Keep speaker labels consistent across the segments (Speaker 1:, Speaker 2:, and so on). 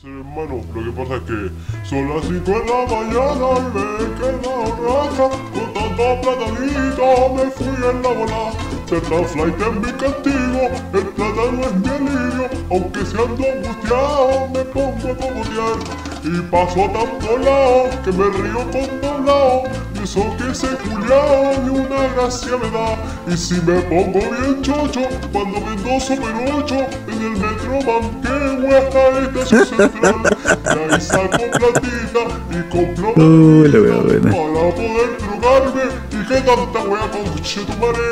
Speaker 1: Sí, hermano, lo que pasa es que son las 5 de la mañana y me quedé borracha. Con tanto platanito me fui en la bola. Será flight en mi castigo, el plátano es mi alivio. Aunque siendo angustiado me pongo a cogotear. Y paso tan volado que me río con doblado. Y eso que se culiao ni una gracia me da. Y si me pongo bien chocho, cuando vendo super 8, en el metro banqueo hasta estación central. Y ahí saco platita y compro
Speaker 2: Uh, la wea buena.
Speaker 1: para poder drogarme. Y que tanta wea con chetumare.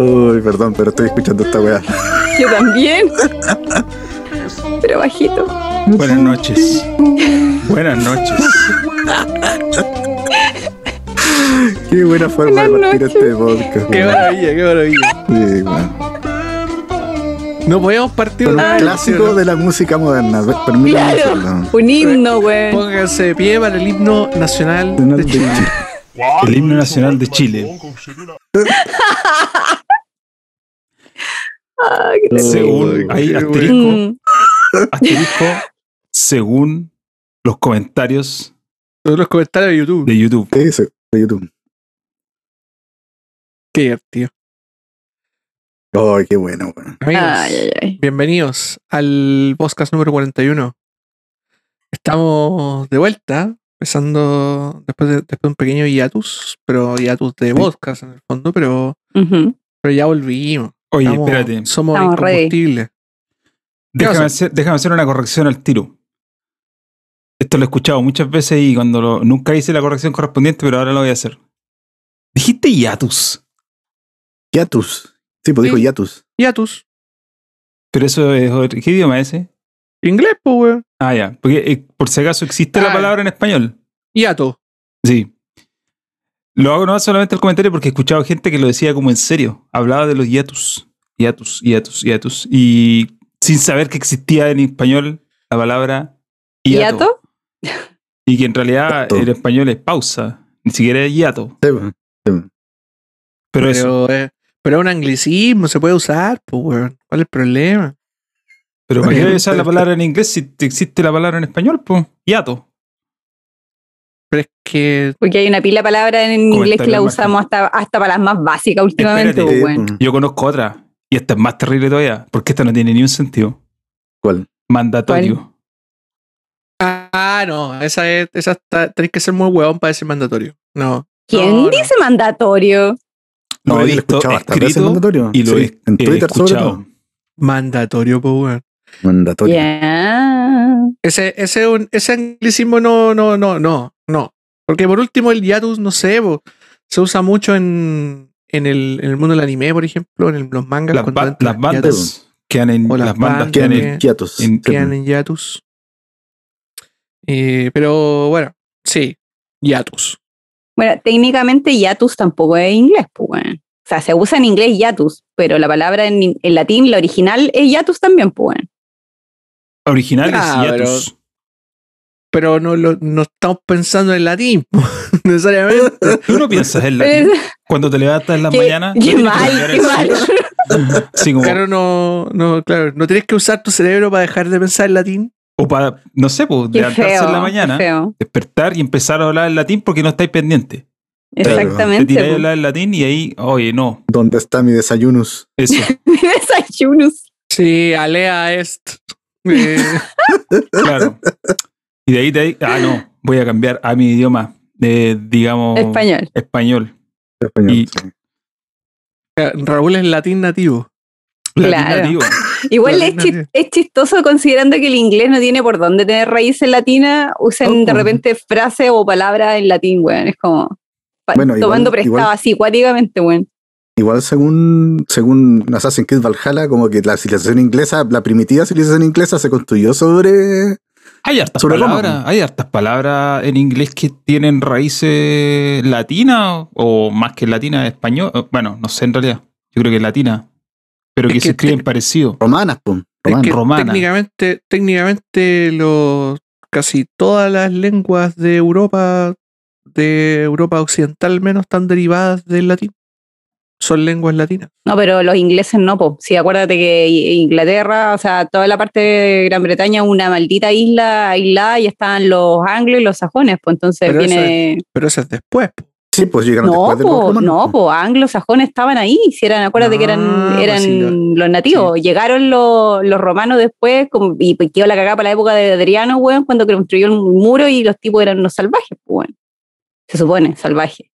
Speaker 2: Uy, perdón, pero estoy escuchando esta weá.
Speaker 3: Yo también. Pero bajito.
Speaker 4: Buenas noches. Buenas noches.
Speaker 2: Qué buena forma de
Speaker 3: Buenas
Speaker 2: partir
Speaker 3: noches.
Speaker 2: este podcast.
Speaker 4: Qué
Speaker 2: weón.
Speaker 4: maravilla, qué maravilla.
Speaker 2: Sí, weón.
Speaker 4: No podíamos partir
Speaker 2: Con un
Speaker 4: una
Speaker 2: clásico de la música moderna. Ve- Permítame
Speaker 3: Claro.
Speaker 2: decirlo.
Speaker 3: Un himno, weón.
Speaker 4: Pónganse de pie para el himno nacional
Speaker 2: Nacional
Speaker 4: de
Speaker 2: de
Speaker 4: Chile.
Speaker 2: Chile.
Speaker 1: El
Speaker 5: himno nacional de Chile.
Speaker 3: Ah, qué terrible.
Speaker 5: Según
Speaker 2: Ay,
Speaker 5: hay
Speaker 2: qué
Speaker 5: asterisco,
Speaker 3: Mm.
Speaker 5: asterisco según los comentarios
Speaker 4: Todos los comentarios de YouTube.
Speaker 5: de YouTube.
Speaker 2: Eso, de YouTube.
Speaker 4: Qué divertido.
Speaker 2: Ay, qué bueno, weón.
Speaker 4: Amigos,
Speaker 3: Ay, ay, ay.
Speaker 4: bienvenidos al podcast número 41. Estamos de vuelta, empezando después de, después de un pequeño hiatus, pero hiatus de podcast en el fondo, pero,
Speaker 3: Ujú.
Speaker 4: pero ya volvimos.
Speaker 5: Oye,
Speaker 4: Estamos-
Speaker 5: espérate.
Speaker 4: Somos
Speaker 3: Estamos ready.
Speaker 4: incombustibles.
Speaker 5: Déjame
Speaker 4: pasa?
Speaker 5: hacer, déjame hacer una corrección al tiro. Esto lo he escuchado muchas veces y cuando lo- nunca hice la corrección correspondiente, pero ahora lo voy a hacer. Dijiste hiatus,
Speaker 2: Yatus. Sí, pues dijo
Speaker 4: Sí.
Speaker 2: Yatus.
Speaker 4: Hiatus.
Speaker 5: pero eso es otro- ¿Qué idioma es ese?
Speaker 4: Inglés, pues, weón.
Speaker 5: Ah, ya. Porque eh, por si acaso existe
Speaker 4: Ah.
Speaker 5: la palabra en español.
Speaker 4: Hiato.
Speaker 5: Sí. Lo hago no solamente el comentario porque he escuchado gente que lo decía como en serio. Hablaba de los hiatus. Hiatus, hiatus, hiatus. Y sin saber que existía en español la palabra hiato.
Speaker 3: ¿Hiato?
Speaker 5: Y que en realidad
Speaker 2: Hiato.
Speaker 5: en español es pausa. Ni siquiera es hiato.
Speaker 2: Sí, weón.
Speaker 5: Pero, eso.
Speaker 4: Pero, eh, pero es un anglicismo, se puede usar, pues, weón. ¿Cuál es el problema?
Speaker 5: Pero ¿para qué voy a usar la palabra en inglés si te existe la palabra en español? Pues hiato.
Speaker 4: Pero es que.
Speaker 3: Porque hay una pila de palabras en inglés que la
Speaker 5: Comentario
Speaker 3: usamos hasta, hasta para las más básicas últimamente,
Speaker 5: Espérate. eh,
Speaker 2: Sí,
Speaker 3: weón.
Speaker 2: pues.
Speaker 5: Yo conozco otra. Y esta es más terrible todavía. Porque esta no tiene ni un sentido.
Speaker 2: ¿Cuál?
Speaker 5: Mandatorio.
Speaker 4: Ah, no, esa es. Esa está, tenés que ser muy weón para decir mandatorio. No.
Speaker 3: ¿Quién
Speaker 4: No, no.
Speaker 3: dice mandatorio?
Speaker 5: Lo
Speaker 2: No, yo
Speaker 5: he
Speaker 2: lo he
Speaker 5: visto
Speaker 2: escuchado hasta veces
Speaker 5: escrito
Speaker 2: mandatorio.
Speaker 5: Y lo
Speaker 2: Sí,
Speaker 5: he,
Speaker 2: en
Speaker 5: he
Speaker 2: Twitter sobre
Speaker 5: escuchado.
Speaker 2: todo.
Speaker 4: Mandatorio, pues, weón.
Speaker 2: Mandatorio.
Speaker 3: Ya.
Speaker 4: Ese, ese, es un- ese anglicismo no, no, no, no, no. Porque por último el hiatus, no sé, po, se usa mucho en, en, el, en el mundo del anime, por ejemplo, en el- los mangas.
Speaker 5: Las,
Speaker 4: cuando
Speaker 5: ba-
Speaker 4: entran
Speaker 5: las
Speaker 4: hiatus,
Speaker 5: bandas quedan en
Speaker 4: O las
Speaker 5: las, bandas
Speaker 4: bandas
Speaker 5: quedan en-
Speaker 4: que-
Speaker 2: Quedan Yatus.
Speaker 5: en-
Speaker 4: quedan en hiatus. Eh, pero bueno, sí, hiatus.
Speaker 3: Bueno, técnicamente yatus tampoco es inglés, pues, weón. O sea, se usa en inglés yatus, pero la palabra en, en latín, la original, es yatus también, pues, weón.
Speaker 5: originales
Speaker 4: Ah,
Speaker 5: y
Speaker 4: pero-
Speaker 5: hiatus.
Speaker 4: Pero no, lo, no estamos pensando en latín, po, necesariamente.
Speaker 5: Tú no piensas en
Speaker 3: Pero-
Speaker 5: latín cuando te levantas en las
Speaker 3: Qué-
Speaker 5: mañanas. no
Speaker 3: qué
Speaker 5: tienes que
Speaker 3: mal,
Speaker 5: cambiar
Speaker 3: qué
Speaker 5: eso.
Speaker 3: mal.
Speaker 5: Así como,
Speaker 4: Claro, no, no, claro, no tienes que usar tu cerebro para dejar de pensar en latín.
Speaker 5: o para, no sé, pues,
Speaker 3: Qué
Speaker 5: levantarse
Speaker 3: feo.
Speaker 5: en la
Speaker 3: qué
Speaker 5: mañana,
Speaker 3: feo.
Speaker 5: despertar y empezar a hablar en latín porque no estáis pendiente.
Speaker 2: Claro.
Speaker 5: Te
Speaker 3: Exactamente.
Speaker 5: tiráis a
Speaker 3: pues.
Speaker 5: hablar en latín y ahí, oye, no,
Speaker 2: ¿Dónde está mi desayunus?
Speaker 5: eso.
Speaker 3: Desayunos.
Speaker 4: Sí, alea est. Eh,
Speaker 5: Claro. Y de ahí, de ahí, ah, no, voy a cambiar a mi idioma, eh,
Speaker 2: Oh.
Speaker 5: digamos,
Speaker 3: Español.
Speaker 5: español.
Speaker 2: Español,
Speaker 5: Y-
Speaker 2: sí.
Speaker 4: Raúl es latín nativo.
Speaker 5: Latín
Speaker 3: Claro.
Speaker 5: nativo.
Speaker 3: Igual
Speaker 4: Claro,
Speaker 3: es,
Speaker 4: nadie.
Speaker 3: chis- es chistoso considerando que el inglés no tiene por dónde tener raíces latinas, usan
Speaker 4: Oh,
Speaker 3: de
Speaker 4: pues.
Speaker 3: repente frases o palabras en latín, weón. Es como pa-
Speaker 2: Bueno,
Speaker 3: tomando
Speaker 2: igual-
Speaker 3: prestado
Speaker 2: igual-
Speaker 3: así, cuáticamente, weón.
Speaker 2: Igual según, según Assassin's Creed Valhalla, como que la civilización inglesa, la primitiva civilización inglesa se construyó sobre...
Speaker 5: Hay hartas
Speaker 2: Sobre Roma,
Speaker 5: palabras,
Speaker 2: ¿no?
Speaker 5: hay hartas palabras en inglés que tienen raíces latinas o más que latina español, o, bueno, no sé en realidad. Yo creo que es latina, pero
Speaker 4: Es
Speaker 5: que,
Speaker 4: que
Speaker 5: se escriben parecido.
Speaker 2: Romanas, pum.
Speaker 4: Es
Speaker 2: Romanas.
Speaker 4: que
Speaker 5: romana.
Speaker 4: técnicamente, técnicamente los, casi todas las lenguas de Europa, de Europa Occidental al menos, están derivadas del latín. son lenguas latinas.
Speaker 3: No, pero los ingleses no, po. Sí, acuérdate que I- Inglaterra, o sea, toda la parte de Gran Bretaña es una maldita isla aislada y están los anglos y los sajones, pues entonces
Speaker 4: Pero eso
Speaker 3: viene...
Speaker 4: Pero eso es después. po.
Speaker 2: Sí, pues llegaron
Speaker 3: No,
Speaker 2: después de los
Speaker 3: po,
Speaker 2: romanos.
Speaker 3: no, po, anglosajones estaban ahí, si eran, acuérdate que
Speaker 4: Ah,
Speaker 3: eran,
Speaker 4: pues
Speaker 3: eran
Speaker 4: sí, la-
Speaker 3: los nativos, llegaron los, los romanos después como- y pues, quedó la cagada para la época de Adriano, weón, cuando construyó el muro y los tipos eran unos salvajes, pues, weón. Se supone, salvajes.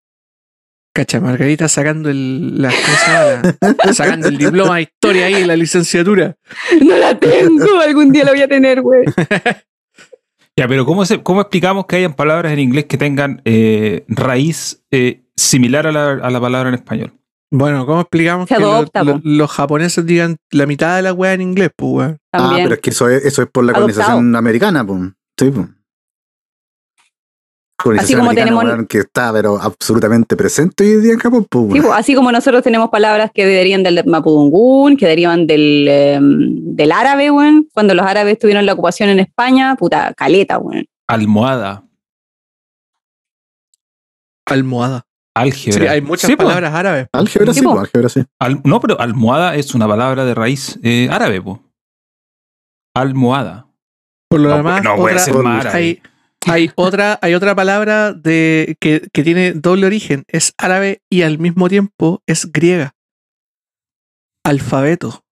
Speaker 4: Cacha, Margarita sacando el, las cosas, la- sacando el diploma de historia ahí, la licenciatura.
Speaker 3: No la tengo, algún día la voy a tener, weón.
Speaker 5: Ya, pero ¿cómo, se- cómo explicamos que hayan palabras en inglés que tengan eh, raíz eh, similar a la, a la palabra en español?
Speaker 4: Bueno, ¿cómo explicamos
Speaker 3: Se
Speaker 4: que lo-
Speaker 3: adopta,
Speaker 4: lo-
Speaker 3: po.
Speaker 4: los japoneses digan la mitad de la weá en inglés, pues weón?
Speaker 2: Ah,
Speaker 3: También.
Speaker 2: pero es que eso es, eso es por la
Speaker 3: Adoptado.
Speaker 2: colonización americana, pues. Sí, pues.
Speaker 3: Así
Speaker 2: Colonización
Speaker 3: como
Speaker 2: americana,
Speaker 3: tenemos-
Speaker 2: weón, que está, pero absolutamente presente hoy en día en Japón, pues.
Speaker 3: Sí,
Speaker 2: weón.
Speaker 3: pues, así como nosotros tenemos palabras que derivan del mapudungún, que derivan del, em, del árabe, weón. Cuando los árabes tuvieron la ocupación en España, puta, caleta, weón.
Speaker 5: Almohada,
Speaker 4: Almohada.
Speaker 5: álgebra.
Speaker 4: Sí, hay muchas
Speaker 5: Sí, pues. po.
Speaker 4: palabras árabes.
Speaker 2: Álgebra sí,
Speaker 3: Sí, po.
Speaker 2: pues, álgebra sí.
Speaker 5: Al- no, pero almohada es una palabra de raíz eh, árabe, po. Almohada.
Speaker 4: Por lo
Speaker 5: No,
Speaker 4: demás,
Speaker 5: no puede
Speaker 4: otra-
Speaker 5: ser más árabe.
Speaker 4: hay, hay otra, hay otra palabra de, que, que tiene doble origen. Es árabe y al mismo tiempo es griega. Alfabeto.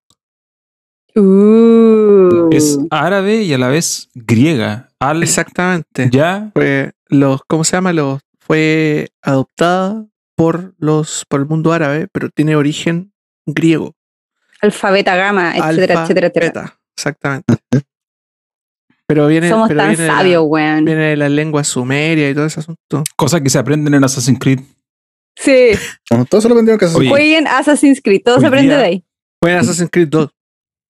Speaker 5: Es
Speaker 4: Uh.
Speaker 5: árabe y a la vez griega. Al
Speaker 4: Exactamente.
Speaker 5: ya
Speaker 4: Fue pues, los, ¿cómo se llama? Los, fue adoptada por los, por el mundo árabe, pero tiene origen griego.
Speaker 3: Alfabeta, gama, etcétera,
Speaker 4: Alfa,
Speaker 3: etcétera, etcétera.
Speaker 4: beta. Exactamente. Pero viene,
Speaker 3: Somos
Speaker 4: pero
Speaker 3: tan
Speaker 4: viene de la-
Speaker 3: sabios, weón.
Speaker 4: viene de la lengua sumeria y todo ese asunto.
Speaker 5: cosas que se aprenden en Assassin's Creed.
Speaker 3: Sí,
Speaker 2: Bueno, todo eso lo vendieron que hacer.
Speaker 5: Oye,
Speaker 3: jueguen Assassin's Creed, todo
Speaker 5: Hoy
Speaker 3: se aprende
Speaker 5: día-
Speaker 3: de ahí.
Speaker 4: Fue en Assassin's Creed 2.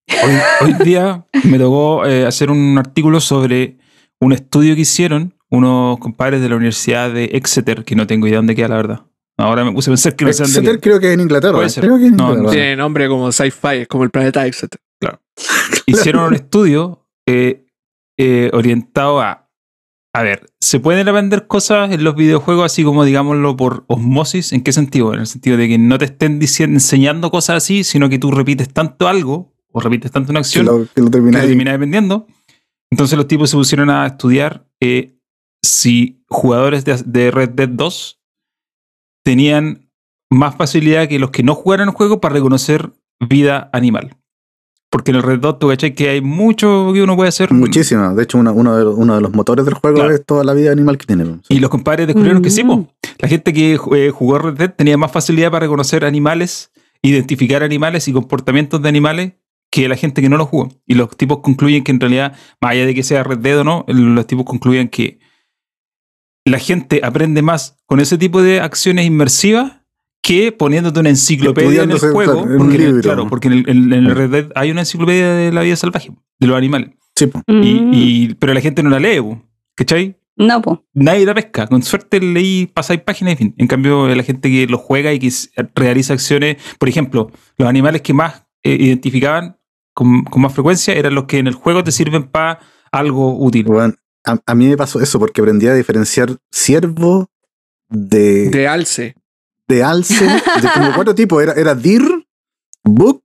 Speaker 5: Hoy, hoy día me tocó eh, hacer un artículo sobre un estudio que hicieron unos compadres de la Universidad de Exeter, que no tengo idea dónde queda, la verdad. Ahora me puse a pensar que no sé dónde
Speaker 2: Exeter
Speaker 5: queda.
Speaker 2: creo que es en Inglaterra.
Speaker 5: Puede ser.
Speaker 2: Creo que es en
Speaker 5: No,
Speaker 2: Inglaterra.
Speaker 4: Tiene nombre como sci-fi, es como el planeta etc.
Speaker 5: Hicieron un estudio eh, eh, orientado a. A ver, ¿se pueden aprender cosas en los videojuegos así como, digámoslo, por osmosis? ¿En qué sentido? En el sentido de que no te estén diciendo, enseñando cosas así, sino que tú repites tanto algo o repites tanto una
Speaker 2: Que
Speaker 5: acción
Speaker 2: lo, que lo
Speaker 5: que
Speaker 2: termináis.
Speaker 5: lo termina dependiendo. Entonces los tipos se pusieron a estudiar eh, si jugadores de, de Red Dead 2 tenían más facilidad que los que no jugaron el juego para reconocer vida animal. Porque en el Red Dead 2, tú cachai que hay mucho que uno puede hacer.
Speaker 2: Muchísimo. De hecho, uno, uno de, los- uno de los motores del juego
Speaker 5: Mm. Claro.
Speaker 2: es toda la vida animal que tiene. weón.
Speaker 5: Y los compadres descubrieron que sí,
Speaker 3: Mm.
Speaker 5: po. la gente que eh, jugó Red Dead tenía más facilidad para reconocer animales, identificar animales y comportamientos de animales que la gente que no lo jugó. Y los tipos concluyen que en realidad, más allá de que sea Red Dead o no, los tipos concluyen que la gente aprende más con ese tipo de acciones inmersivas que poniéndote una enciclopedia en el
Speaker 2: Estudiándose,
Speaker 5: juego.
Speaker 2: claro, en un
Speaker 5: porque, en el-
Speaker 2: libro.
Speaker 5: claro, porque en el, en- en el Red Dead hay una enciclopedia de la vida salvaje, de los animales.
Speaker 2: Sí, po.
Speaker 5: Y-
Speaker 3: Mm.
Speaker 5: y- pero la gente no la lee, po, ¿cachai?
Speaker 3: No, pues.
Speaker 4: Ah,
Speaker 5: nadie la pesca. Con suerte leí, pasáis páginas y fin. En cambio, la gente que lo juega y que s- realiza acciones, por ejemplo, los animales que más eh, identificaban con, con más frecuencia eran los que en el juego te sirven para algo útil.
Speaker 2: Weón, a, a mí me pasó eso porque aprendí a diferenciar ciervo de, de,
Speaker 4: De alce.
Speaker 2: alce. de como cuatro tipos. Era, era deer, book.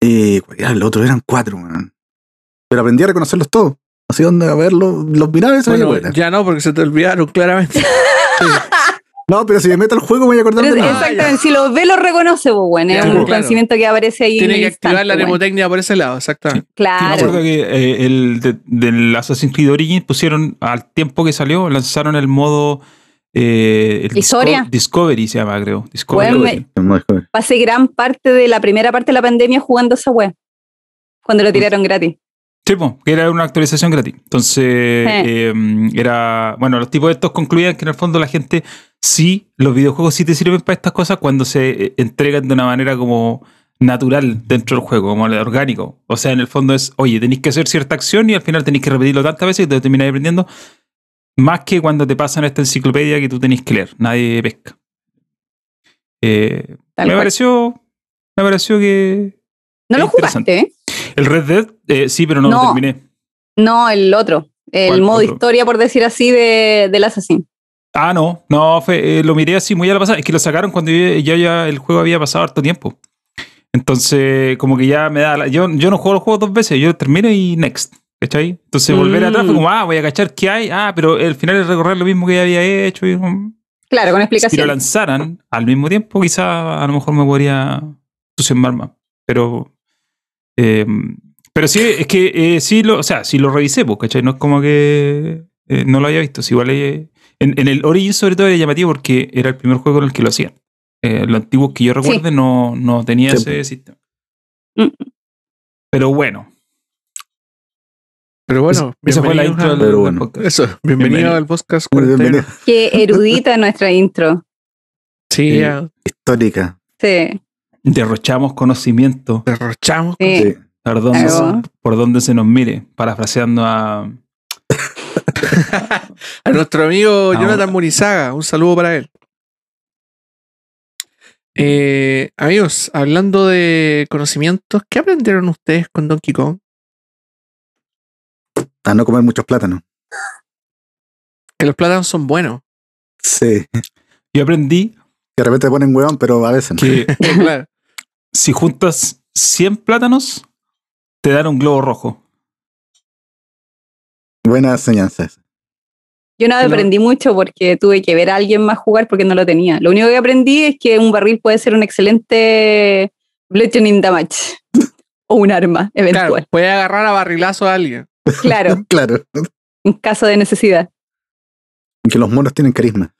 Speaker 2: Y ¿cuál era el otro eran cuatro, weón. Pero aprendí a reconocerlos todos. Así donde a verlos, los miraba y sabía
Speaker 4: Bueno,
Speaker 2: cuál era.
Speaker 4: ya no, porque se te olvidaron claramente.
Speaker 2: No, pero si me meto al juego me voy a acordar de nada.
Speaker 3: Exactamente, si lo ve, lo reconoce, pues, weón. Es
Speaker 4: Ya,
Speaker 3: un
Speaker 4: claro.
Speaker 3: conocimiento que aparece ahí. en
Speaker 4: Tiene
Speaker 3: el
Speaker 4: que activar
Speaker 3: instante,
Speaker 4: la
Speaker 3: weón.
Speaker 4: mnemotecnia por ese lado, exactamente.
Speaker 5: Yo me acuerdo
Speaker 3: Claro.
Speaker 5: que eh, el de- del Assassin's Creed Origins pusieron, al tiempo que salió, lanzaron el modo. eh, el
Speaker 3: ¿Historia?
Speaker 5: Disco- Discovery se llama, creo. Discovery.
Speaker 3: Bueno,
Speaker 5: Origin.
Speaker 2: No, es como-
Speaker 3: Pasé gran parte de la primera parte de la pandemia jugando esa weá. Cuando lo tiraron gratis.
Speaker 5: Sí, po, que era una actualización gratis. Entonces, eh, era. Bueno, los tipos estos concluían que en el fondo la gente sí, los videojuegos sí te sirven para estas cosas cuando se eh, entregan de una manera como natural dentro del juego, como orgánico. O sea, en el fondo es, oye, tenéis que hacer cierta acción y al final tenéis que repetirlo tantas veces que te lo termináis aprendiendo. Más que cuando te pasan esta enciclopedia que tú tenéis que leer, nadie pesca. Eh,
Speaker 3: Tal
Speaker 5: me
Speaker 3: cual.
Speaker 5: pareció. Me pareció que.
Speaker 3: No lo
Speaker 5: interesante.
Speaker 3: jugaste, ¿eh?
Speaker 5: El Red Dead, eh, sí, pero no, lo
Speaker 3: No.
Speaker 5: terminé.
Speaker 3: No, el otro. El
Speaker 5: ¿Cuál
Speaker 3: modo
Speaker 5: otro?
Speaker 3: historia, por decir así, de, del Assassin.
Speaker 5: Ah, no, no, fue- eh, lo miré así muy a la pasada. Es que lo sacaron cuando yo- ya, ya el juego había pasado harto tiempo. Entonces, como que ya me da. la- yo, yo no juego los juegos dos veces, yo termino y next. ¿Cachai? Entonces, volver atrás fue como, ah, voy a cachar qué hay. Ah, pero el final es recorrer lo mismo que ya había hecho. Y, mm,
Speaker 3: Claro, con
Speaker 5: si lo
Speaker 3: explicación.
Speaker 5: lanzaran al mismo tiempo, quizá a lo mejor me podría entusiasmar más. Pero. eh, pero sí, es que eh, sí lo. O sea, sí lo revisé, pues, ¿cachai? No es como que. eh, no lo había visto. Si igual. eh, en, en el Origin, sobre todo, era llamativo porque era el primer juego en el que lo hacían. Eh, lo antiguo que yo recuerde no, no tenía
Speaker 2: Sí.
Speaker 5: ese sistema.
Speaker 3: Mm.
Speaker 5: Pero bueno.
Speaker 4: Pero bueno,
Speaker 5: esa fue la
Speaker 4: bienvenidos
Speaker 5: intro
Speaker 4: al-
Speaker 5: del
Speaker 2: Pero bueno.
Speaker 5: podcast.
Speaker 4: Eso, bienvenido,
Speaker 5: Bienvenido.
Speaker 4: al podcast
Speaker 2: Bienvenido.
Speaker 4: 41.
Speaker 3: Qué erudita nuestra intro.
Speaker 4: Sí,
Speaker 5: Sí.
Speaker 4: ya
Speaker 2: Histórica.
Speaker 3: Sí,
Speaker 5: Derrochamos conocimiento.
Speaker 4: derrochamos.
Speaker 3: sí.
Speaker 2: Sí.
Speaker 5: Por donde, se,
Speaker 3: Claro.
Speaker 5: por donde se nos mire. Parafraseando a.
Speaker 4: A nuestro amigo
Speaker 5: Ahora.
Speaker 4: Jonathan Murizaga, un saludo para él. Eh, amigos, hablando de conocimientos, ¿qué aprendieron ustedes con Donkey Kong?
Speaker 2: A no comer muchos plátanos.
Speaker 4: Que los plátanos son buenos.
Speaker 2: Sí. Que
Speaker 5: Yo aprendí
Speaker 2: de repente te ponen huevón, pero a veces no.
Speaker 5: que
Speaker 4: claro.
Speaker 5: si juntas 100 plátanos, te dan un globo rojo.
Speaker 2: Buenas enseñanzas.
Speaker 3: Yo no
Speaker 4: Claro.
Speaker 3: aprendí mucho porque tuve que ver a alguien más jugar porque no lo tenía. Lo único que aprendí es que un barril puede ser un excelente bludgeoning damage o un arma
Speaker 4: claro,
Speaker 3: eventual.
Speaker 4: puede agarrar a barrilazo a alguien.
Speaker 3: Claro,
Speaker 2: Claro.
Speaker 3: en caso de necesidad.
Speaker 2: Que los monos tienen carisma.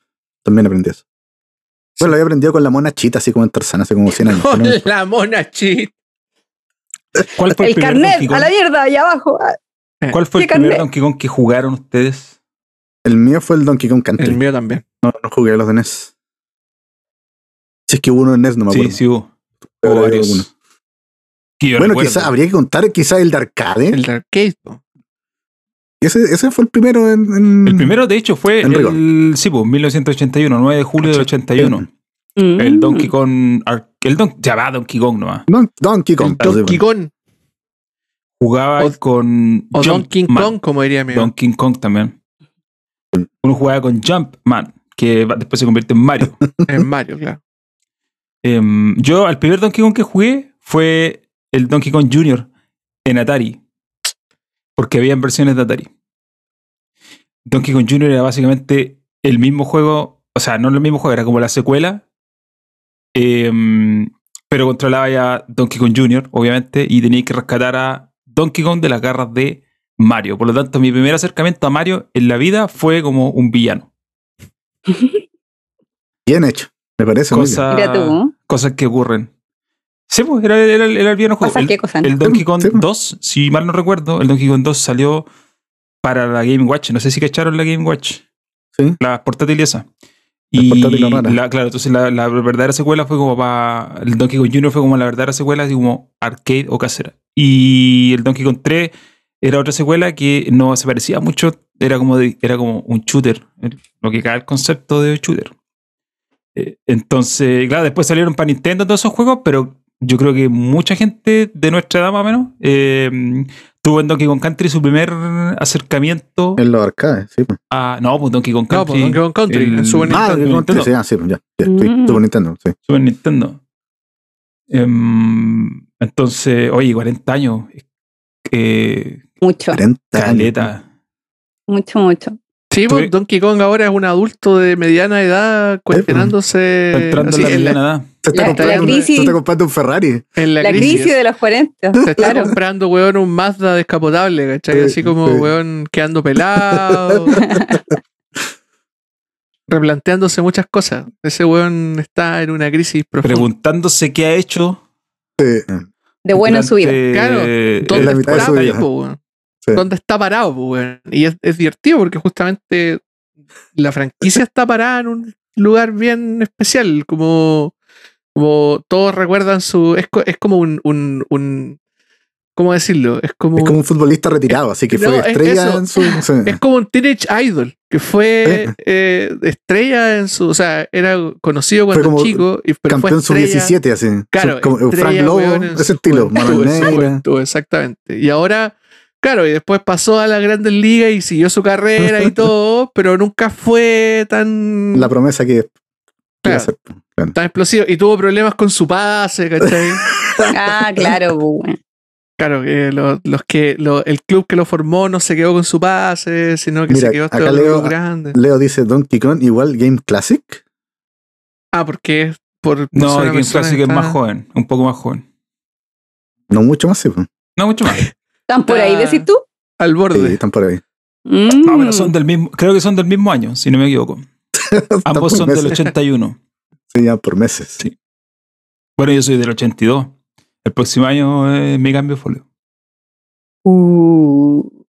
Speaker 2: También aprendí eso. Bueno, lo había aprendido con la mona chita, así como en Tarzán, hace como 100 años.
Speaker 4: Con
Speaker 2: pero-
Speaker 4: la mona chit.
Speaker 5: ¿Cuál fue el,
Speaker 3: El
Speaker 5: primer, Donkey
Speaker 3: carnet
Speaker 5: Kong?
Speaker 3: a la mierda allá abajo. Ah,
Speaker 5: ¿Cuál fue el
Speaker 3: ¿Qué
Speaker 5: primer
Speaker 3: carnet?
Speaker 5: Donkey Kong que jugaron ustedes?
Speaker 2: El mío fue el Donkey Kong Country.
Speaker 4: El mío también.
Speaker 5: ¿Eh?
Speaker 2: No, no jugué a los de NES. Si es que hubo uno en NES, no me
Speaker 5: sí,
Speaker 2: acuerdo.
Speaker 5: sí hubo.
Speaker 2: Pero
Speaker 5: Hubo
Speaker 2: había
Speaker 5: varios.
Speaker 2: alguno.
Speaker 5: Que yo
Speaker 2: Bueno,
Speaker 5: recuerdo.
Speaker 2: quizá, habría que contar quizá el de arcade.
Speaker 4: El de arcade. po.
Speaker 2: Ese, ese fue el primero en... en-
Speaker 5: El primero, de hecho, fue
Speaker 2: mm, En rigor.
Speaker 5: el, sí, pues, 1981, 9 de julio del 81.
Speaker 3: mm.
Speaker 5: El Donkey Kong. Ar- El Don, ya va Donkey Kong nomás.
Speaker 2: Don- Donkey Kong.
Speaker 5: Ah,
Speaker 4: El Donkey Kong.
Speaker 5: Jugaba
Speaker 4: O-
Speaker 5: con.
Speaker 4: O Donkey
Speaker 5: Jumpman.
Speaker 4: Kong, como diría mi amigo.
Speaker 5: Donkey Kong también. Uno jugaba con Jumpman, que va- después se convierte en Mario.
Speaker 4: En Mario, claro.
Speaker 5: Em, yo, al primer Donkey Kong que jugué fue el Donkey Kong Jr. en Atari. Porque había versiones de Atari. Donkey Kong Jr. era básicamente el mismo juego. O sea, no el mismo juego, era como la secuela. em, pero controlaba ya Donkey Kong Jr., obviamente, y tenía que rescatar a Donkey Kong de las garras de Mario. Por lo tanto, mi primer acercamiento a Mario en la vida fue como un villano.
Speaker 2: Bien hecho. Me parece muy bien.
Speaker 5: Cosa-
Speaker 3: Mira tú.
Speaker 5: cosas que ocurren. Sí, pues, era, era, el- era el villano juego.
Speaker 3: Cosas
Speaker 5: El-
Speaker 3: que cosas. ¿no?
Speaker 5: El Donkey Kong
Speaker 2: Sí, pues. po.
Speaker 5: 2, si mal no recuerdo, el Donkey Kong 2 salió para la Game Watch. No sé si cacharon la Game Watch.
Speaker 2: Sí.
Speaker 5: La portátil esa.
Speaker 2: La
Speaker 5: Y
Speaker 2: portátil rara.
Speaker 5: la- claro, entonces la, la verdadera secuela fue como para. El Donkey Kong Jr. fue como la verdadera secuela, así como arcade o casera. Y el Donkey Kong 3 era otra secuela que no se parecía mucho, era como, de- era como un shooter, el- lo que cae el concepto de shooter. Eh, Entonces, claro, después salieron para Nintendo todos esos juegos, pero yo creo que mucha gente de nuestra edad más o menos eh, tuvo en Donkey Kong Country su primer acercamiento
Speaker 2: En los arcades, sí. pues.
Speaker 5: a... No, pues Donkey Kong
Speaker 4: No, po,
Speaker 5: Country,
Speaker 4: Donkey Kong Country.
Speaker 5: el-
Speaker 4: en Super
Speaker 2: Ah,
Speaker 4: Nintendo.
Speaker 2: Donkey Kong
Speaker 5: Nintendo.
Speaker 2: sí, ah, sí, pues, ya. ya, sí,
Speaker 3: Mm.
Speaker 2: Super Nintendo, sí.
Speaker 5: Super Nintendo. Em, entonces, oye, 40 años. Eh,
Speaker 3: Mucho,
Speaker 2: 40 años.
Speaker 5: caleta.
Speaker 3: mucho, mucho.
Speaker 4: Sí, pues,
Speaker 5: Tuve-
Speaker 4: Donkey Kong ahora es un adulto de mediana edad cuestionándose
Speaker 5: Está entrando
Speaker 4: así,
Speaker 5: en la
Speaker 4: en, Eh, la,
Speaker 5: mediana edad.
Speaker 2: Se está,
Speaker 3: La- la
Speaker 2: comprando,
Speaker 3: crisis.
Speaker 2: se está comprando un Ferrari.
Speaker 4: en la
Speaker 3: La
Speaker 4: crisis.
Speaker 3: crisis de los 40.
Speaker 4: Se está
Speaker 3: Claro.
Speaker 4: comprando, weón, un Mazda descapotable, ¿cachai?
Speaker 2: Sí,
Speaker 4: Así como,
Speaker 2: sí.
Speaker 4: weón, quedando pelado. replanteándose muchas cosas. Ese weón está en una crisis profunda.
Speaker 5: preguntándose qué ha hecho.
Speaker 2: Sí.
Speaker 3: De bueno en su vida.
Speaker 5: durante,
Speaker 4: Claro,
Speaker 5: eh,
Speaker 2: es
Speaker 4: ¿Dónde
Speaker 2: la mitad de
Speaker 4: está,
Speaker 2: su vida.
Speaker 4: po, weón?
Speaker 2: Sí.
Speaker 4: ¿Dónde está parado, po, weón? Y es, es divertido porque justamente la franquicia está parada en un lugar bien especial, como, como todos recuerdan su... Es, co- es como un, un, un- ¿Cómo decirlo? Es como,
Speaker 2: Es como un futbolista retirado, así que
Speaker 4: No,
Speaker 2: fue
Speaker 4: es
Speaker 2: estrella
Speaker 4: eso.
Speaker 2: en su. sí.
Speaker 4: es como un Teenage Idol, que fue eh, estrella en su... O sea, era conocido cuando
Speaker 2: como
Speaker 4: chico, y, pero fue
Speaker 2: Campeón sub
Speaker 4: estrella-
Speaker 2: 17, así.
Speaker 4: Claro,
Speaker 2: Su- como
Speaker 4: estrella,
Speaker 2: Frank Lobo,
Speaker 4: weón, en
Speaker 2: ese
Speaker 4: su
Speaker 2: estilo.
Speaker 4: juventud,
Speaker 2: Manuel
Speaker 4: en su
Speaker 2: Neira.
Speaker 4: juventud, exactamente. Y ahora, Claro, y después pasó a la Grandes Ligas y siguió su carrera y todo, pero nunca fue tan,
Speaker 2: La promesa que que iba a
Speaker 4: claro,
Speaker 2: ser, claro.
Speaker 4: tan explosivo. Y tuvo problemas con su pase, ¿cachai?
Speaker 3: Ah, claro, pues, weón.
Speaker 4: claro, que lo- los que, lo- el club que lo formó no se quedó con su pase, sino que
Speaker 2: Mira,
Speaker 4: se quedó hasta
Speaker 2: acá
Speaker 4: el
Speaker 2: leo-
Speaker 4: club grande.
Speaker 2: Leo dice Donkey Kong igual Game Classic.
Speaker 4: Ah, porque es por, por
Speaker 5: No,
Speaker 4: ser
Speaker 5: el
Speaker 4: una
Speaker 5: Game
Speaker 4: persona
Speaker 5: Classic es
Speaker 4: está-
Speaker 5: más joven, un poco más joven.
Speaker 2: No mucho más, sí. po.
Speaker 5: No, mucho más.
Speaker 3: ¿Están por ahí,
Speaker 4: Ah.
Speaker 3: decís tú?
Speaker 4: Al
Speaker 2: Sí,
Speaker 4: borde.
Speaker 2: están por ahí.
Speaker 3: Mm.
Speaker 5: No, pero Ah, son del mismo, creo que son del mismo año, si no me equivoco.
Speaker 2: Están por
Speaker 5: Ambos son del
Speaker 2: meses.
Speaker 5: 81.
Speaker 2: Sí, ya por meses.
Speaker 5: Sí. Bueno, yo soy del 82. El próximo año es mi cambio de folio.
Speaker 3: Uh,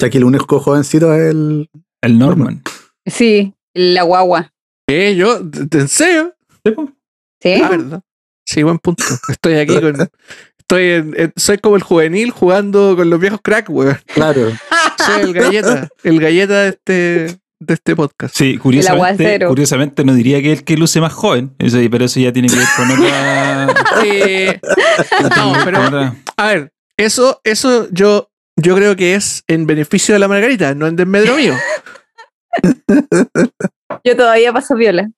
Speaker 2: Ya que el único jovencito es el.
Speaker 5: El Norman.
Speaker 3: sí, la guagua.
Speaker 4: ¿Qué? ¿Yo? ¿Te en serio?
Speaker 3: ¿Sí?
Speaker 4: Ah, ¿verdad? Sí, buen punto. Estoy aquí con... Estoy en- en- soy como el juvenil jugando con los viejos crack, weón.
Speaker 2: Claro.
Speaker 4: Soy el galleta. El galleta de este, de este podcast.
Speaker 5: Sí, curiosamente,
Speaker 3: aguacero.
Speaker 5: curiosamente no diría que el que luce más joven, Eso- pero eso ya tiene que ver con otra...
Speaker 4: Eh, no, pero
Speaker 5: con otra-
Speaker 4: A ver, eso, eso yo, yo creo que es en beneficio de la Margarita, no en desmedro mío.
Speaker 3: Yo todavía paso viola.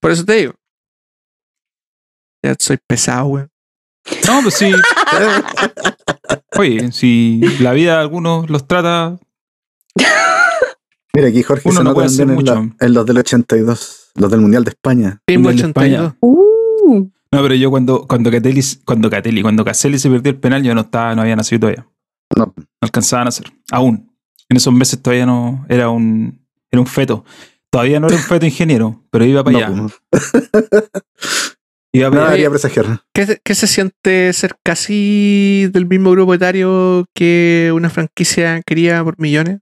Speaker 4: Por eso te digo. Ya soy pesado, weón.
Speaker 5: No, pues sí. Oye, si la vida de algunos los trata...
Speaker 2: Mira, aquí Jorge
Speaker 5: Uno
Speaker 2: se
Speaker 5: no
Speaker 2: nota
Speaker 5: puede hacer
Speaker 2: también en, la-
Speaker 5: mucho.
Speaker 2: en los del 82, los del Mundial de España.
Speaker 4: Tengo
Speaker 5: Mundial de
Speaker 4: 82.
Speaker 5: España.
Speaker 3: Uh,
Speaker 5: No, pero yo cuando cuando Catelli, cuando Catelli, cuando Caselli se perdió el penal, yo no estaba, no había nacido todavía.
Speaker 2: No.
Speaker 5: alcanzaban a hacer. Aún. En esos meses todavía no era un era un feto. Todavía no era un feto ingeniero, pero iba para
Speaker 2: No, pues,
Speaker 5: allá.
Speaker 2: po, no.
Speaker 5: Iba
Speaker 2: No
Speaker 5: para allá.
Speaker 2: debería presagiar.
Speaker 4: ¿Qué, se- qué se siente ser casi del mismo grupo etario que una franquicia quería por millones?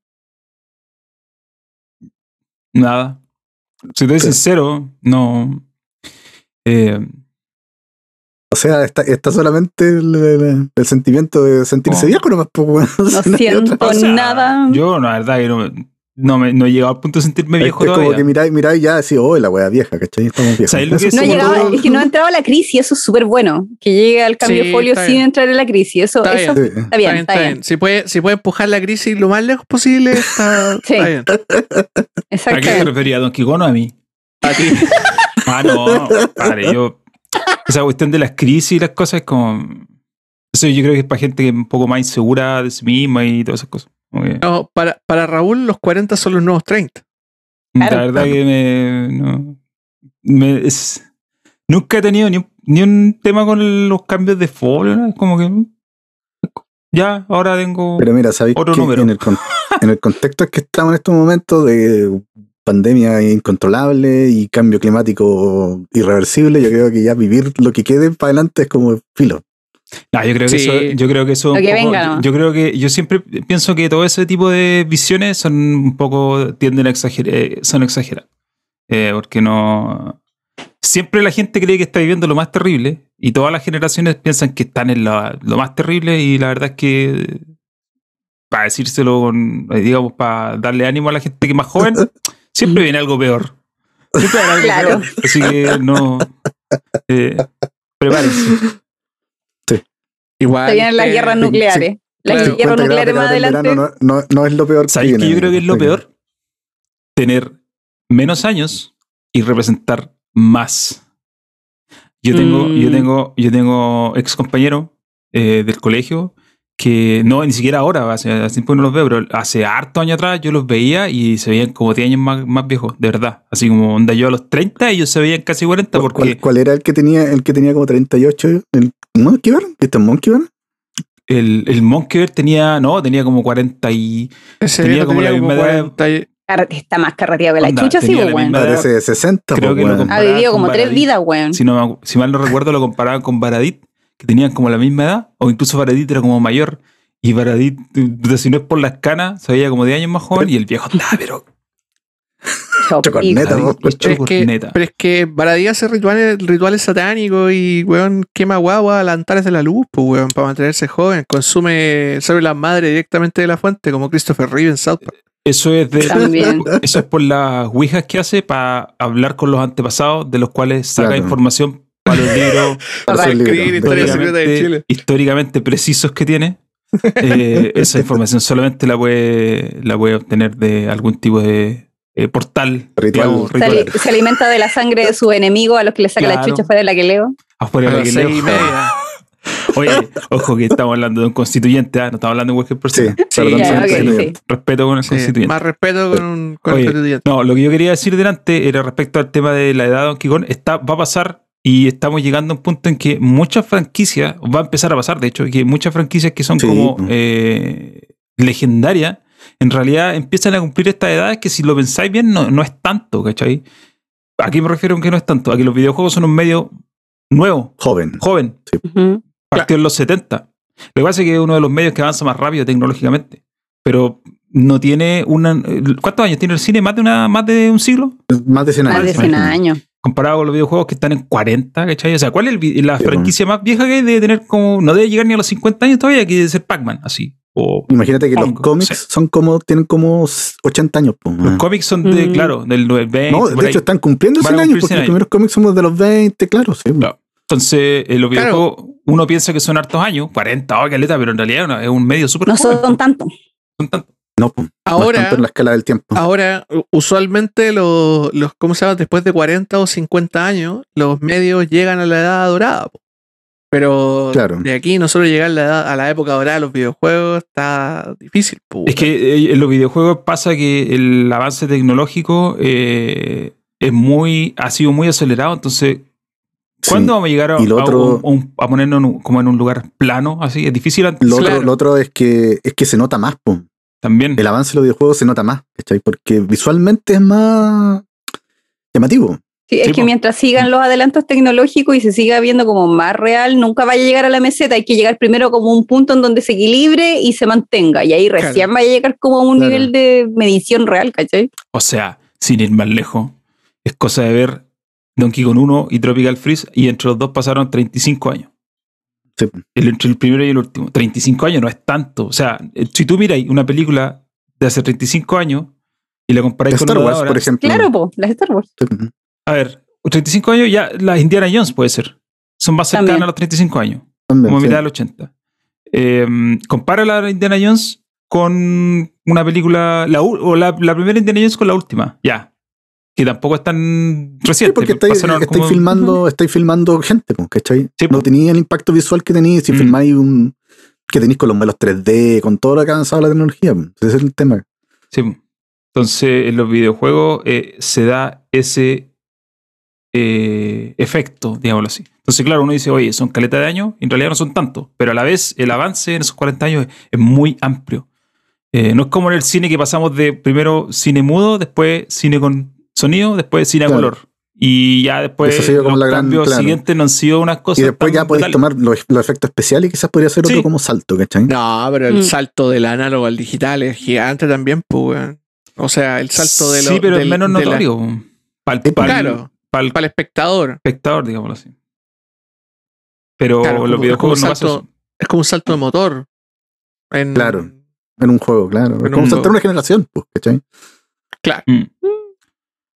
Speaker 5: Nada. Si te soy
Speaker 2: Sí.
Speaker 5: sincero, no. Eh,
Speaker 2: O sea, está, está solamente el, el- el sentimiento de sentirse
Speaker 5: Oh.
Speaker 2: viejo nomás, pues, weón.
Speaker 3: no
Speaker 2: hay otra.
Speaker 3: siento
Speaker 5: o sea,
Speaker 3: nada.
Speaker 5: Yo, la verdad, que no, no, me, no he llegado al punto de sentirme
Speaker 2: Es,
Speaker 5: viejo
Speaker 2: es como que
Speaker 5: todavía.
Speaker 2: miráis miráis ya decís, oh, la wea vieja, ¿cachai? Estamos viejos.
Speaker 5: ¿Sabéis lo
Speaker 2: Eso
Speaker 5: que
Speaker 2: es
Speaker 3: No
Speaker 5: como
Speaker 3: llegaba,
Speaker 5: todo-
Speaker 2: lo-
Speaker 3: es que no ha entrado a la crisis, eso es súper bueno. Que llegue al cambio
Speaker 4: Sí,
Speaker 3: de folio
Speaker 4: está
Speaker 3: sin
Speaker 4: bien.
Speaker 3: entrar en la crisis, eso
Speaker 4: Está
Speaker 3: está eso,
Speaker 4: bien.
Speaker 2: Sí.
Speaker 3: Está, bien, está, bien,
Speaker 4: Si puede, si puede empujar la crisis lo más lejos posible, está,
Speaker 3: Sí.
Speaker 4: está bien.
Speaker 5: ¿A qué te
Speaker 3: Exactamente.
Speaker 5: refería? ¿A Don Quijono o a mí?
Speaker 4: A ti.
Speaker 5: Ah, no, padre, yo. Esa cuestión de las crisis y las cosas es como. Eso yo creo que es para gente que es un poco más insegura de sí misma y todas esas cosas. Como que-
Speaker 4: No, para, para Raúl, los 40 son los nuevos 30.
Speaker 5: La
Speaker 3: Claro.
Speaker 5: verdad que me. no- me- es- nunca he tenido ni un, ni un tema con los cambios de folio, ¿no? Es como que. mm, Ya, ahora tengo.
Speaker 2: Pero mira, sabéis
Speaker 5: Otro
Speaker 2: que
Speaker 5: número.
Speaker 2: en el, con- en el contexto en que estamos en estos momentos de pandemia incontrolable y cambio climático irreversible, yo creo que ya vivir lo que quede para adelante es como filo.
Speaker 5: No, yo creo que
Speaker 4: Sí.
Speaker 5: eso, yo creo que eso
Speaker 3: Lo
Speaker 5: un
Speaker 3: que
Speaker 5: poco-
Speaker 3: venga,
Speaker 5: yo,
Speaker 3: ¿no?
Speaker 5: yo creo que yo siempre pienso que todo ese tipo de visiones son un poco tienden a exagerar, son exageradas. Eh, porque no siempre la gente cree que está viviendo lo más terrible y todas las generaciones piensan que están en la- lo más terrible y la verdad es que para decírselo con- eh, digamos para darle ánimo a la gente que es más joven, siempre viene algo peor. Siempre viene algo
Speaker 3: Claro.
Speaker 5: peor. Así que no eh, prepárense.
Speaker 4: Igual.
Speaker 3: Se vienen las
Speaker 4: eh,
Speaker 3: guerras
Speaker 2: sí.
Speaker 3: nucleares. Las guerras
Speaker 4: Claro.
Speaker 2: 50 grados
Speaker 3: nucleares
Speaker 2: de
Speaker 3: más
Speaker 2: calor en
Speaker 3: adelante.
Speaker 2: verano No, no, no es lo peor
Speaker 5: ¿Sabéis
Speaker 2: viene,
Speaker 5: que yo creo que es lo
Speaker 2: ¿cachai?
Speaker 5: peor? Tener menos años y representar más. Yo tengo,
Speaker 3: Mm.
Speaker 5: yo tengo, yo tengo ex compañero del colegio que no, ni siquiera ahora, hace, hace tiempo que no los veo, pero hace harto años atrás yo los veía y se veían como 10 años más, más viejos, de verdad. Así como onda yo a los 30 y ellos se veían casi 40
Speaker 2: ¿Cuál, cuál-
Speaker 5: porque
Speaker 2: cuál era el que tenía el que tenía como 38? ¿El Monkey Bar? ¿Este es Monkey Bar?
Speaker 5: el, el Monkey Bear tenía, no, tenía como 40 y...
Speaker 4: Ese
Speaker 5: Tenía
Speaker 4: viejo
Speaker 5: como la misma edad.
Speaker 4: 40 y-
Speaker 3: Carre- Está más carreteado que la
Speaker 5: Onda,
Speaker 3: chucha, sí, pues,
Speaker 5: tenía la
Speaker 3: weón.
Speaker 5: misma-
Speaker 2: Parece de 60,
Speaker 5: Ah, Creo
Speaker 2: pues,
Speaker 5: que lo
Speaker 2: weón.
Speaker 5: comp-
Speaker 3: Ha vivido como tres
Speaker 5: Baradí.
Speaker 3: vidas, weón.
Speaker 5: si, no, me- si mal no recuerdo, lo comparaban con Baradit, que tenían como la misma edad, o incluso Baradit era como mayor. Y Baradit, eh, si no es por las canas, se veía como 10 años más joven y el viejo andaba, pero.
Speaker 2: Chocorneta,
Speaker 3: Chopico.
Speaker 2: vos, pues,
Speaker 5: hecho
Speaker 4: Pero es que-
Speaker 5: corneta.
Speaker 4: Pero es que Baradía hace rituales, rituales satánicos y, weón, quema guagua a lantares de la luz, pues, weón, para mantenerse joven. Consume sobre la madre directamente de la fuente, como Christopher Reeve en South Park.
Speaker 5: Eso es de.
Speaker 3: También.
Speaker 5: Eso es por las ouijas que hace para hablar con los antepasados, de los cuales saca
Speaker 2: Claro.
Speaker 5: información para los libros
Speaker 2: para
Speaker 3: Para
Speaker 2: hacer
Speaker 4: escribir
Speaker 2: libros,
Speaker 4: historias.
Speaker 2: de-
Speaker 4: secretas de
Speaker 5: históricamente,
Speaker 4: Chile.
Speaker 5: históricamente precisos que tiene. Eh, esa información solamente la puede, la puede obtener de algún tipo de eh, portal.
Speaker 2: Ritual.
Speaker 5: digamos,
Speaker 3: Se, ali- se alimenta de la sangre de sus enemigos a los que le saca la
Speaker 5: Claro.
Speaker 3: chucha fuera de la que leo.
Speaker 5: Afuera
Speaker 4: A
Speaker 5: de la
Speaker 4: las
Speaker 5: que
Speaker 4: seis
Speaker 5: leo.
Speaker 4: y media.
Speaker 5: ah, Oye, ojo que estamos hablando de un constituyente, ¿ah? no estamos hablando de cualquier persona.
Speaker 4: Sí,
Speaker 2: perdón,
Speaker 3: ya,
Speaker 2: sí,
Speaker 3: ok,
Speaker 2: sí.
Speaker 3: sí.
Speaker 5: Respeto con el
Speaker 4: Sí,
Speaker 5: constituyente.
Speaker 4: Más respeto con un con
Speaker 5: Oye,
Speaker 4: el constituyente.
Speaker 5: No, lo que yo quería decir delante era respecto al tema de la edad de Donkey Kong. Está, va a pasar y estamos llegando a un punto en que muchas franquicias, va a empezar a pasar de hecho, que muchas franquicias que son
Speaker 2: Sí.
Speaker 5: como
Speaker 4: pues.
Speaker 5: eh, legendarias, en realidad empiezan a cumplir estas edades que si lo pensáis bien no, no es tanto, ¿cachai? ¿A qué me refiero con que no es tanto? A que los videojuegos son un medio nuevo,
Speaker 2: Joven.
Speaker 5: joven,
Speaker 3: Ujú.
Speaker 5: partió en los 70. Lo que pasa es que es uno de los medios que avanza más rápido tecnológicamente, pero no tiene una... ¿Cuántos años tiene el cine? ¿Más de, una, más de un siglo?
Speaker 2: Más de 100 años.
Speaker 3: Más de 100 años.
Speaker 5: comparado con los videojuegos que están en 40, ¿cachai? O sea, ¿cuál es el vi- la
Speaker 2: Sí, pues. bueno.
Speaker 5: franquicia más vieja que hay? debe tener como. No debe llegar ni a los 50 años todavía, que debe ser Pac-Man, así. O
Speaker 2: Imagínate que los
Speaker 5: Hongo,
Speaker 2: cómics
Speaker 5: sí.
Speaker 2: son como, tienen como 80 años. po,
Speaker 5: los
Speaker 2: man.
Speaker 5: cómics son de,
Speaker 3: Mm.
Speaker 5: claro, del 90.
Speaker 2: Ah. no, de hecho están cumpliendo
Speaker 5: Van a
Speaker 2: 100 años
Speaker 5: cumplir
Speaker 2: porque
Speaker 5: 100
Speaker 2: los
Speaker 5: años.
Speaker 2: primeros cómics somos de los 20, claro. Sí,
Speaker 5: Claro. Entonces, eh, los
Speaker 4: Claro.
Speaker 5: videojuegos, uno piensa que son hartos años, 40, oh, caleta, pero en realidad no, es un medio súper
Speaker 3: No
Speaker 5: joven,
Speaker 3: son tantos.
Speaker 5: son tantos.
Speaker 2: No, po, no es
Speaker 4: Ahora,
Speaker 2: tanto en la escala del tiempo.
Speaker 3: Ah,
Speaker 4: ahora u- usualmente los, los, ¿cómo se llama? Después de 40 o 50 años, los medios llegan a la edad dorada. po. Pero
Speaker 2: Claro.
Speaker 4: de aquí nosotros llegar a la, edad- a la época dorada de los videojuegos está difícil. po.
Speaker 5: Es que eh, en los videojuegos pasa que el avance tecnológico eh, es muy, ha sido muy acelerado, entonces
Speaker 2: Sí.
Speaker 5: ¿Cuándo vamos a llegar a,
Speaker 2: Y lo
Speaker 5: a
Speaker 2: otro-
Speaker 5: un- un- a ponernos en un- como en un lugar plano? Así es difícil antes
Speaker 2: Lo,
Speaker 4: Claro.
Speaker 2: otro, lo otro es que es que se nota más, po.
Speaker 5: también.
Speaker 2: el avance de los videojuegos se nota más, ¿cachai? Porque visualmente es más llamativo.
Speaker 3: Sí, es
Speaker 5: Sí,
Speaker 3: que
Speaker 5: po.
Speaker 3: mientras sigan los adelantos tecnológicos y se siga viendo como más real, nunca va a llegar a la meseta. Hay que llegar primero como a un punto en donde se equilibre y se mantenga. Y ahí recién va a llegar como a un
Speaker 2: Claro.
Speaker 3: nivel de medición real, ¿cachai?
Speaker 5: O sea, sin ir más lejos, es cosa de ver Donkey Kong 1 y Tropical Freeze y entre los dos pasaron 35 años.
Speaker 2: Sí, po.
Speaker 5: El, entre el primero y el último. 35 años no es tanto. O sea, eh, si tú miras una película de hace 35 años y la comparáis con
Speaker 2: Star
Speaker 5: la de
Speaker 2: Wars,
Speaker 5: ahora-
Speaker 2: por ejemplo.
Speaker 3: Claro, po, las Star Wars.
Speaker 2: Sí,
Speaker 5: A ver, 35 años ya las Indiana Jones puede ser. Son más cercanas
Speaker 3: También.
Speaker 5: a los 35 años.
Speaker 2: también,
Speaker 5: como
Speaker 2: sí.
Speaker 5: mitad del 80. Eh, compara la Indiana Jones con una película, la, u- o la, la primera Indiana Jones con la última, ya. Que tampoco es tan
Speaker 2: Sí,
Speaker 5: reciente.
Speaker 2: porque estáis,
Speaker 5: pasaron
Speaker 2: estáis
Speaker 5: como-
Speaker 2: filmando, estáis filmando gente, po, ¿cachai?
Speaker 5: Sí, po.
Speaker 2: no tenía el impacto visual que tenéis si
Speaker 5: Mm.
Speaker 2: filmáis un que tenéis con los modelos 3D, con todo lo que ha avanzado la tecnología. po. Ese es el tema.
Speaker 5: Sí. Entonces, en los videojuegos eh, se da ese eh, efecto, digámoslo así. Entonces, claro, uno dice, oye, son caleta de años, y en realidad no son tantos, pero a la vez el avance en esos 40 años es, es muy amplio. Eh, no es como en el cine que pasamos de primero cine mudo, después cine con sonido, después cine a
Speaker 2: Claro.
Speaker 5: color. Y ya después
Speaker 2: Eso ha sido como
Speaker 5: los
Speaker 2: la gran-
Speaker 5: cambios
Speaker 2: claro.
Speaker 5: siguientes no han sido unas cosas.
Speaker 2: y después
Speaker 5: tan
Speaker 2: ya podéis
Speaker 5: brutales.
Speaker 2: tomar los, los efectos especiales y quizás podría ser otro
Speaker 5: Sí.
Speaker 2: como salto, ¿cachai?
Speaker 4: No, pero el
Speaker 3: Mm.
Speaker 4: salto del análogo al digital es gigante también, pues. weón. O sea, el salto de lo,
Speaker 5: Sí, pero es
Speaker 4: del-
Speaker 5: menos
Speaker 4: de la-
Speaker 5: notorio. Para
Speaker 2: Sí,
Speaker 4: claro, para el espectador.
Speaker 5: espectador, digámoslo así. Pero
Speaker 4: Claro, como-
Speaker 5: los videojuegos
Speaker 4: como
Speaker 5: no pasa
Speaker 4: salto-
Speaker 5: eso.
Speaker 4: Es como un salto de motor. En-
Speaker 2: Claro. En un juego, claro. Es
Speaker 4: En
Speaker 2: como
Speaker 4: un
Speaker 2: saltar
Speaker 4: juego.
Speaker 2: una generación, pues, ¿cachai?
Speaker 4: Claro.
Speaker 5: Mm.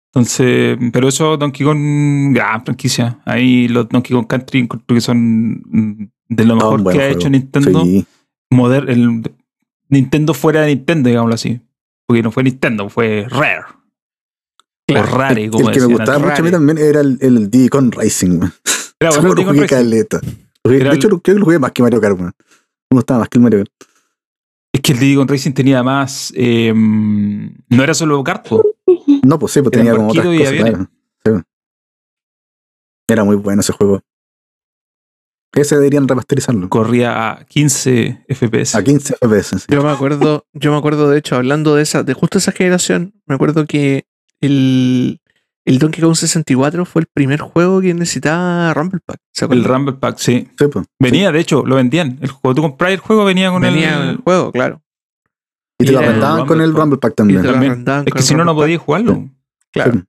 Speaker 5: Entonces, pero eso, Donkey Kong, gran franquicia. Ahí los Donkey Kong Country encuentro que son mm, de lo
Speaker 2: Ah, un
Speaker 5: mejor
Speaker 2: buen
Speaker 5: que ha
Speaker 2: juego.
Speaker 5: hecho Nintendo.
Speaker 2: Sí.
Speaker 5: Moder- el- Nintendo fuera de Nintendo, digámoslo así. Porque no fue Nintendo, fue Rare.
Speaker 4: Claro.
Speaker 5: O Rare,
Speaker 2: El
Speaker 5: como
Speaker 2: que me
Speaker 5: decían
Speaker 2: gustaba
Speaker 5: antes.
Speaker 2: mucho a mí
Speaker 4: Rare.
Speaker 2: también era el, el Diddy Kong Racing, man.
Speaker 5: Era
Speaker 2: Ese
Speaker 5: bueno,
Speaker 2: juego lo
Speaker 5: Donkey Kong
Speaker 2: jugué
Speaker 5: Racing.
Speaker 2: caleta. Lo jugué-
Speaker 5: Era
Speaker 2: De
Speaker 5: el-
Speaker 2: hecho, lo- creo que lo jugué más que Mario Kart, man. Me gustaba más que el Mario Kart.
Speaker 5: Es que el Diddy Kong Racing tenía más. eh, no era solo carpo.
Speaker 2: No, pues sí, pues
Speaker 5: Era
Speaker 2: tenía como otras
Speaker 5: barquito y
Speaker 2: cosas,
Speaker 5: aviones.
Speaker 2: claro. Sí. Era muy bueno ese juego. Ese deberían remasterizarlo.
Speaker 5: Corría a 15 FPS.
Speaker 2: A 15 FPS. sí.
Speaker 4: Yo me acuerdo, yo me acuerdo de hecho, hablando de esa, de justo esa generación, me acuerdo que el, el Donkey Kong 64 fue el primer juego que necesitaba Rumble Pack. ¿se
Speaker 5: El
Speaker 4: acuerdan?
Speaker 5: Rumble Pack, sí.
Speaker 2: Sí, pues.
Speaker 5: Venía, de hecho, lo vendían. El juego, tú compras el juego, venía con
Speaker 4: Venía
Speaker 5: el.
Speaker 4: el juego, claro.
Speaker 2: Y te lo
Speaker 5: era el
Speaker 2: arrendaban con
Speaker 5: Rumble
Speaker 2: el
Speaker 5: Pack.
Speaker 2: Rumble Pack
Speaker 4: Y
Speaker 2: también. pues.
Speaker 4: te lo
Speaker 5: También.
Speaker 4: arrendaban
Speaker 5: Es
Speaker 4: con
Speaker 5: que
Speaker 4: el
Speaker 5: si no, no
Speaker 4: Rumble Pack.
Speaker 5: podías jugarlo.
Speaker 4: Claro.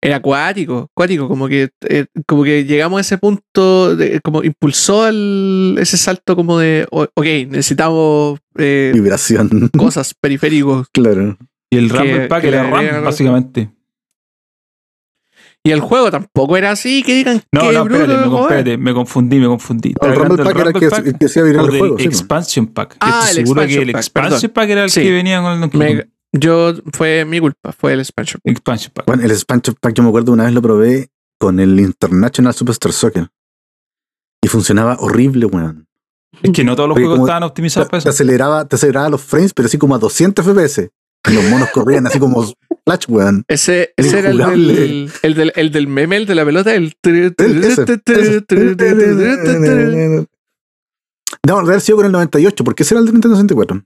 Speaker 4: Era acuático, acuático, como que, eh, como que llegamos a ese punto, de- como impulsó el- ese salto como de, o- ok, necesitamos eh,
Speaker 2: Vibración.
Speaker 4: cosas, periféricos,
Speaker 2: claro.
Speaker 5: Y el
Speaker 4: Que-
Speaker 5: Rumble Pack
Speaker 4: que
Speaker 5: era
Speaker 4: le
Speaker 5: RAM,
Speaker 4: agregaron-
Speaker 5: básicamente.
Speaker 4: Y el juego tampoco era así, que digan
Speaker 5: No,
Speaker 4: qué
Speaker 5: no,
Speaker 4: bruto
Speaker 5: espérate, me,
Speaker 4: el juego es.
Speaker 5: espérate, me confundí, me confundí. Estaba
Speaker 2: El Rumble
Speaker 5: hablando
Speaker 2: Pack
Speaker 5: del
Speaker 2: era el
Speaker 5: Rumble
Speaker 2: que,
Speaker 5: Pack
Speaker 2: el que se iba a virar
Speaker 5: o
Speaker 2: el
Speaker 5: del
Speaker 2: juego. sí, pues. po.
Speaker 5: Expansion Pack.
Speaker 4: Ah,
Speaker 5: Estoy
Speaker 4: el
Speaker 5: seguro que el
Speaker 4: Expansion Pack,
Speaker 5: Expansion Pack era el
Speaker 4: Sí.
Speaker 5: que venía con el Donkey
Speaker 4: Me-
Speaker 5: Kong.
Speaker 4: yo fue mi culpa, fue el expansion.
Speaker 5: Expansion Pack.
Speaker 2: Bueno, el Expansion Pack, yo me acuerdo una vez lo probé con el International Superstar Soccer. Y funcionaba horrible, weón.
Speaker 5: Es que no todos los
Speaker 2: Oye,
Speaker 5: juegos
Speaker 2: como-
Speaker 5: estaban
Speaker 2: Te,
Speaker 5: optimizados para
Speaker 2: te
Speaker 5: eso.
Speaker 2: aceleraba, te aceleraba los frames, pero así como a 200 FPS. Y los monos corrían así como Flash, weón.
Speaker 4: Ese, ese era el del, el, del, el del meme, el de la pelota, el...
Speaker 2: El- ese, ese. No, en realidad sido con el 98, porque ese era el de Nintendo 64.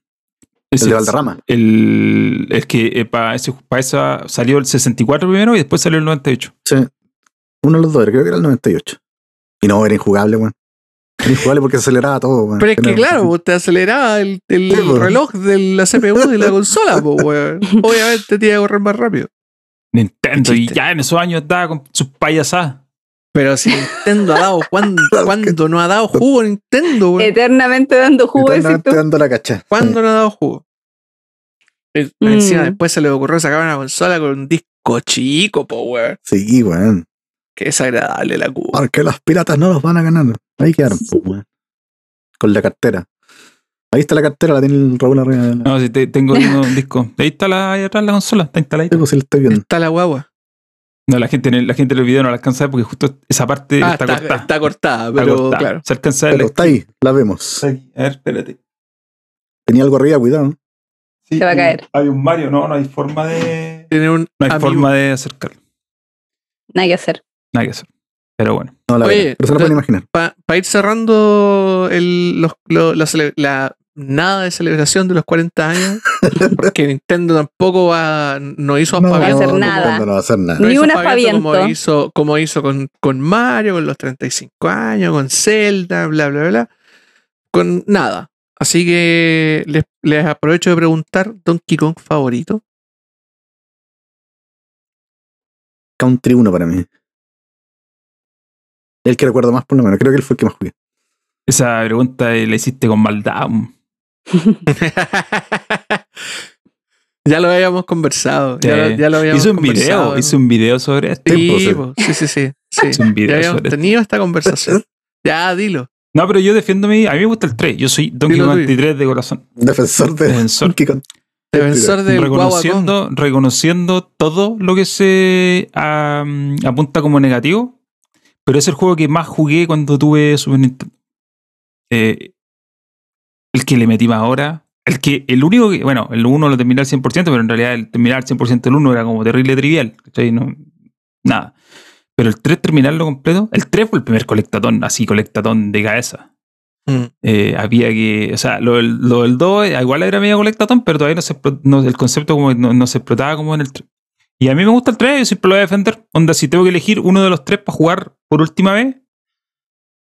Speaker 5: Ese-
Speaker 2: El de Valderrama.
Speaker 5: el- es que para ese, pa' esa salió el 64 primero y después salió el 98.
Speaker 2: Sí. Uno de los dos, creo que era el 98. Y no, era injugable, weón. Era injugable porque se aceleraba todo, weón.
Speaker 4: Pero es que
Speaker 2: Era-
Speaker 4: claro, vos te aceleraba el, el
Speaker 2: Sí, po.
Speaker 4: reloj de la CPU de la consola, po, weón. Obviamente te iba a correr más rápido.
Speaker 5: Nintendo,
Speaker 4: Qué
Speaker 5: y
Speaker 4: chiste.
Speaker 5: ya en esos años estaba con sus payasadas.
Speaker 4: Pero si Nintendo ha dado, ¿cuándo, cuándo no ha dado jugo Nintendo,
Speaker 3: Eh,
Speaker 4: weón?
Speaker 3: Eternamente dando jugo, decís
Speaker 2: Eternamente
Speaker 3: tú.
Speaker 2: dando la cacha.
Speaker 4: ¿Cuándo no ha dado jugo? Eh,
Speaker 3: Mm.
Speaker 4: Encima después se le ocurrió sacar una consola con un disco chico, po, weón.
Speaker 2: Sí, weón.
Speaker 4: Qué desagradable la cuba.
Speaker 2: Porque los piratas no los van a ganar. Ahí quedaron, pues, weón. Con la cartera. Ahí está la cartera, la tiene el Raúl arriba. de la-
Speaker 4: Ah,
Speaker 5: No, si te- tengo ahí un disco. Ahí está la, ahí atrás la consola, está instaladita.
Speaker 2: Tengo, sí, la estoy viendo.
Speaker 4: Está la guagua.
Speaker 5: No, la gente, en el- la gente del video no la alcanza a ver porque justo esa parte
Speaker 4: Ah,
Speaker 5: está, cortada.
Speaker 4: está cortada,
Speaker 5: Está
Speaker 4: pero
Speaker 5: cortada.
Speaker 4: claro.
Speaker 5: Se alcanza a ver
Speaker 2: Pero
Speaker 5: la-
Speaker 2: está ahí, la vemos.
Speaker 5: aquí. A ver, espérate.
Speaker 2: Tenía algo arriba, cuidado.
Speaker 5: Sí,
Speaker 3: Se va a
Speaker 5: hay-
Speaker 3: caer.
Speaker 5: Hay un Mario, no, no hay forma de.
Speaker 4: Tiene un
Speaker 5: No hay
Speaker 4: amigo.
Speaker 5: forma de acercarlo.
Speaker 3: Nada que hacer.
Speaker 5: Nada que hacer. Pero bueno.
Speaker 2: No la
Speaker 4: Oye,
Speaker 2: veo. Pero se la
Speaker 4: te-
Speaker 2: pueden imaginar.
Speaker 4: Para ir cerrando el- los- lo- la, cele- la nada de celebración de los 40 años, porque Nintendo tampoco va, no hizo
Speaker 2: No,
Speaker 3: va a hacer
Speaker 4: aspaviento.
Speaker 2: no,
Speaker 3: nada.
Speaker 2: Nintendo no va a hacer nada.
Speaker 4: No
Speaker 3: Ni
Speaker 4: hizo
Speaker 3: un
Speaker 4: aspaviento Como
Speaker 3: aspaviento.
Speaker 4: hizo, como hizo con, con Mario, con los 35 años, con Zelda, bla, bla, bla. Con nada. Así que les, les aprovecho de preguntar, Donkey Kong favorito.
Speaker 2: Country 1 para mí. El que recuerdo más, por lo menos. Creo que él fue el que más jugué.
Speaker 5: Esa pregunta la hiciste con maldad. mm.
Speaker 4: ya lo habíamos conversado. Ya,
Speaker 5: Sí.
Speaker 4: lo, ya lo habíamos
Speaker 5: Hizo un
Speaker 4: conversado,
Speaker 5: video,
Speaker 4: ¿no?
Speaker 5: hizo un video sobre esto.
Speaker 4: Sí,
Speaker 2: Tempo,
Speaker 4: po, sí, sí, sí. sí.
Speaker 5: Hizo un
Speaker 4: Ya
Speaker 5: video
Speaker 4: habíamos
Speaker 5: sobre esto.
Speaker 4: tenido esta conversación. Ya, dilo.
Speaker 5: No, pero yo defiendo mi. A mí me gusta el 3. Yo soy Donkey
Speaker 4: Dilo
Speaker 5: Kong
Speaker 4: tuyo.
Speaker 5: 23 de corazón.
Speaker 2: Defensor de
Speaker 5: Defensor.
Speaker 2: Donkey Kong.
Speaker 4: Defensor del Guaguacón.
Speaker 5: reconociendo, reconociendo todo lo que se am, apunta como negativo. Pero es el juego que más jugué cuando tuve Super Nintendo. Eh, el que le metí más ahora. El que, el único que, bueno, el 1 lo terminé al 100%, pero en realidad el terminar al 100% el 1 era como terrible trivial. ¿cachai? No, nada. Pero el 3 terminarlo completo. El 3 fue el primer colectatón, así colectatón de cabeza.
Speaker 4: Mm.
Speaker 5: Eh, había que, o sea, lo, del- lo del 2 eh, igual era medio colectatón, pero todavía no se, explo- no- el concepto como que no, no se explotaba como en el 3. Y a mí me gusta el 3, yo siempre lo voy a defender. Onda, si tengo que elegir uno de los tres para jugar por última vez,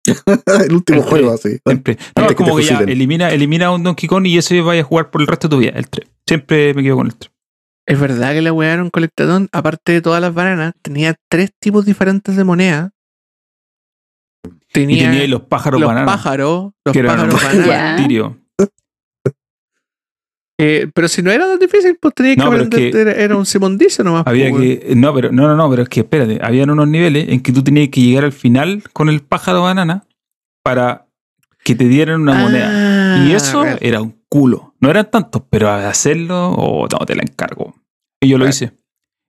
Speaker 2: el último
Speaker 5: El
Speaker 2: juego, así.
Speaker 5: siempre.
Speaker 2: Antes
Speaker 5: No, es
Speaker 2: que
Speaker 5: como
Speaker 2: te
Speaker 5: que ya
Speaker 2: fusilen.
Speaker 5: elimina, elimina un Donkey Kong y ese vaya a jugar por el resto de tu vida, el 3. Siempre me quedo con el 3.
Speaker 4: Es verdad que la weá era un colectadón, aparte de todas las bananas, tenía tres tipos diferentes de moneda.
Speaker 5: Y
Speaker 4: Tenía,
Speaker 5: tenía ahí los pájaros
Speaker 4: los
Speaker 5: bananas.
Speaker 4: pájaros, los
Speaker 5: que eran
Speaker 4: pájaros
Speaker 5: un
Speaker 4: bananas.
Speaker 3: Ya.
Speaker 5: martirio.
Speaker 4: Eh, pero si no era tan difícil, pues tenías
Speaker 5: No,
Speaker 4: que
Speaker 5: pero es
Speaker 4: aprender, era, era un simondicio nomás.
Speaker 5: Había
Speaker 4: pues, weón.
Speaker 5: que. No, pero no, no, no, pero es que espérate, habían unos niveles en que tú tenías que llegar al final con el pájaro banana para que te dieran una moneda.
Speaker 4: Ah,
Speaker 5: Y eso
Speaker 4: real.
Speaker 5: era un culo. No eran tantos, pero a hacerlo, o no, te la encargo. Y yo lo
Speaker 4: Claro.
Speaker 5: hice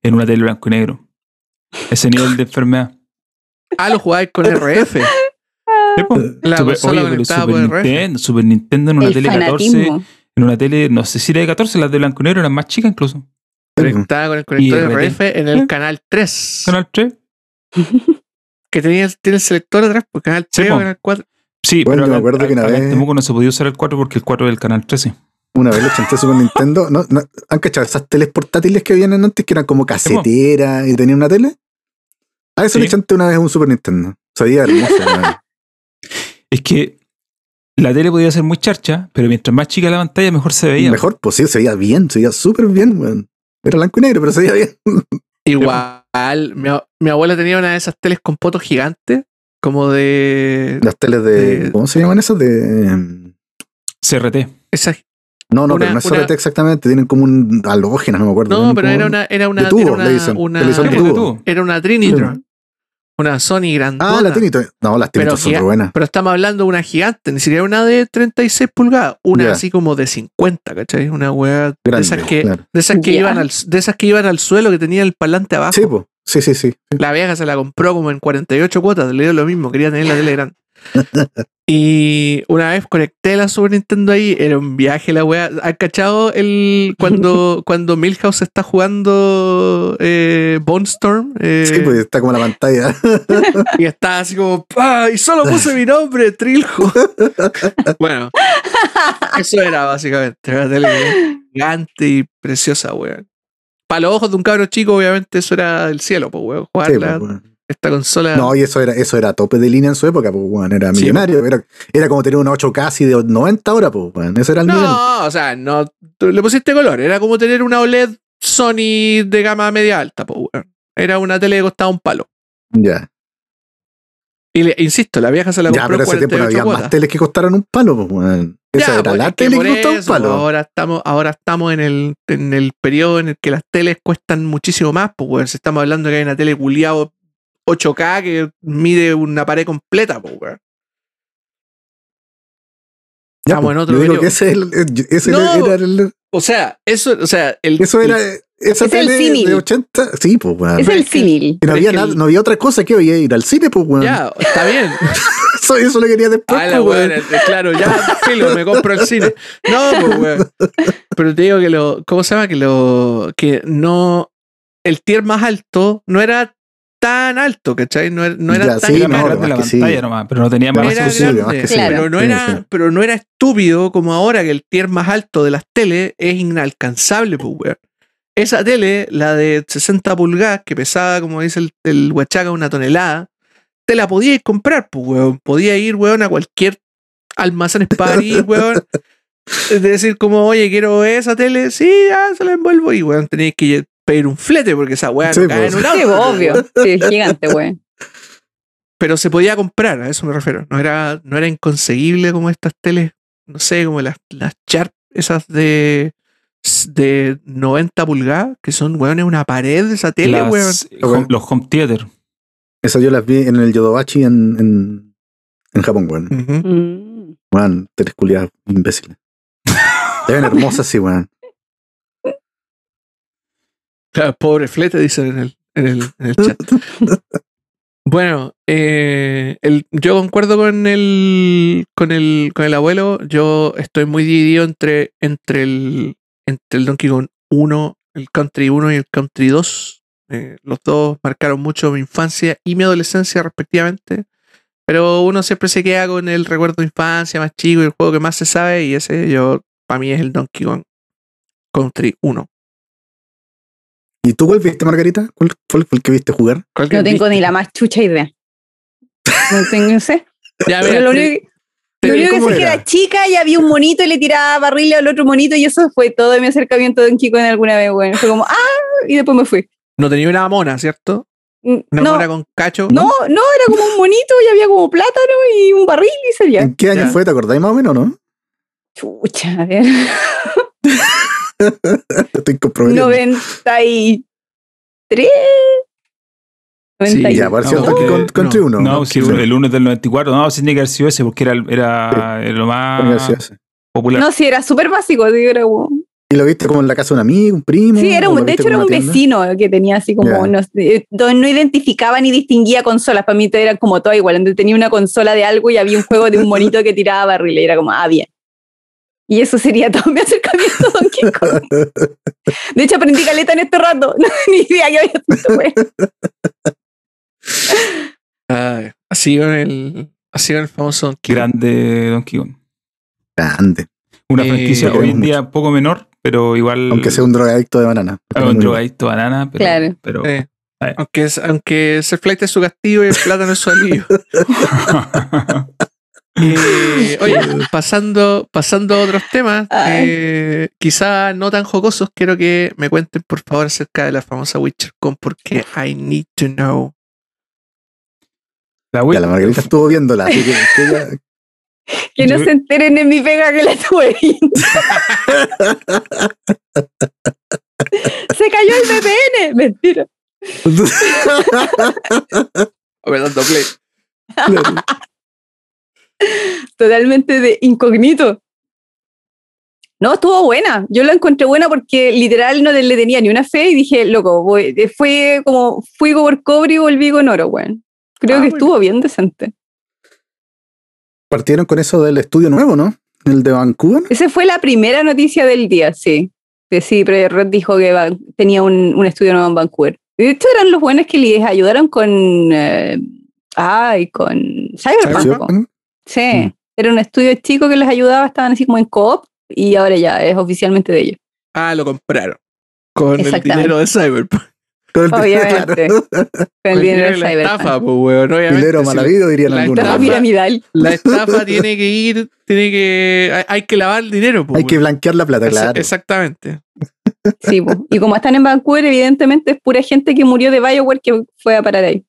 Speaker 5: en una tele blanco y negro. Ese nivel de enfermedad.
Speaker 4: Ah, lo jugabais con RF.
Speaker 5: Sí, po.
Speaker 4: La
Speaker 5: Super- oye,
Speaker 4: consola
Speaker 5: pero
Speaker 4: conectada
Speaker 5: Super
Speaker 4: por RF.
Speaker 5: Nintendo, Super Nintendo en una
Speaker 3: El
Speaker 5: tele 14,
Speaker 3: fanatismo.
Speaker 5: en una tele, no sé si era de 14, las de blanco y negro eran más chicas incluso.
Speaker 4: Conectada con el conector
Speaker 5: RT.
Speaker 4: RF en
Speaker 5: Sí.
Speaker 4: el canal 3.
Speaker 5: Canal 3.
Speaker 4: Que tenía, el- tiene el selector atrás, pues canal
Speaker 5: Sí,
Speaker 4: 3 o
Speaker 5: po.
Speaker 4: canal 4.
Speaker 5: Sí,
Speaker 2: Bueno, yo
Speaker 5: pero
Speaker 2: me
Speaker 5: acá-
Speaker 2: acuerdo que una
Speaker 5: acá en
Speaker 2: vez-
Speaker 5: Temuco no se podía usar el 4 porque el 4 era el canal 13.
Speaker 2: Una vez le chanté Super Nintendo. ¿No, no, han cachado esas teles portátiles que habían antes que eran como casetera y tenían una tele? A eso
Speaker 5: Sí.
Speaker 2: le chanté una vez un Super Nintendo. Sabía hermoso. weón.
Speaker 5: Es que la tele podía ser muy charcha, pero mientras más chica la pantalla, mejor se veía.
Speaker 2: Mejor, pues sí, se veía bien, se veía súper bien, weón. Era blanco y negro, pero se veía bien.
Speaker 4: Igual, mi, a- mi abuela tenía una de esas teles con potos gigantes, como de
Speaker 2: Las teles de.
Speaker 4: Eh,
Speaker 2: ¿Cómo se llaman esas? De. em,
Speaker 5: CRT.
Speaker 4: esas
Speaker 2: No, no,
Speaker 4: Una-
Speaker 2: pero no es
Speaker 4: una-
Speaker 2: SORT exactamente. Tienen como un halógeno, no me acuerdo.
Speaker 4: No,
Speaker 2: tienen
Speaker 4: pero
Speaker 2: como
Speaker 4: era
Speaker 2: un-
Speaker 4: una, era una,
Speaker 2: de tubo,
Speaker 4: era
Speaker 2: le
Speaker 4: una,
Speaker 2: dicen.
Speaker 4: una-
Speaker 2: Televisor
Speaker 5: de tubo.
Speaker 4: era una Trinitron, una Sony grandota.
Speaker 2: Ah, la Tinito. No, las
Speaker 4: Pero
Speaker 2: Tinitos son
Speaker 4: giga-
Speaker 2: re buenas.
Speaker 4: Pero estamos hablando de una gigante, ni siquiera una de 36 pulgadas, una
Speaker 2: Ya.
Speaker 4: así como de 50, ¿cachai? Una weá de
Speaker 2: Grandes,
Speaker 4: esas que,
Speaker 2: claro.
Speaker 4: de esas que
Speaker 3: Ya.
Speaker 4: iban al de esas que iban al suelo que tenía el parlante abajo.
Speaker 2: Sí, po. sí, sí, sí.
Speaker 4: La vieja se la compró como en 48 cuotas, le dio lo mismo, quería tener la tele grande. Y una vez conecté la Super Nintendo ahí, era un viaje la weá. ¿Has cachado el cuando, cuando Milhouse está jugando eh, Bone Storm? Eh,
Speaker 2: Sí, pues está como la pantalla.
Speaker 4: y está así como, ¡pah! Y solo puse mi nombre, Triljo. bueno, eso era básicamente. Una tele gigante y preciosa, weón. Para los ojos de un cabro chico, obviamente, eso era el cielo, pues, weón. Jugar
Speaker 2: Sí,
Speaker 4: la-
Speaker 2: po, weón.
Speaker 4: esta consola.
Speaker 2: No, y eso era, eso era tope de línea en su época, pues, era
Speaker 4: Sí,
Speaker 2: millonario. Era, era como tener una 8K así de 90 horas, pues, Ese era el nivel.
Speaker 4: No, o sea, no tú le pusiste color. Era como tener una OLED Sony de gama media alta, pues, weón. Era una tele que costaba un palo.
Speaker 2: Ya.
Speaker 4: Y le, insisto, la vieja se la compró
Speaker 2: Ya, pero
Speaker 4: en
Speaker 2: ese tiempo no
Speaker 4: 48
Speaker 2: había más
Speaker 4: cuotas.
Speaker 2: teles que costaran un palo, pues, Esa
Speaker 4: Ya,
Speaker 2: era
Speaker 4: pues,
Speaker 2: la
Speaker 4: es que
Speaker 2: tele
Speaker 4: por
Speaker 2: que costaba un
Speaker 4: eso,
Speaker 2: palo.
Speaker 4: Ahora estamos, ahora estamos en el, en el periodo en el que las teles cuestan muchísimo más, pues weón. Si estamos hablando que hay una tele culiao 8K que mide una pared completa, pues weón.
Speaker 2: Ya,
Speaker 4: estamos
Speaker 2: pues,
Speaker 4: en otro
Speaker 2: yo digo
Speaker 4: periodo.
Speaker 2: que ese, el- el- ese
Speaker 4: No.
Speaker 2: era el-
Speaker 4: O sea, eso, o sea, el,
Speaker 2: eso era
Speaker 4: el-
Speaker 2: esa
Speaker 3: Es el
Speaker 2: tele
Speaker 3: símil.
Speaker 2: de 80. Sí, pues, weón.
Speaker 3: Es
Speaker 4: pero
Speaker 3: el
Speaker 4: es que-
Speaker 3: símil.
Speaker 2: Y no
Speaker 4: pero es
Speaker 2: había,
Speaker 4: que
Speaker 2: nada-
Speaker 4: el-
Speaker 2: no había otra cosa que oye, ir al cine, pues, weón.
Speaker 4: ya, está bien.
Speaker 2: Eso, eso le quería después,
Speaker 4: Ah,
Speaker 2: pues,
Speaker 4: la
Speaker 2: weón.
Speaker 4: weón, eh, claro, ya, filo, me compro el cine. No, pues, weón. Pero te digo que lo, ¿cómo se llama? Que lo, que no, el tier más alto no era tan alto, ¿cachai? No, era- no era
Speaker 2: Ya,
Speaker 4: tan
Speaker 2: sí,
Speaker 5: Era
Speaker 2: no,
Speaker 5: más
Speaker 4: caro.
Speaker 5: grande la
Speaker 2: más que sí.
Speaker 5: pantalla nomás, pero no tenía
Speaker 2: Era
Speaker 5: más
Speaker 2: más
Speaker 4: Era
Speaker 2: accesible,
Speaker 5: accesible.
Speaker 2: más que
Speaker 4: grande,
Speaker 2: sí,
Speaker 3: claro.
Speaker 4: pero no
Speaker 2: sí,
Speaker 4: era,
Speaker 2: sí.
Speaker 4: pero no era estúpido como ahora que el tier más alto de las teles es inalcanzable, pues, weón. Esa tele, la de 60 pulgadas, que pesaba, como dice el, el huachaca, una tonelada, te la podías comprar, pues, weón. Podías ir, weón, a cualquier almacén París, weón. Es decir, como, oye, quiero esa tele, sí, ya se la envuelvo. Y, weón, tenías que pedir un flete porque esa weá
Speaker 2: Sí,
Speaker 4: no
Speaker 2: pues.
Speaker 4: cae en un
Speaker 3: Sí,
Speaker 4: auto,
Speaker 3: pues,
Speaker 4: pues,
Speaker 3: obvio. Sí, es gigante, güey.
Speaker 4: pero se podía comprar, a eso me refiero. No era, no era inconseguible como estas teles, no sé, como las, las Sharp, esas de, de 90 pulgadas, que son, weón, es una pared de esa tele,
Speaker 5: Las-
Speaker 4: weón.
Speaker 5: home- los home theater.
Speaker 2: Eso yo las vi en el Yodobachi en, en, en Japón, weón.
Speaker 4: Ujú.
Speaker 3: Mm.
Speaker 2: Weón, teles culiadas imbéciles. Eran hermosas, sí, weón.
Speaker 4: Claro, Ah, pobre flete, dicen en el, en el, en el chat. Bueno, eh, el- yo concuerdo con el, con el con el abuelo. Yo estoy muy dividido entre, entre, el, entre el Donkey Kong 1, el Country 1 y el Country 2. Eh, los dos marcaron mucho mi infancia y mi adolescencia respectivamente. Pero uno siempre se queda con el recuerdo de infancia más chico y el juego que más se sabe. Y ese yo, para mí, es el Donkey Kong Country 1.
Speaker 2: ¿Y tú cuál viste, Margarita? ¿Cuál fue el que viste jugar?
Speaker 4: Cualquier
Speaker 3: No tengo
Speaker 4: vista.
Speaker 3: ni la más chucha idea. No tengo, no sé.
Speaker 4: Ya, mira,
Speaker 3: Pero lo
Speaker 4: te-
Speaker 3: único que-
Speaker 4: te-
Speaker 3: lo único que
Speaker 2: ¿cómo
Speaker 3: sé es que
Speaker 2: era?
Speaker 3: era chica y había un monito y le tiraba barrile al otro monito y eso fue todo mi acercamiento de un chico en alguna vez, güey. Fue como, ah, y después me fui.
Speaker 4: No tenía una mona, ¿cierto?
Speaker 3: Mm,
Speaker 4: Una
Speaker 3: No,
Speaker 4: mona con cacho.
Speaker 3: no, no, era como un monito y había como plátano y un barril y sería.
Speaker 2: ¿En qué año
Speaker 4: Ya.
Speaker 2: fue? ¿Te acordáis más o menos, no?
Speaker 3: Chucha, a ver.
Speaker 2: Te estoy comprometiendo.
Speaker 3: 93.
Speaker 4: Sí,
Speaker 2: Y
Speaker 3: 91.
Speaker 2: ya, pareció
Speaker 4: No,
Speaker 2: Donkey
Speaker 5: eh,
Speaker 2: Kong Country
Speaker 4: no.
Speaker 2: 1.
Speaker 5: No, si
Speaker 2: Qué
Speaker 5: el 1 es del 94. No, sí tiene que haber sido ese, porque era, era lo más
Speaker 2: gracioso.
Speaker 5: popular.
Speaker 3: No, sí, era súper básico. sí, era como-
Speaker 2: ¿Y lo viste como en la casa de un amigo, un primo?
Speaker 3: sí, era
Speaker 2: ¿O
Speaker 3: un,
Speaker 2: lo
Speaker 3: de
Speaker 2: viste
Speaker 3: hecho era
Speaker 2: como
Speaker 3: un
Speaker 2: en una tienda?
Speaker 3: vecino que tenía así como,
Speaker 2: Ya.
Speaker 3: no, sé, eh, no, no identificaba ni distinguía consolas. Para mí todo era como todo igual. Entonces tenía una consola de algo y había un juego de un monito que tiraba barriles. Y era como, ah, bien. Y eso sería todo mi acercamiento a Donkey Kong. De hecho, aprendí caleta en este rato. No, ni idea que había visto, güey.
Speaker 4: Ay, así con el. Así con el famoso Donkey Kong.
Speaker 5: Grande Donkey Kong.
Speaker 2: Grande.
Speaker 5: Una
Speaker 4: Eh,
Speaker 5: franquicia
Speaker 2: lo
Speaker 5: hoy en
Speaker 2: queremos
Speaker 5: día poco menor, pero igual.
Speaker 2: Aunque sea un drogadicto de banana.
Speaker 5: Ah, un drogadicto banana, pero.
Speaker 3: Claro.
Speaker 5: pero-
Speaker 4: Eh, Aunque, es, aunque se flight es su castigo y el plátano es su alivio. Eh, oye, pasando, pasando a otros temas,
Speaker 3: Ay.
Speaker 4: eh, quizá no tan jocosos, quiero que me cuenten por favor acerca de la famosa Witcher Con porque I need to know.
Speaker 5: la
Speaker 2: Ya,
Speaker 5: Wii-
Speaker 2: la Margarita estuvo viéndola, así que, que ella-
Speaker 3: Que no
Speaker 5: Yo-
Speaker 3: se enteren en mi pega que la tuve. se cayó el VPN. Mentira.
Speaker 4: Apretando play.
Speaker 3: totalmente de incógnito. No, estuvo buena. Yo la encontré buena porque literal no le tenía ni una fe y dije, loco, voy- Eh, fue como fui por cobre y volví con oro, weón. Creo
Speaker 4: Ah,
Speaker 3: que
Speaker 4: muy
Speaker 3: estuvo bien decente.
Speaker 2: Partieron con eso del estudio nuevo, ¿no? El de Vancouver.
Speaker 3: Esa fue la primera noticia del día, sí. Que sí, pero Red dijo que va- tenía un, un estudio nuevo en Vancouver. De hecho, eran los buenos que les ayudaron con. eh, ay, con. Cyberpunk.
Speaker 2: Sí,
Speaker 3: po. Sí, era un estudio chico que les ayudaba, estaban así como en co-op y ahora ya es oficialmente de ellos.
Speaker 4: Ah, lo compraron. Con el
Speaker 3: Exactamente.
Speaker 4: dinero de Cyberpunk.
Speaker 2: Todo el-
Speaker 3: Obviamente.
Speaker 2: claro.
Speaker 3: Con el dinero
Speaker 4: de la
Speaker 3: Cyberpunk.
Speaker 4: estafa, pues, weón. Obviamente,
Speaker 2: Dinero
Speaker 4: si la-
Speaker 2: malavido, dirían
Speaker 4: la
Speaker 2: algunos.
Speaker 3: Estafa piramidal.
Speaker 4: La estafa tiene que ir, tiene que. Hay, hay que lavar el dinero, pues.
Speaker 2: Hay que
Speaker 4: weón.
Speaker 2: blanquear la plata,
Speaker 4: Ex-
Speaker 2: claro.
Speaker 4: Exactamente.
Speaker 3: Sí, po. y como están en Vancouver, evidentemente es pura gente que murió de Bioware que fue a parar ahí.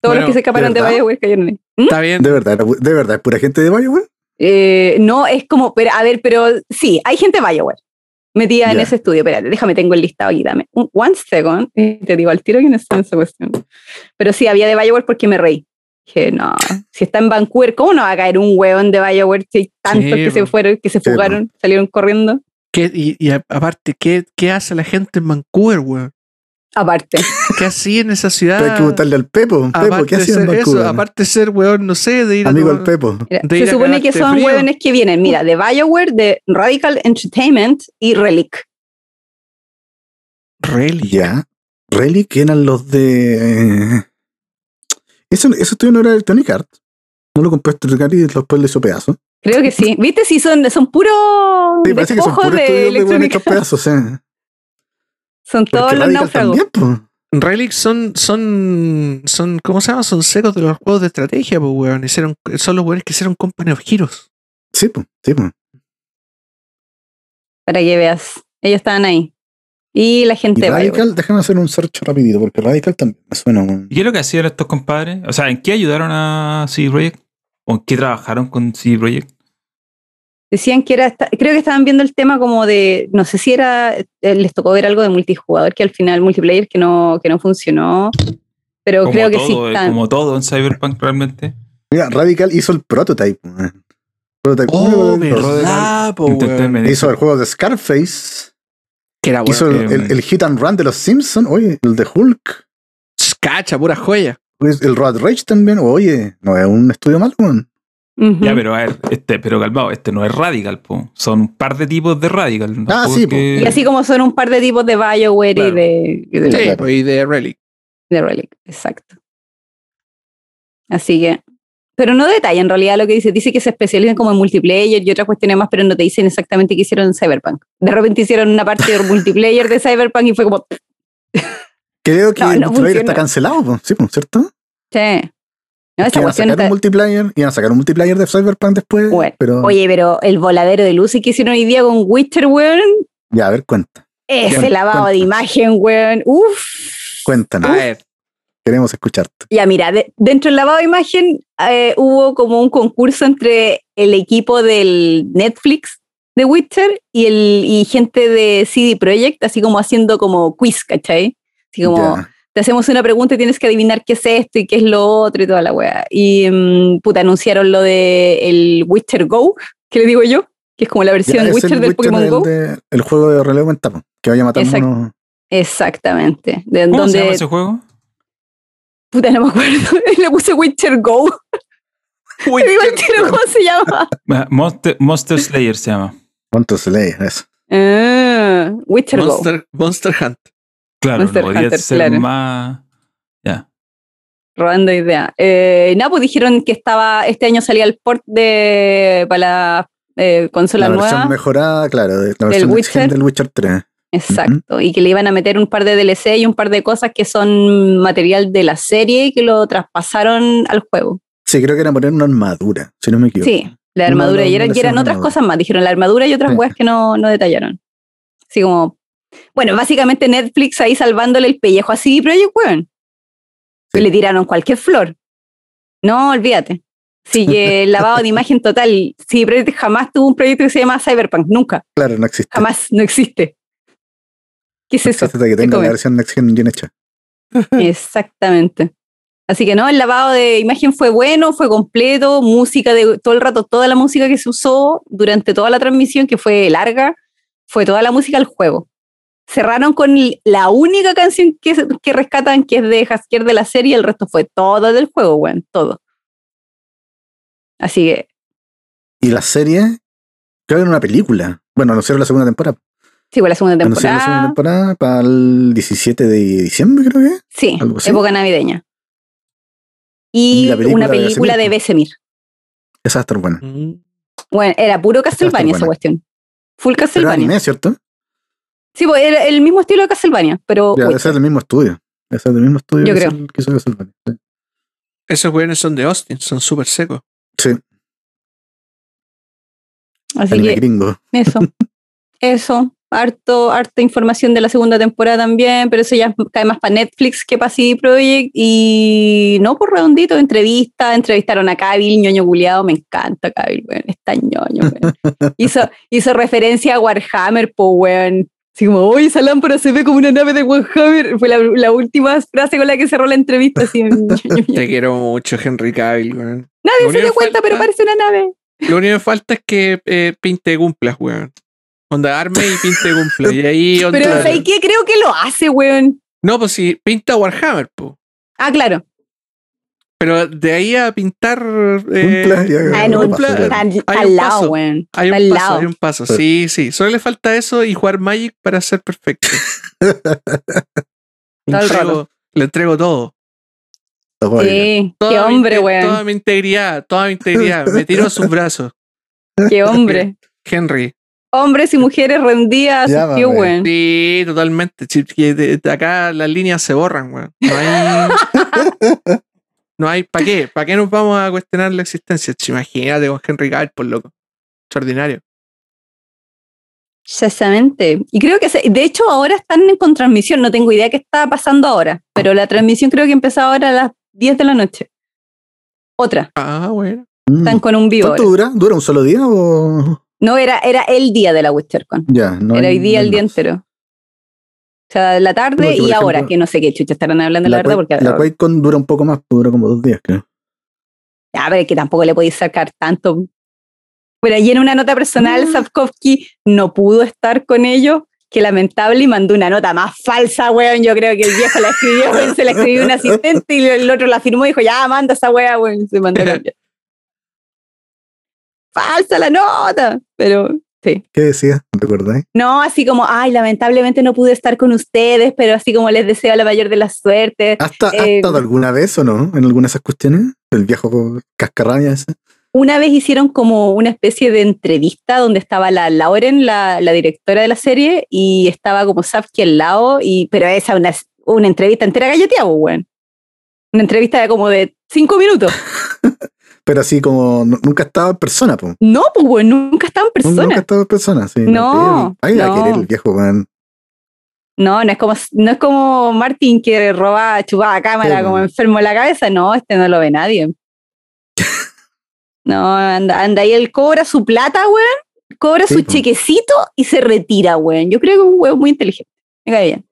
Speaker 3: Todos
Speaker 4: Bueno,
Speaker 3: los que se escaparon
Speaker 2: ¿de
Speaker 3: de
Speaker 2: verdad?
Speaker 3: Bioware cayeron ahí. ¿Mm?
Speaker 4: Está bien.
Speaker 2: De verdad, era pu- de verdad, es pura gente de Bioware.
Speaker 3: Eh, no, es como, pero, a ver, pero sí, hay gente Bioware metida en
Speaker 2: Ya.
Speaker 3: ese estudio. Espérate, déjame, tengo el listado aquí, dame. un- One second, y te digo al tiro que no está en esa cuestión. Pero sí, había de Bioware porque me reí. Que no, si está en Vancouver, ¿cómo no va a caer un hueón de Bioware si hay tantos
Speaker 4: Sí,
Speaker 3: que se
Speaker 4: po.
Speaker 3: fueron, que se
Speaker 2: po.
Speaker 3: fugaron, salieron corriendo?
Speaker 4: ¿Qué- y, y a- aparte, ¿qué, ¿qué hace la gente en Vancouver, weón?
Speaker 3: Aparte,
Speaker 4: ¿Qué hacía en esa
Speaker 2: Pero hay
Speaker 4: ciudad?
Speaker 2: que preguntarle al Pepo. Pepo,
Speaker 4: Ah. aparte
Speaker 2: ¿qué
Speaker 4: de
Speaker 2: hacía en
Speaker 4: ser eso,
Speaker 2: Vancouver?
Speaker 4: aparte de ser weón, no sé, de ir a
Speaker 2: Amigo
Speaker 4: tomar-
Speaker 2: el Pepo.
Speaker 3: mira,
Speaker 4: De ir
Speaker 3: se
Speaker 4: a
Speaker 3: supone que
Speaker 4: cagarte
Speaker 3: son
Speaker 4: frío.
Speaker 3: hueones que vienen, mira, de Bioware, de Radical Entertainment y Relic.
Speaker 4: Really.
Speaker 2: Ya. Relic eran los de. eh, Eso, eso estudio no era Electronic Art. No lo compró Electronic Art y después le hizo pedazos.
Speaker 3: Creo que sí. ¿Viste? Sí, son, son puros
Speaker 2: Sí, parece que son
Speaker 3: despojos
Speaker 2: puros
Speaker 3: de
Speaker 2: estudios de buenos
Speaker 3: electrónica.
Speaker 2: hechos pedazos. eh.
Speaker 3: Son todos
Speaker 2: Porque
Speaker 3: los
Speaker 2: Radical
Speaker 3: náufragos.
Speaker 2: también, po.
Speaker 4: Relic son, son, son, ¿cómo se llama? Son secos de los juegos de estrategia, pues, weón. Hicieron, son los weones que hicieron Company of Heroes.
Speaker 2: Sí, po, sí, po.
Speaker 3: Para que veas. Ellos estaban ahí. Y la
Speaker 2: Y
Speaker 3: gente de Bioware.
Speaker 2: Radical, déjame hacer un search rapidito, porque Radical también me suena. weón.
Speaker 5: ¿Y qué es lo que hacían estos compadres? O sea, ¿en qué ayudaron a CD Projekt? ¿O en qué trabajaron con CD Projekt?
Speaker 3: Decían que era, esta- creo que estaban viendo el tema como de, no sé si era, eh, les tocó ver algo de multijugador, que al final multiplayer que no, que no funcionó, pero
Speaker 5: Como
Speaker 3: creo que
Speaker 5: todo,
Speaker 3: sí
Speaker 5: eh,
Speaker 3: están.
Speaker 5: Como todo en Cyberpunk realmente.
Speaker 2: Mira, Radical hizo el prototype. weón. Prototype
Speaker 4: Oh,
Speaker 2: uno, dos.
Speaker 4: verdad, po, Oh, weón.
Speaker 5: Entertainment.
Speaker 2: Hizo el juego de Scarface.
Speaker 4: Que era
Speaker 2: hizo
Speaker 4: weón.
Speaker 2: el,
Speaker 5: qué
Speaker 2: el-
Speaker 5: bueno.
Speaker 2: el hit and run de los Simpsons. Oye, el de Hulk.
Speaker 4: Cacha, pura joya.
Speaker 2: Pues, el Road Rage también. Oye, no es un estudio malo, weón.
Speaker 3: Ujú.
Speaker 5: Ya, pero a ver, este, pero calmado, este no es Radical, po. Son un par de tipos de Radical. Tampoco
Speaker 2: sí,
Speaker 5: es
Speaker 2: po.
Speaker 5: que-
Speaker 3: Y así como son un par de tipos de Bioware
Speaker 5: Claro.
Speaker 3: y de, y de-
Speaker 4: Sí,
Speaker 2: claro.
Speaker 4: pues, y de Relic.
Speaker 3: de Relic, exacto. Así que, pero no detalla en realidad lo que dice. Dice que se especializan como en multiplayer y otras cuestiones más, pero no te dicen exactamente qué hicieron en Cyberpunk. De repente hicieron una parte de multiplayer de Cyberpunk y fue como,
Speaker 2: Creo que
Speaker 3: No, no
Speaker 2: el multiplayer
Speaker 3: funciona.
Speaker 2: está cancelado, po. sí, po, ¿cierto?
Speaker 3: che. No, esa
Speaker 2: Que iban a
Speaker 3: cuestión
Speaker 2: sacar un
Speaker 3: está-
Speaker 2: multiplayer, iban a sacar un multiplayer de Cyberpunk después.
Speaker 3: Bueno,
Speaker 2: pero
Speaker 3: Oye, pero el voladero de luces que hicieron hoy día con Witcher, weón,
Speaker 2: ya, a ver, cuenta,
Speaker 3: ese
Speaker 2: Bueno,
Speaker 3: lavado de
Speaker 2: cuenta.
Speaker 3: imagen, weón, uff.
Speaker 2: cuéntanos.
Speaker 4: A ver,
Speaker 2: Queremos escucharte.
Speaker 3: Ya, mira, de- dentro del lavado de imagen eh, hubo como un concurso entre el equipo del Netflix de Witcher y, el, y gente de CD Projekt, así como haciendo como quiz, ¿cachai? Así como,
Speaker 2: Ya.
Speaker 3: te hacemos una pregunta y tienes que adivinar qué es esto y qué es lo otro y toda la weá. Y mm, puta, anunciaron lo de el Witcher Go, que le digo yo, que es como la
Speaker 2: Ya,
Speaker 3: versión
Speaker 2: es
Speaker 3: Witcher
Speaker 2: el
Speaker 3: del Pokémon
Speaker 2: el
Speaker 3: Go.
Speaker 2: de- el juego de relevo en tapo, que vaya a matar
Speaker 3: Exacto.
Speaker 2: monos.
Speaker 3: Exactamente. De,
Speaker 5: ¿Cómo
Speaker 3: donde,
Speaker 5: se llama ese juego?
Speaker 3: puta, no me acuerdo. le puse Witcher Go. Te digo el tiro cómo se llama.
Speaker 5: Ah, Monster, Monster Slayer se llama.
Speaker 2: Monster Slayer, eso.
Speaker 3: Ah, Witcher Go.
Speaker 4: Monster, Monster Hunt.
Speaker 5: Claro,
Speaker 3: Monster
Speaker 5: no podía
Speaker 3: Hunter,
Speaker 5: ser
Speaker 3: claro.
Speaker 5: más. Ya.
Speaker 3: Robando idea. Eh, nada, pues dijeron que estaba, este año salía el port de, para la eh, consola
Speaker 2: la
Speaker 3: nueva.
Speaker 2: versión mejorada, claro, de- la versión next gen
Speaker 3: Witcher.
Speaker 2: del Witcher 3.
Speaker 3: Exacto. Y que le iban a meter un par de DLC y un par de cosas que son material de la serie y que lo traspasaron al juego.
Speaker 2: Sí, creo que era poner una armadura, si no me equivoco.
Speaker 3: Sí, la
Speaker 2: No,
Speaker 3: armadura.
Speaker 2: no, no
Speaker 3: y eran,
Speaker 2: le
Speaker 3: y eran
Speaker 2: hicieron
Speaker 3: otras
Speaker 2: armadura.
Speaker 3: cosas más. Dijeron la armadura y otras
Speaker 2: Sí.
Speaker 3: weas que no, no detallaron. Así como. Bueno, básicamente Netflix ahí salvándole el pellejo así, pero ellos, weón.
Speaker 2: Sí.
Speaker 3: Le tiraron cualquier flor. No, olvídate. Así que lavado de imagen total. CD Projekt jamás tuvo un proyecto que se llama Cyberpunk, nunca,
Speaker 2: Claro, no existe.
Speaker 3: jamás, no existe. ¿Qué es eso?
Speaker 2: Hasta que
Speaker 3: ¿Qué
Speaker 2: tenga la
Speaker 3: comen?
Speaker 2: versión Next Gen bien hecha.
Speaker 3: Exactamente. Así que no, el lavado de imagen fue bueno, fue completo, música de todo el rato, toda la música que se usó durante toda la transmisión, que fue larga, fue toda la música al juego. Cerraron con l- la única canción que, se- que rescatan, que es de Haskier de la serie, el resto fue todo del juego, weón, todo. Así que
Speaker 2: Y la serie, creo que era una película. Bueno, no la segunda temporada.
Speaker 3: Sí, fue la segunda
Speaker 2: Anunciaron la segunda
Speaker 3: temporada.
Speaker 2: temporada para el 17 de diciembre, creo que. es.
Speaker 3: Sí,
Speaker 2: algo así.
Speaker 3: época navideña.
Speaker 2: Y
Speaker 3: Y
Speaker 2: la película
Speaker 3: una
Speaker 2: de
Speaker 3: película de Besemir.
Speaker 2: Esa va a estar buena.
Speaker 4: Mm.
Speaker 3: Bueno, era puro Castlevania
Speaker 2: buena.
Speaker 3: esa cuestión. Full
Speaker 2: Pero
Speaker 3: Castlevania.
Speaker 2: anime, ¿cierto?
Speaker 3: Sí, pues, era el mismo estilo de Castlevania, pero
Speaker 2: Ya,
Speaker 3: uy,
Speaker 2: ese es del mismo estudio. Ese es del mismo estudio
Speaker 3: Yo
Speaker 2: que
Speaker 3: creo.
Speaker 2: hizo- que hizo Castlevania. Sí.
Speaker 4: Esos weones son de Austin, son súper secos.
Speaker 3: así
Speaker 2: Anime
Speaker 3: que
Speaker 2: gringo.
Speaker 3: eso. Eso, harto harta información de la segunda temporada también, pero eso ya cae más para Netflix que para CD Projekt y no por redondito, entrevista, entrevistaron a Kabil, ñoño culiado, me encanta Kabil, weón, está ñoño, weón. Hizo, hizo referencia a Warhammer, po, weón. Así como, oye, esa lámpara se ve como una nave de Warhammer. Fue la, la última frase con la que cerró la entrevista. Así, ñoño, ñoño.
Speaker 4: Te quiero mucho, Henry Cavill, weón.
Speaker 3: Nadie se
Speaker 4: Lo único
Speaker 3: dio
Speaker 4: que
Speaker 3: cuenta, pero
Speaker 4: falta-
Speaker 3: parece una nave.
Speaker 4: Lo único que falta es que eh, pinte cumplas, weón. Onda arme y pinte cumpla. Y ahí onda.
Speaker 3: Pero ¿sabes qué? Creo que lo hace, weón.
Speaker 4: No, pues si pinta Warhammer, po.
Speaker 3: Ah, claro.
Speaker 4: Pero de ahí a pintar. eh,
Speaker 2: Cumpla, ya,
Speaker 3: Ah,
Speaker 2: no
Speaker 3: no,
Speaker 2: pasa
Speaker 4: cumpla,
Speaker 2: nada.
Speaker 3: está al,
Speaker 4: hay
Speaker 3: al
Speaker 4: un
Speaker 3: lado,
Speaker 4: paso.
Speaker 3: weón. Está
Speaker 4: Hay un
Speaker 3: al
Speaker 4: paso,
Speaker 3: lado.
Speaker 4: hay un paso. Sí, sí. Solo le falta eso y jugar Magic para ser perfecto.
Speaker 3: Todo
Speaker 4: le,
Speaker 3: el
Speaker 4: entrego, le entrego todo.
Speaker 2: Está bueno.
Speaker 3: Sí, qué
Speaker 4: Toda mi
Speaker 3: hombre,
Speaker 4: inte- Toda
Speaker 3: weón.
Speaker 4: mi integridad, toda mi integridad. Me tiro a sus brazos.
Speaker 3: Qué hombre.
Speaker 4: Henry.
Speaker 3: Hombres y mujeres rendidas
Speaker 2: Ya,
Speaker 3: a su tío,
Speaker 2: mamá.
Speaker 3: weón.
Speaker 4: Sí, totalmente. Sí, que de- de acá las líneas se borran, weón. No hay. no hay. ¿Para qué? ¿Para qué nos vamos a cuestionar la existencia? Ch, Imagínate con Henry Cavill, por loco. Extraordinario.
Speaker 3: Exactamente. Y creo que, se- de hecho, ahora están en- con transmisión. No tengo idea qué está pasando ahora, pero la transmisión creo que empezó ahora a las 10 de la noche. Otra.
Speaker 4: Ah, bueno.
Speaker 2: Mm.
Speaker 3: Están con un vivo.
Speaker 2: ¿Cuánto
Speaker 3: ahora.
Speaker 2: dura? ¿Dura un solo día o.?
Speaker 3: No, era, era el día de la WitcherCon.
Speaker 2: Ya, no.
Speaker 3: era
Speaker 2: hay-
Speaker 3: hoy
Speaker 2: no
Speaker 3: día,
Speaker 2: hay
Speaker 3: el día
Speaker 2: más.
Speaker 3: entero. O sea, la tarde
Speaker 2: Porque,
Speaker 3: y
Speaker 2: por
Speaker 3: ahora,
Speaker 2: ejemplo,
Speaker 3: que no sé qué chucha estarán hablando, la,
Speaker 2: La,
Speaker 3: verdad,
Speaker 2: Quake-
Speaker 3: porque
Speaker 2: la QuakeCon dura un poco más, pues, dura como dos días, creo.
Speaker 3: A ver, que tampoco le podéis sacar tanto. Por ahí en una nota personal,
Speaker 2: Mm.
Speaker 3: Sapkowski no pudo estar con ellos, que lamentable, y mandó una nota más falsa, weón. Yo creo que el viejo la escribió, weón, se la escribió un asistente y el otro la firmó y dijo, ya, manda esa weá, weón. y Se mandó a cambiar. Falsa la nota, pero
Speaker 2: ¿Qué decía? ¿Te acordáis?
Speaker 3: no, así como, ay, lamentablemente no pude estar con ustedes, pero así como les deseo la mayor de las suertes.
Speaker 2: ¿Hasta, ¿Has
Speaker 3: Eh,
Speaker 2: estado alguna vez o no? ¿En alguna de esas cuestiones? El viejo cascarrabia ese.
Speaker 3: Una vez hicieron como una especie de entrevista donde estaba la Lauren, la, la directora de la serie, y estaba como Sapki al lado, y, pero esa una, una entrevista entera galleteado, weón. Una entrevista de como de cinco minutos.
Speaker 2: Pero así como nu- nunca estaba en persona, po.
Speaker 3: No, pues weón, nunca estaba en
Speaker 2: Nun- Nunca
Speaker 3: persona.
Speaker 2: estaba en persona, sí.
Speaker 3: No,
Speaker 2: Ahí la va a
Speaker 3: no.
Speaker 2: querer el viejo, weón.
Speaker 3: No, no es como, no es como Martin que robaba, chupaba a cámara
Speaker 2: Sí,
Speaker 3: como
Speaker 2: weón.
Speaker 3: enfermo en la cabeza. No, este no lo ve nadie. No, anda, anda ahí, él cobra su plata, weón, cobra
Speaker 2: Sí,
Speaker 3: su
Speaker 2: po.
Speaker 3: chequecito y se retira, weón. Yo creo que es un weón muy inteligente. Me cae bien,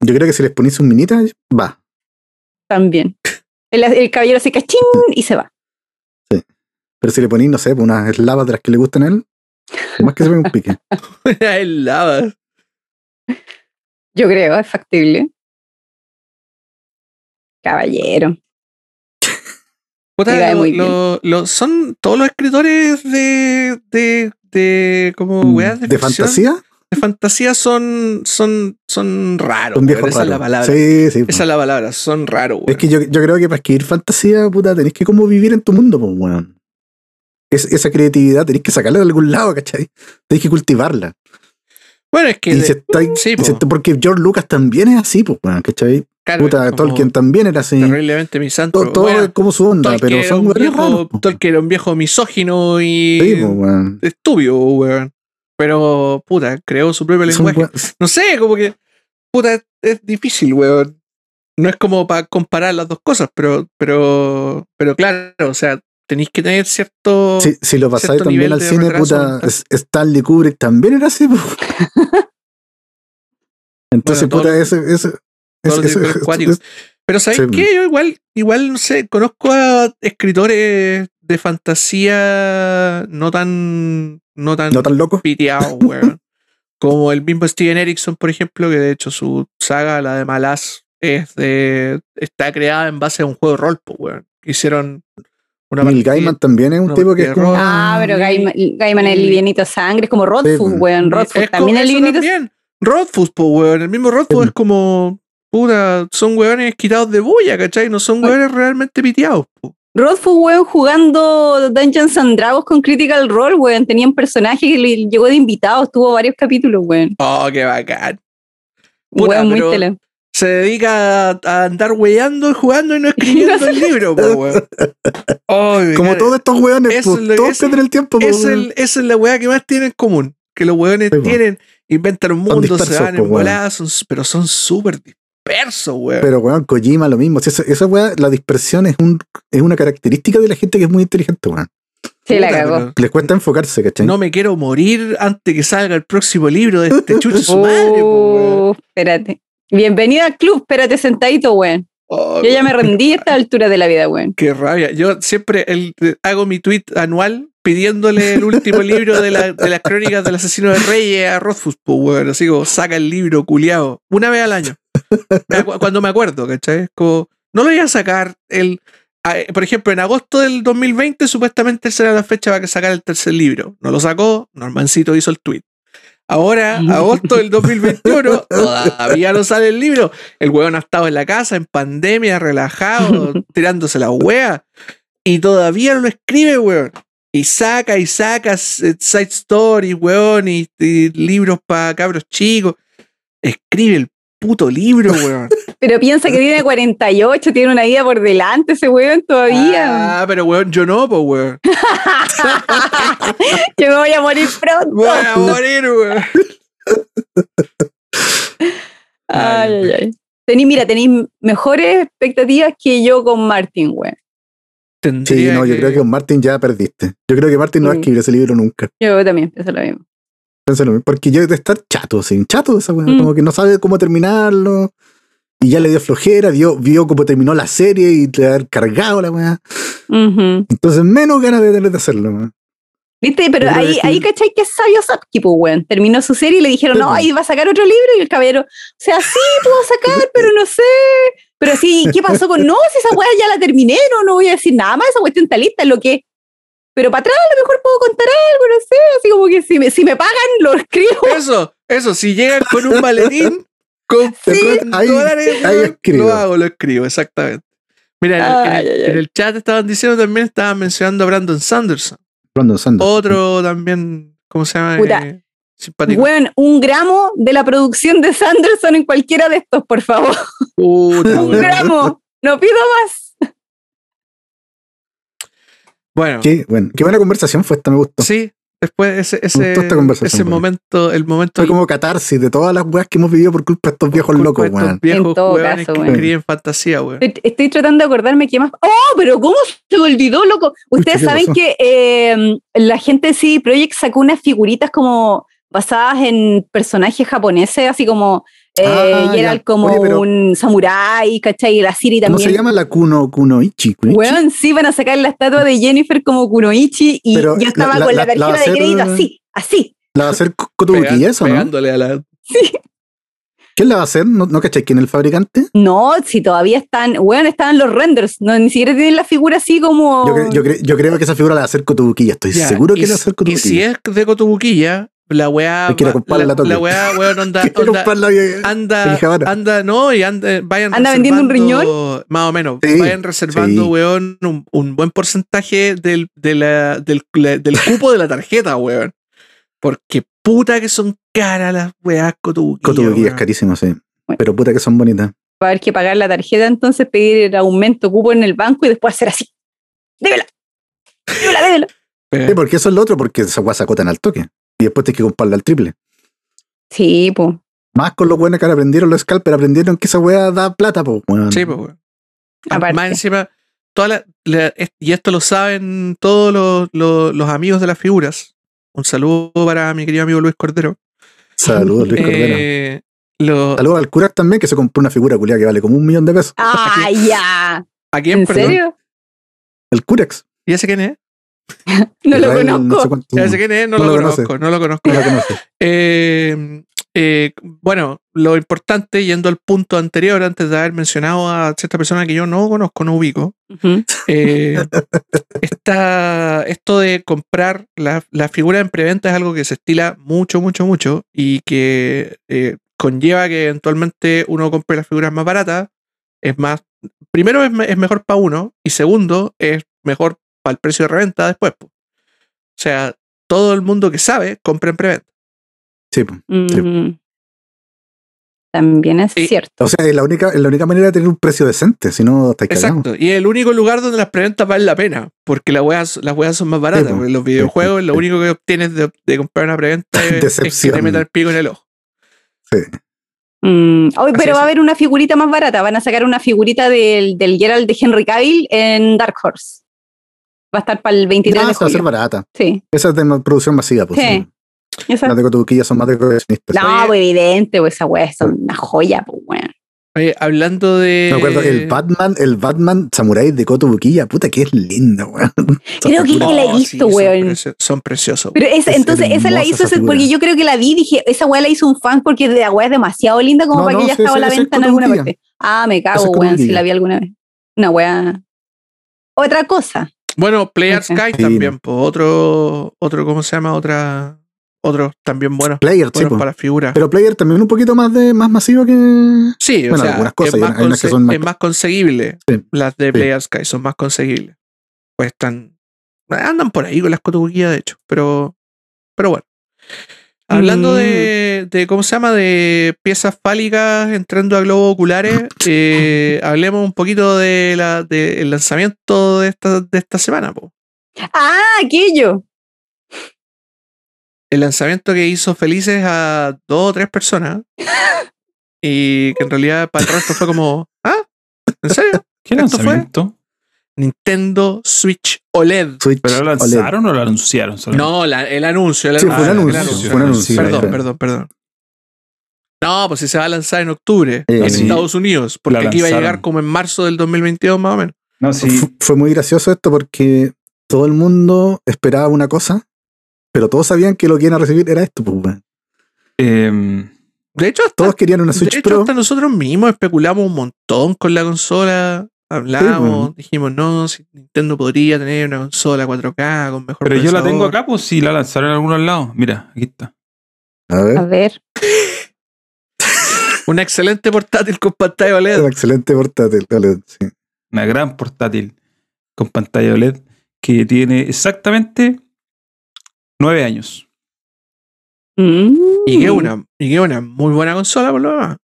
Speaker 2: Yo creo que si les ponís un minita, va.
Speaker 3: también. El, el caballero se cachín y se va.
Speaker 2: Pero si le ponís, no sé, po, unas eslavas de las que le gustan a él, más que se ve un pique.
Speaker 4: El lava.
Speaker 3: Yo creo, es factible. Caballero.
Speaker 4: Puta,
Speaker 3: Me cae
Speaker 4: lo-
Speaker 3: muy bien.
Speaker 4: lo- lo- son todos los escritores de. de. de. como weas de,
Speaker 2: ¿De
Speaker 4: ficción,
Speaker 2: fantasía?
Speaker 4: De fantasía son. son. son raros.
Speaker 2: Un viejo
Speaker 4: weón. Esa es la
Speaker 2: raro.
Speaker 4: palabra.
Speaker 2: Sí, sí. po.
Speaker 4: Esa es la palabra. Son raros, weón.
Speaker 2: Es que yo, yo creo que para escribir fantasía, puta, tenés que como vivir en tu mundo, pues, weón. Es- esa creatividad tenés que sacarla de algún lado, ¿cachai? Tenés que cultivarla.
Speaker 4: Bueno, es que.
Speaker 2: Y
Speaker 4: de- uh,
Speaker 2: si estáis-
Speaker 4: sí,
Speaker 2: y si
Speaker 4: po.
Speaker 2: está- porque George Lucas también es así, pues, weón, ¿cachai?
Speaker 4: claro,
Speaker 2: Puta,
Speaker 4: es como
Speaker 2: Tolkien también era así.
Speaker 4: Terriblemente misántropo.
Speaker 2: Todo, todo
Speaker 4: Bueno,
Speaker 2: es como su onda,
Speaker 4: Tolkien
Speaker 2: pero
Speaker 4: era
Speaker 2: son
Speaker 4: un
Speaker 2: lugares
Speaker 4: viejo-
Speaker 2: raros, po.
Speaker 4: Tolkien era un viejo misógino y
Speaker 2: Sí, pues, weón.
Speaker 4: estúpido, weón. Pero, puta, creó su propio
Speaker 2: Son
Speaker 4: lenguaje.
Speaker 2: weas-
Speaker 4: No sé, como que, puta, es, es difícil, weón. No es como para comparar las dos cosas, pero, pero, pero claro, o sea, tenéis que tener cierto.
Speaker 2: Si, si lo pasáis
Speaker 4: cierto
Speaker 2: también
Speaker 4: nivel
Speaker 2: al
Speaker 4: de
Speaker 2: cine,
Speaker 4: retraso
Speaker 2: puta,
Speaker 4: mental.
Speaker 2: S- Stanley Kubrick también era así. po. Entonces,
Speaker 4: Bueno, todo
Speaker 2: puta,
Speaker 4: lo-
Speaker 2: ese, ese,
Speaker 4: todo lo
Speaker 2: ese-
Speaker 4: que es
Speaker 2: ese-
Speaker 4: cuático.
Speaker 2: ese-
Speaker 4: Pero ¿sabéis
Speaker 2: Sí. pues.
Speaker 4: qué? Yo igual, igual, no sé, conozco a escritores de fantasía no tan. No tan.
Speaker 2: no tan loco.
Speaker 4: piteado, weón. Como el mismo Steven Erickson, por ejemplo, que de hecho su saga, la de Malaz, es de, está creada en base a un juego de rol, po, weón. Hicieron una
Speaker 2: Neil
Speaker 4: partida-
Speaker 2: Gaiman también es un
Speaker 4: una
Speaker 2: tipo que es
Speaker 4: partida de
Speaker 2: como.
Speaker 4: rol.
Speaker 3: Ah, pero Gaiman, Gaiman es
Speaker 4: Sí.
Speaker 3: livianito de sangre, es como Rodfus,
Speaker 2: Oh, Sí.
Speaker 3: weón. Rodfus
Speaker 4: Eh, Es
Speaker 3: también es
Speaker 4: como eso
Speaker 3: livianito.
Speaker 4: también. Rodfus, po, weón. El mismo Rodfus
Speaker 2: Sí.
Speaker 4: es como. Puta, son weones quitados de bulla, ¿cachai? No son weones realmente piteados, po.
Speaker 3: Rodfus, weón, jugando Dungeons and Dragons con Critical Role, weón. Tenía un personaje que le llegó de invitado, estuvo varios capítulos, weón.
Speaker 4: Oh, qué bacán. Puta,
Speaker 3: Weón, muy
Speaker 4: pero-
Speaker 3: tele.
Speaker 4: se dedica a, a andar weyando y jugando y no escribiendo el libro, po, weón. Oh, me
Speaker 2: Como
Speaker 4: cara-
Speaker 2: todos estos weones,
Speaker 4: Eso
Speaker 2: pues,
Speaker 4: es lo-
Speaker 2: todos
Speaker 4: es-
Speaker 2: pierden el tiempo. po,
Speaker 4: es
Speaker 2: weón.
Speaker 4: el, esa es la weá que más tienen en común. Que los weones
Speaker 2: Sí, po.
Speaker 4: tienen, inventan un
Speaker 2: Son
Speaker 4: mundo, se
Speaker 2: dispersos,
Speaker 4: van
Speaker 2: po, weón.
Speaker 4: en voladas, son- pero son súper dispersos, weón.
Speaker 2: Pero weón, Kojima lo mismo. Si esa, esa weá, la dispersión es, un, es una característica de la gente que es muy inteligente, weón.
Speaker 3: Se la
Speaker 4: Puta,
Speaker 3: cagó.
Speaker 4: pero
Speaker 2: Les cuesta enfocarse, ¿cachai?
Speaker 4: No me quiero morir antes que salga el próximo libro de este chucho su
Speaker 3: Oh,
Speaker 4: madre, po, weón.
Speaker 3: Uh, espérate. Bienvenida al club, espérate sentadito, weón.
Speaker 4: Oh,
Speaker 3: Yo ya me rendí a esta altura de la vida, weón.
Speaker 4: Qué rabia. Yo siempre el- eh, hago mi tweet anual pidiéndole el último libro de, la- de las crónicas del asesino de Reyes a Rothfuss, pues, weón. Así como, saca el libro, culiao. Una vez al año. Eh, cu- Cuando me acuerdo, ¿cachai? Es Como, no lo voy a sacar el. a- eh, Por ejemplo, en agosto del 2020 supuestamente será la fecha para que sacara el tercer libro. No lo sacó, Normancito hizo el tweet. Ahora, agosto del 2021, todavía no sale el libro. El weón ha estado en la casa, en pandemia, relajado, tirándose la wea. Y todavía no lo escribe, weón. Y saca y saca s- side stories, weón, y, y libros para cabros chicos. Escribe el puto libro, weón.
Speaker 3: Pero piensa que tiene 48, tiene una vida por delante ese weón todavía.
Speaker 4: Ah, pero weón, yo no, pues weón.
Speaker 3: Yo me voy a morir pronto.
Speaker 4: Voy a morir, weón.
Speaker 3: Ay, ay, ay. Tení, mira, tenéis mejores expectativas que yo con Martin, weón.
Speaker 2: Sí,
Speaker 4: Tendría
Speaker 2: no, yo creo que con Martin ya perdiste. Yo creo que Martin no va a
Speaker 3: Mm.
Speaker 2: escribir ese libro nunca.
Speaker 3: Yo también pienso lo mismo.
Speaker 2: Piénsalo bien, Porque yo de estar chato, sin chato de esa weá,
Speaker 3: Mm.
Speaker 2: como que no sabe cómo terminarlo. Y ya le dio flojera, vio, vio cómo terminó la serie y le ha cargado la weá.
Speaker 3: Ujú.
Speaker 2: Entonces, menos ganas de tener de hacerlo, weón.
Speaker 3: ¿Viste? Pero
Speaker 2: Yo creo
Speaker 3: ahí,
Speaker 2: que-
Speaker 3: ahí cachai que es sabio Sapki, pues, weón. Terminó su serie y le dijeron,
Speaker 2: Sí,
Speaker 3: no,
Speaker 2: pues.
Speaker 3: ahí va a sacar otro libro. Y el caballero, o sea, sí, puedo sacar, pero no sé. Pero sí, ¿qué pasó con.? No, si esa weá ya la terminé, no, no voy a decir nada más, esa cuestión está lista, es lo que. Pero para atrás a lo mejor puedo contar algo, no sé. Así como que si me, si me pagan, lo escribo.
Speaker 4: Eso, eso, si llegan con un maletín, con
Speaker 2: Sí.
Speaker 4: con
Speaker 2: Ahí-
Speaker 4: dólares,
Speaker 2: ahí
Speaker 4: weón,
Speaker 2: escribo.
Speaker 4: lo hago, lo escribo, exactamente. Mira, en el- en el,
Speaker 3: Ay, ay, ay.
Speaker 4: en el chat estaban diciendo también, estaban mencionando a Brandon Sanderson.
Speaker 2: Brandon Sanderson.
Speaker 4: Otro también, ¿cómo se llama?
Speaker 3: Puta.
Speaker 4: Eh, simpático.
Speaker 3: Weón, un gramo de la producción de Sanderson en cualquiera de estos, por favor.
Speaker 4: Puta,
Speaker 3: Un
Speaker 4: weón.
Speaker 3: gramo. No pido más.
Speaker 4: Bueno,
Speaker 2: Qué, bueno, qué buena conversación fue esta, me gustó.
Speaker 4: sí, después ese,
Speaker 2: Me
Speaker 4: ese,
Speaker 2: gustó esta conversación,
Speaker 4: ese
Speaker 2: weón.
Speaker 4: momento, el momento
Speaker 2: Fue como catarsis de todas las weas que hemos vivido por culpa de estos viejos
Speaker 4: culpa
Speaker 2: locos,
Speaker 4: de estos
Speaker 2: weón.
Speaker 4: viejos
Speaker 3: En todo
Speaker 4: weones
Speaker 3: caso,
Speaker 4: que
Speaker 3: weón.
Speaker 4: escriben fantasía, weón.
Speaker 3: Estoy, estoy tratando de acordarme qué más. ¡Oh! Pero ¿cómo se me olvidó, loco? Ustedes
Speaker 2: ¿qué
Speaker 3: saben
Speaker 2: pasó?
Speaker 3: que eh, la gente de CD Projekt sacó unas figuritas como basadas en personajes japoneses, así como. Eh,
Speaker 2: Ah,
Speaker 3: y era
Speaker 2: ya.
Speaker 3: como
Speaker 2: Oye, pero-
Speaker 3: un samurái, ¿cachai? Y la Siri
Speaker 2: ¿Cómo
Speaker 3: también.
Speaker 2: se llama la Kuno, Kunoichi? Kunoichi?
Speaker 3: Weón, sí, van a sacar la estatua de Jennifer como Kunoichi y
Speaker 2: Pero
Speaker 3: yo estaba
Speaker 2: la- la-
Speaker 3: con la,
Speaker 2: la- la
Speaker 3: tarjeta
Speaker 2: va a
Speaker 3: de
Speaker 2: hacer-
Speaker 3: crédito así, así.
Speaker 2: La va a hacer
Speaker 4: Pega-
Speaker 2: Kotobukiya, eso, ¿no?
Speaker 4: pegándole a la.
Speaker 2: ¿Quién la va a hacer? ¿No, no cachai quién es el fabricante?
Speaker 3: No, si todavía están, weón, estaban los renders, no, ni siquiera tienen la figura así como...
Speaker 2: Yo, cre- yo, cre- yo creo que esa figura la va a hacer Kotobukiya, estoy
Speaker 4: Ya,
Speaker 2: seguro que
Speaker 4: y
Speaker 2: la va a
Speaker 4: si-
Speaker 2: hacer
Speaker 4: Y si
Speaker 2: Kotobukiya.
Speaker 4: es de Cotubuquilla, la weá.
Speaker 2: Hay que ir a
Speaker 4: va-
Speaker 2: comprarla a
Speaker 4: la,
Speaker 2: Tokio.
Speaker 4: la Ah, weá, weón, onda.
Speaker 2: Quiero
Speaker 4: onda-
Speaker 2: comprarla, oye.
Speaker 4: anda,
Speaker 2: Javara.
Speaker 4: anda, no, y anda, vayan
Speaker 3: ¿Anda vendiendo un
Speaker 4: reservando- Más o menos.
Speaker 2: Sí,
Speaker 4: vayan reservando,
Speaker 2: sí.
Speaker 4: weón, un, un buen porcentaje del, de la- del, la- del cupo de la tarjeta, weón. Porque puta que son caras las weas Cotubuquilla.
Speaker 2: Kotobukiya es
Speaker 4: weón.
Speaker 2: carísimo, sí. Pero puta que son bonitas.
Speaker 3: va a haber que pagar la tarjeta, entonces pedir el aumento cupo en el banco y después hacer así. Débela. Débela, débela.
Speaker 4: Eh,
Speaker 2: Sí, porque eso es lo otro, porque esa guasa acotan al toque. Y después tienes que comprarla al triple.
Speaker 3: Sí, po.
Speaker 2: Más con los buenos que ahora Mm. aprendieron los scalpers, aprendieron que esa weá da plata, po. weón.
Speaker 4: Sí, pues, weón.
Speaker 3: Aparte.
Speaker 4: Más encima, toda la- la- es- y esto lo saben todos los, los- los amigos de las figuras. Un saludo para mi querido amigo Luis Cordero.
Speaker 2: Saludos, Luis Cordero.
Speaker 4: Eh, lo-
Speaker 2: Saludos al cura también, que se compró una figura culiada que vale como un millón de pesos.
Speaker 3: Ah, ya.
Speaker 4: ¿A quién,
Speaker 3: ¿En
Speaker 4: perdón?
Speaker 3: serio?
Speaker 2: El Curex.
Speaker 4: ¿Ya sé quién es?
Speaker 3: No lo
Speaker 2: Israel, No sé
Speaker 3: conozco.
Speaker 2: cuánto-
Speaker 4: ¿Ya sé quién es? No,
Speaker 2: Uh, No
Speaker 4: lo,
Speaker 2: lo
Speaker 4: conozco,
Speaker 2: conoce.
Speaker 4: no lo conozco.
Speaker 2: no la conoce.
Speaker 4: Eh, eh, bueno, lo importante, yendo al punto anterior, antes de haber mencionado a cierta persona que yo no conozco, no ubico,
Speaker 3: Ujú.
Speaker 4: eh, esta- esto de comprar la, la figura en preventa es algo que se estila mucho, mucho, mucho y que eh, conlleva que eventualmente uno compre las figuras más baratas. Es más, primero es, me- es mejor para uno y segundo es mejor para el precio de reventa después. po. O sea, todo el mundo que sabe compra en preventa.
Speaker 2: Sí, po.
Speaker 3: Mm. También es
Speaker 4: Sí.
Speaker 3: cierto.
Speaker 2: o sea, es la, única, es la única manera de tener un precio decente, si no, estáis cagados.
Speaker 4: Exacto. Y es el único lugar donde las preventas valen la pena. Porque las weas, las weas son más baratas.
Speaker 2: Sí, pues. po.
Speaker 4: porque los videojuegos, lo único que obtienes de, de comprar una preventa es, es que
Speaker 2: Decepción.
Speaker 4: te meta el pico en el ojo.
Speaker 3: Mm, hoy,
Speaker 4: Así
Speaker 3: pero va a
Speaker 4: es.
Speaker 3: haber una figurita más barata. Van a sacar una figurita del, del Geralt de Henry Cavill en Dark Horse. Va a estar para el 23
Speaker 2: No,
Speaker 3: de
Speaker 2: esa Ah, va a ser
Speaker 3: julio.
Speaker 2: barata.
Speaker 3: Sí.
Speaker 2: Esa es de ma- producción masiva, pues.
Speaker 3: Sí.
Speaker 2: sí.
Speaker 3: Esa-
Speaker 2: Las de Cotuquilla son más de coleccionistas.
Speaker 3: No,
Speaker 4: Oye.
Speaker 3: pues, evidente, pues, esa weá es una joya, pues weón.
Speaker 4: Oye, hablando de.
Speaker 2: Me acuerdo,
Speaker 4: Eh.
Speaker 2: el Batman, el Batman Samurai de Coto Buquilla, puta que es lindo, weón.
Speaker 3: Creo que
Speaker 4: Oh,
Speaker 3: la he
Speaker 4: sí,
Speaker 3: visto,
Speaker 4: son
Speaker 3: weón.
Speaker 4: preci- son preciosos.
Speaker 3: Pero esa,
Speaker 2: Es
Speaker 3: entonces, esa la
Speaker 2: hermosa
Speaker 3: hizo,
Speaker 2: esa
Speaker 3: ese-
Speaker 2: figura.
Speaker 3: porque yo creo que la vi, dije, esa weá la hizo un fan porque la weá es demasiado linda como
Speaker 2: No,
Speaker 3: para
Speaker 2: no,
Speaker 3: que ya
Speaker 2: sí,
Speaker 3: estaba a
Speaker 2: sí,
Speaker 3: la
Speaker 2: esa es
Speaker 3: venta en alguna
Speaker 2: Cotubuquilla.
Speaker 3: parte. Ah, me
Speaker 2: Esa
Speaker 3: cago,
Speaker 2: es
Speaker 3: weón, si
Speaker 2: Cotubuquilla.
Speaker 3: la vi alguna vez. Una weá. Otra cosa.
Speaker 4: Bueno, Player
Speaker 3: Sí.
Speaker 4: Sky
Speaker 2: Sí.
Speaker 4: también, po, otro, otro, ¿cómo se llama? Otra, otros también buenos,
Speaker 2: Player, sí,
Speaker 4: buenos
Speaker 2: po.
Speaker 4: para figuras.
Speaker 2: Pero Player también un poquito más de más masivo que.
Speaker 4: sí, o
Speaker 2: bueno,
Speaker 4: sea,
Speaker 2: algunas cosas,
Speaker 4: es,
Speaker 2: y
Speaker 4: más
Speaker 2: hay unas que
Speaker 4: conse-
Speaker 2: son más-
Speaker 4: es más conseguible.
Speaker 2: Sí,
Speaker 4: Las de Player Sky son más conseguibles. Pues están, andan por ahí con las cotubuquillas, de hecho, pero, pero bueno. Hablando
Speaker 3: Mm.
Speaker 4: de, de, ¿cómo se llama? De piezas fálicas entrando a globos oculares, eh, hablemos un poquito de la, del lanzamiento de esta, de esta semana, po.
Speaker 3: Ah, aquello.
Speaker 4: el lanzamiento que hizo felices a dos o tres personas y que en realidad para el resto fue como, ¿ah? ¿En serio?
Speaker 5: ¿Qué
Speaker 4: ¿Esto fue?
Speaker 5: lanzamiento?
Speaker 4: Nintendo Switch OLED.
Speaker 2: Switch
Speaker 5: ¿Pero lo
Speaker 2: OLED.
Speaker 5: lanzaron o lo anunciaron? solamente?
Speaker 4: No, la- el anuncio, el
Speaker 2: Sí,
Speaker 4: anuncio.
Speaker 2: fue un
Speaker 4: el
Speaker 2: anuncio,
Speaker 4: anuncio.
Speaker 2: fue un anuncio.
Speaker 4: Perdón,
Speaker 2: Sí.
Speaker 4: perdón, perdón. No, pues si se va a lanzar en octubre en
Speaker 2: sí.
Speaker 4: Estados Unidos,
Speaker 5: La
Speaker 4: porque aquí iba a llegar
Speaker 5: lanzaron.
Speaker 4: como en marzo del 2022 más o menos.
Speaker 5: No,
Speaker 2: F-
Speaker 5: sí.
Speaker 2: Fue muy gracioso esto porque todo el mundo esperaba una cosa, pero todos sabían que lo que iban a recibir era esto, pues, weón.
Speaker 5: em,
Speaker 4: De hecho, hasta,
Speaker 2: Todos querían una
Speaker 4: Ah, de
Speaker 2: Switch
Speaker 4: hecho,
Speaker 2: Pro.
Speaker 4: hasta nosotros mismos especulamos un montón con la consola. Hablamos,
Speaker 2: bueno.
Speaker 4: dijimos, no, si Nintendo podría tener una consola 4K con mejor
Speaker 5: pero yo la tengo
Speaker 4: procesador".
Speaker 5: acá, pues si la lanzaron en algunos lados. Mira, aquí está.
Speaker 2: A ver,
Speaker 3: A ver.
Speaker 4: Una excelente portátil con pantalla E OLED.
Speaker 2: un excelente portátil. OLED, sí.
Speaker 5: Una gran portátil con pantalla OLED que tiene exactamente nueve años.
Speaker 4: Y que
Speaker 3: Mm.
Speaker 4: una, y que una muy buena consola, por lo demás.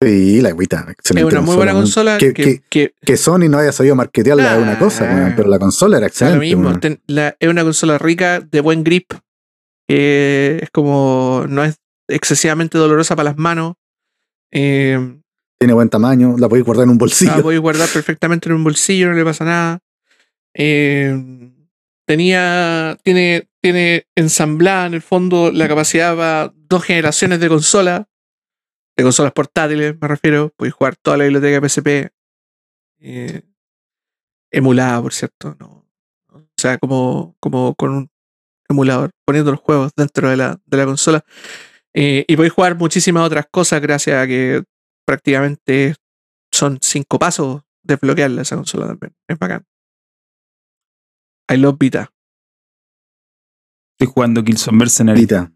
Speaker 2: Sí, la agüita,
Speaker 4: Es
Speaker 2: excelente.
Speaker 4: una muy buena
Speaker 2: weón.
Speaker 4: consola
Speaker 2: Que,
Speaker 4: que,
Speaker 2: que- que Sony no haya sabido marketearla es una cosa,
Speaker 4: Ah.
Speaker 2: weón, pero la consola era
Speaker 4: da
Speaker 2: excelente.
Speaker 4: lo mismo.
Speaker 2: weón.
Speaker 4: ten- la- es una consola rica, de buen grip. eh, es como. No es excesivamente dolorosa para las manos. Eh,
Speaker 2: Tiene buen tamaño, la podéis guardar en un
Speaker 4: La
Speaker 2: bolsillo.
Speaker 4: podéis Ah, guardar perfectamente en un bolsillo, no le pasa nada. Eh, tenía, tiene, tiene ensamblada en el fondo la capacidad para dos generaciones de consolas, de consolas portátiles, me refiero. Podéis jugar toda la biblioteca de PSP, eh, emulada, por cierto. ¿no? O sea, como, como con un emulador, poniendo los juegos dentro de la, de la consola. Eh, y podéis jugar muchísimas otras cosas gracias a que prácticamente son cinco pasos desbloquearla esa consola también. Es bacán. I love Vita.
Speaker 5: Estoy jugando Killzone Mercenary.
Speaker 2: Ahorita.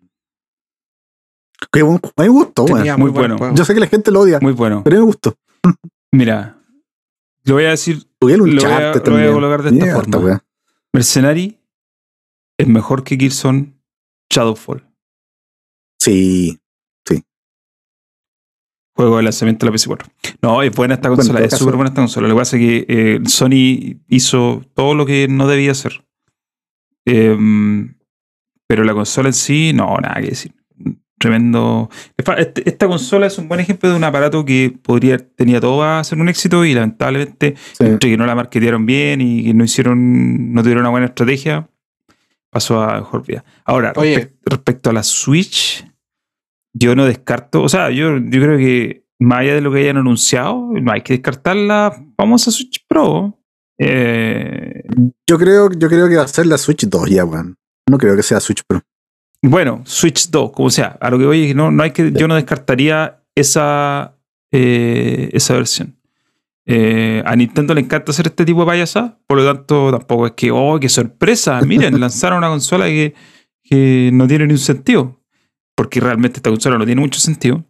Speaker 2: Que bueno, a mí me gustó, weón.
Speaker 4: Tenía
Speaker 5: muy
Speaker 4: muy bueno.
Speaker 5: bueno.
Speaker 2: Yo sé que la gente lo odia,
Speaker 5: Muy bueno.
Speaker 2: pero a mí me gustó.
Speaker 5: Mira, lo voy a decir,
Speaker 2: Jugué el
Speaker 5: lo voy a-
Speaker 2: Uncharted
Speaker 5: lo voy a
Speaker 2: también.
Speaker 5: colocar de esta
Speaker 2: Mierda,
Speaker 5: forma.
Speaker 2: weón.
Speaker 5: Mercenary es mejor que Killzone Shadowfall.
Speaker 2: Sí.
Speaker 5: Juego de lanzamiento de la PC4. No, es buena esta
Speaker 2: Bueno, en
Speaker 5: consola,
Speaker 2: todo
Speaker 5: es
Speaker 2: caso-
Speaker 5: súper buena esta consola. Lo que pasa es que eh, Sony hizo todo lo que no debía hacer. Em, pero la consola en sí, no, nada que decir. Tremendo. Es fa- este- Esta consola es un buen ejemplo de un aparato que podría tenía todo a ser un éxito y lamentablemente
Speaker 2: Sí.
Speaker 5: entre que no la marketearon bien y que no hicieron, no tuvieron una buena estrategia, pasó a mejor vida. Ahora,
Speaker 4: Oye.
Speaker 5: respec- respecto a la Switch, yo no descarto, o sea, yo, yo creo que más allá de lo que hayan anunciado, no hay que descartar la famosa Switch Pro. Eh,
Speaker 2: Yo creo, yo creo que va a ser la Switch 2 ya, weón. No creo que sea Switch Pro.
Speaker 5: bueno, Switch 2, como sea, a lo que voy es que no, no hay que, yo no descartaría esa, eh, esa versión. Eh, a Nintendo le encanta hacer este tipo de payasas, por lo tanto tampoco es que, oh, qué sorpresa, miren, lanzaron una consola que, que no tiene ni un sentido, porque realmente esta consola no tiene mucho sentido.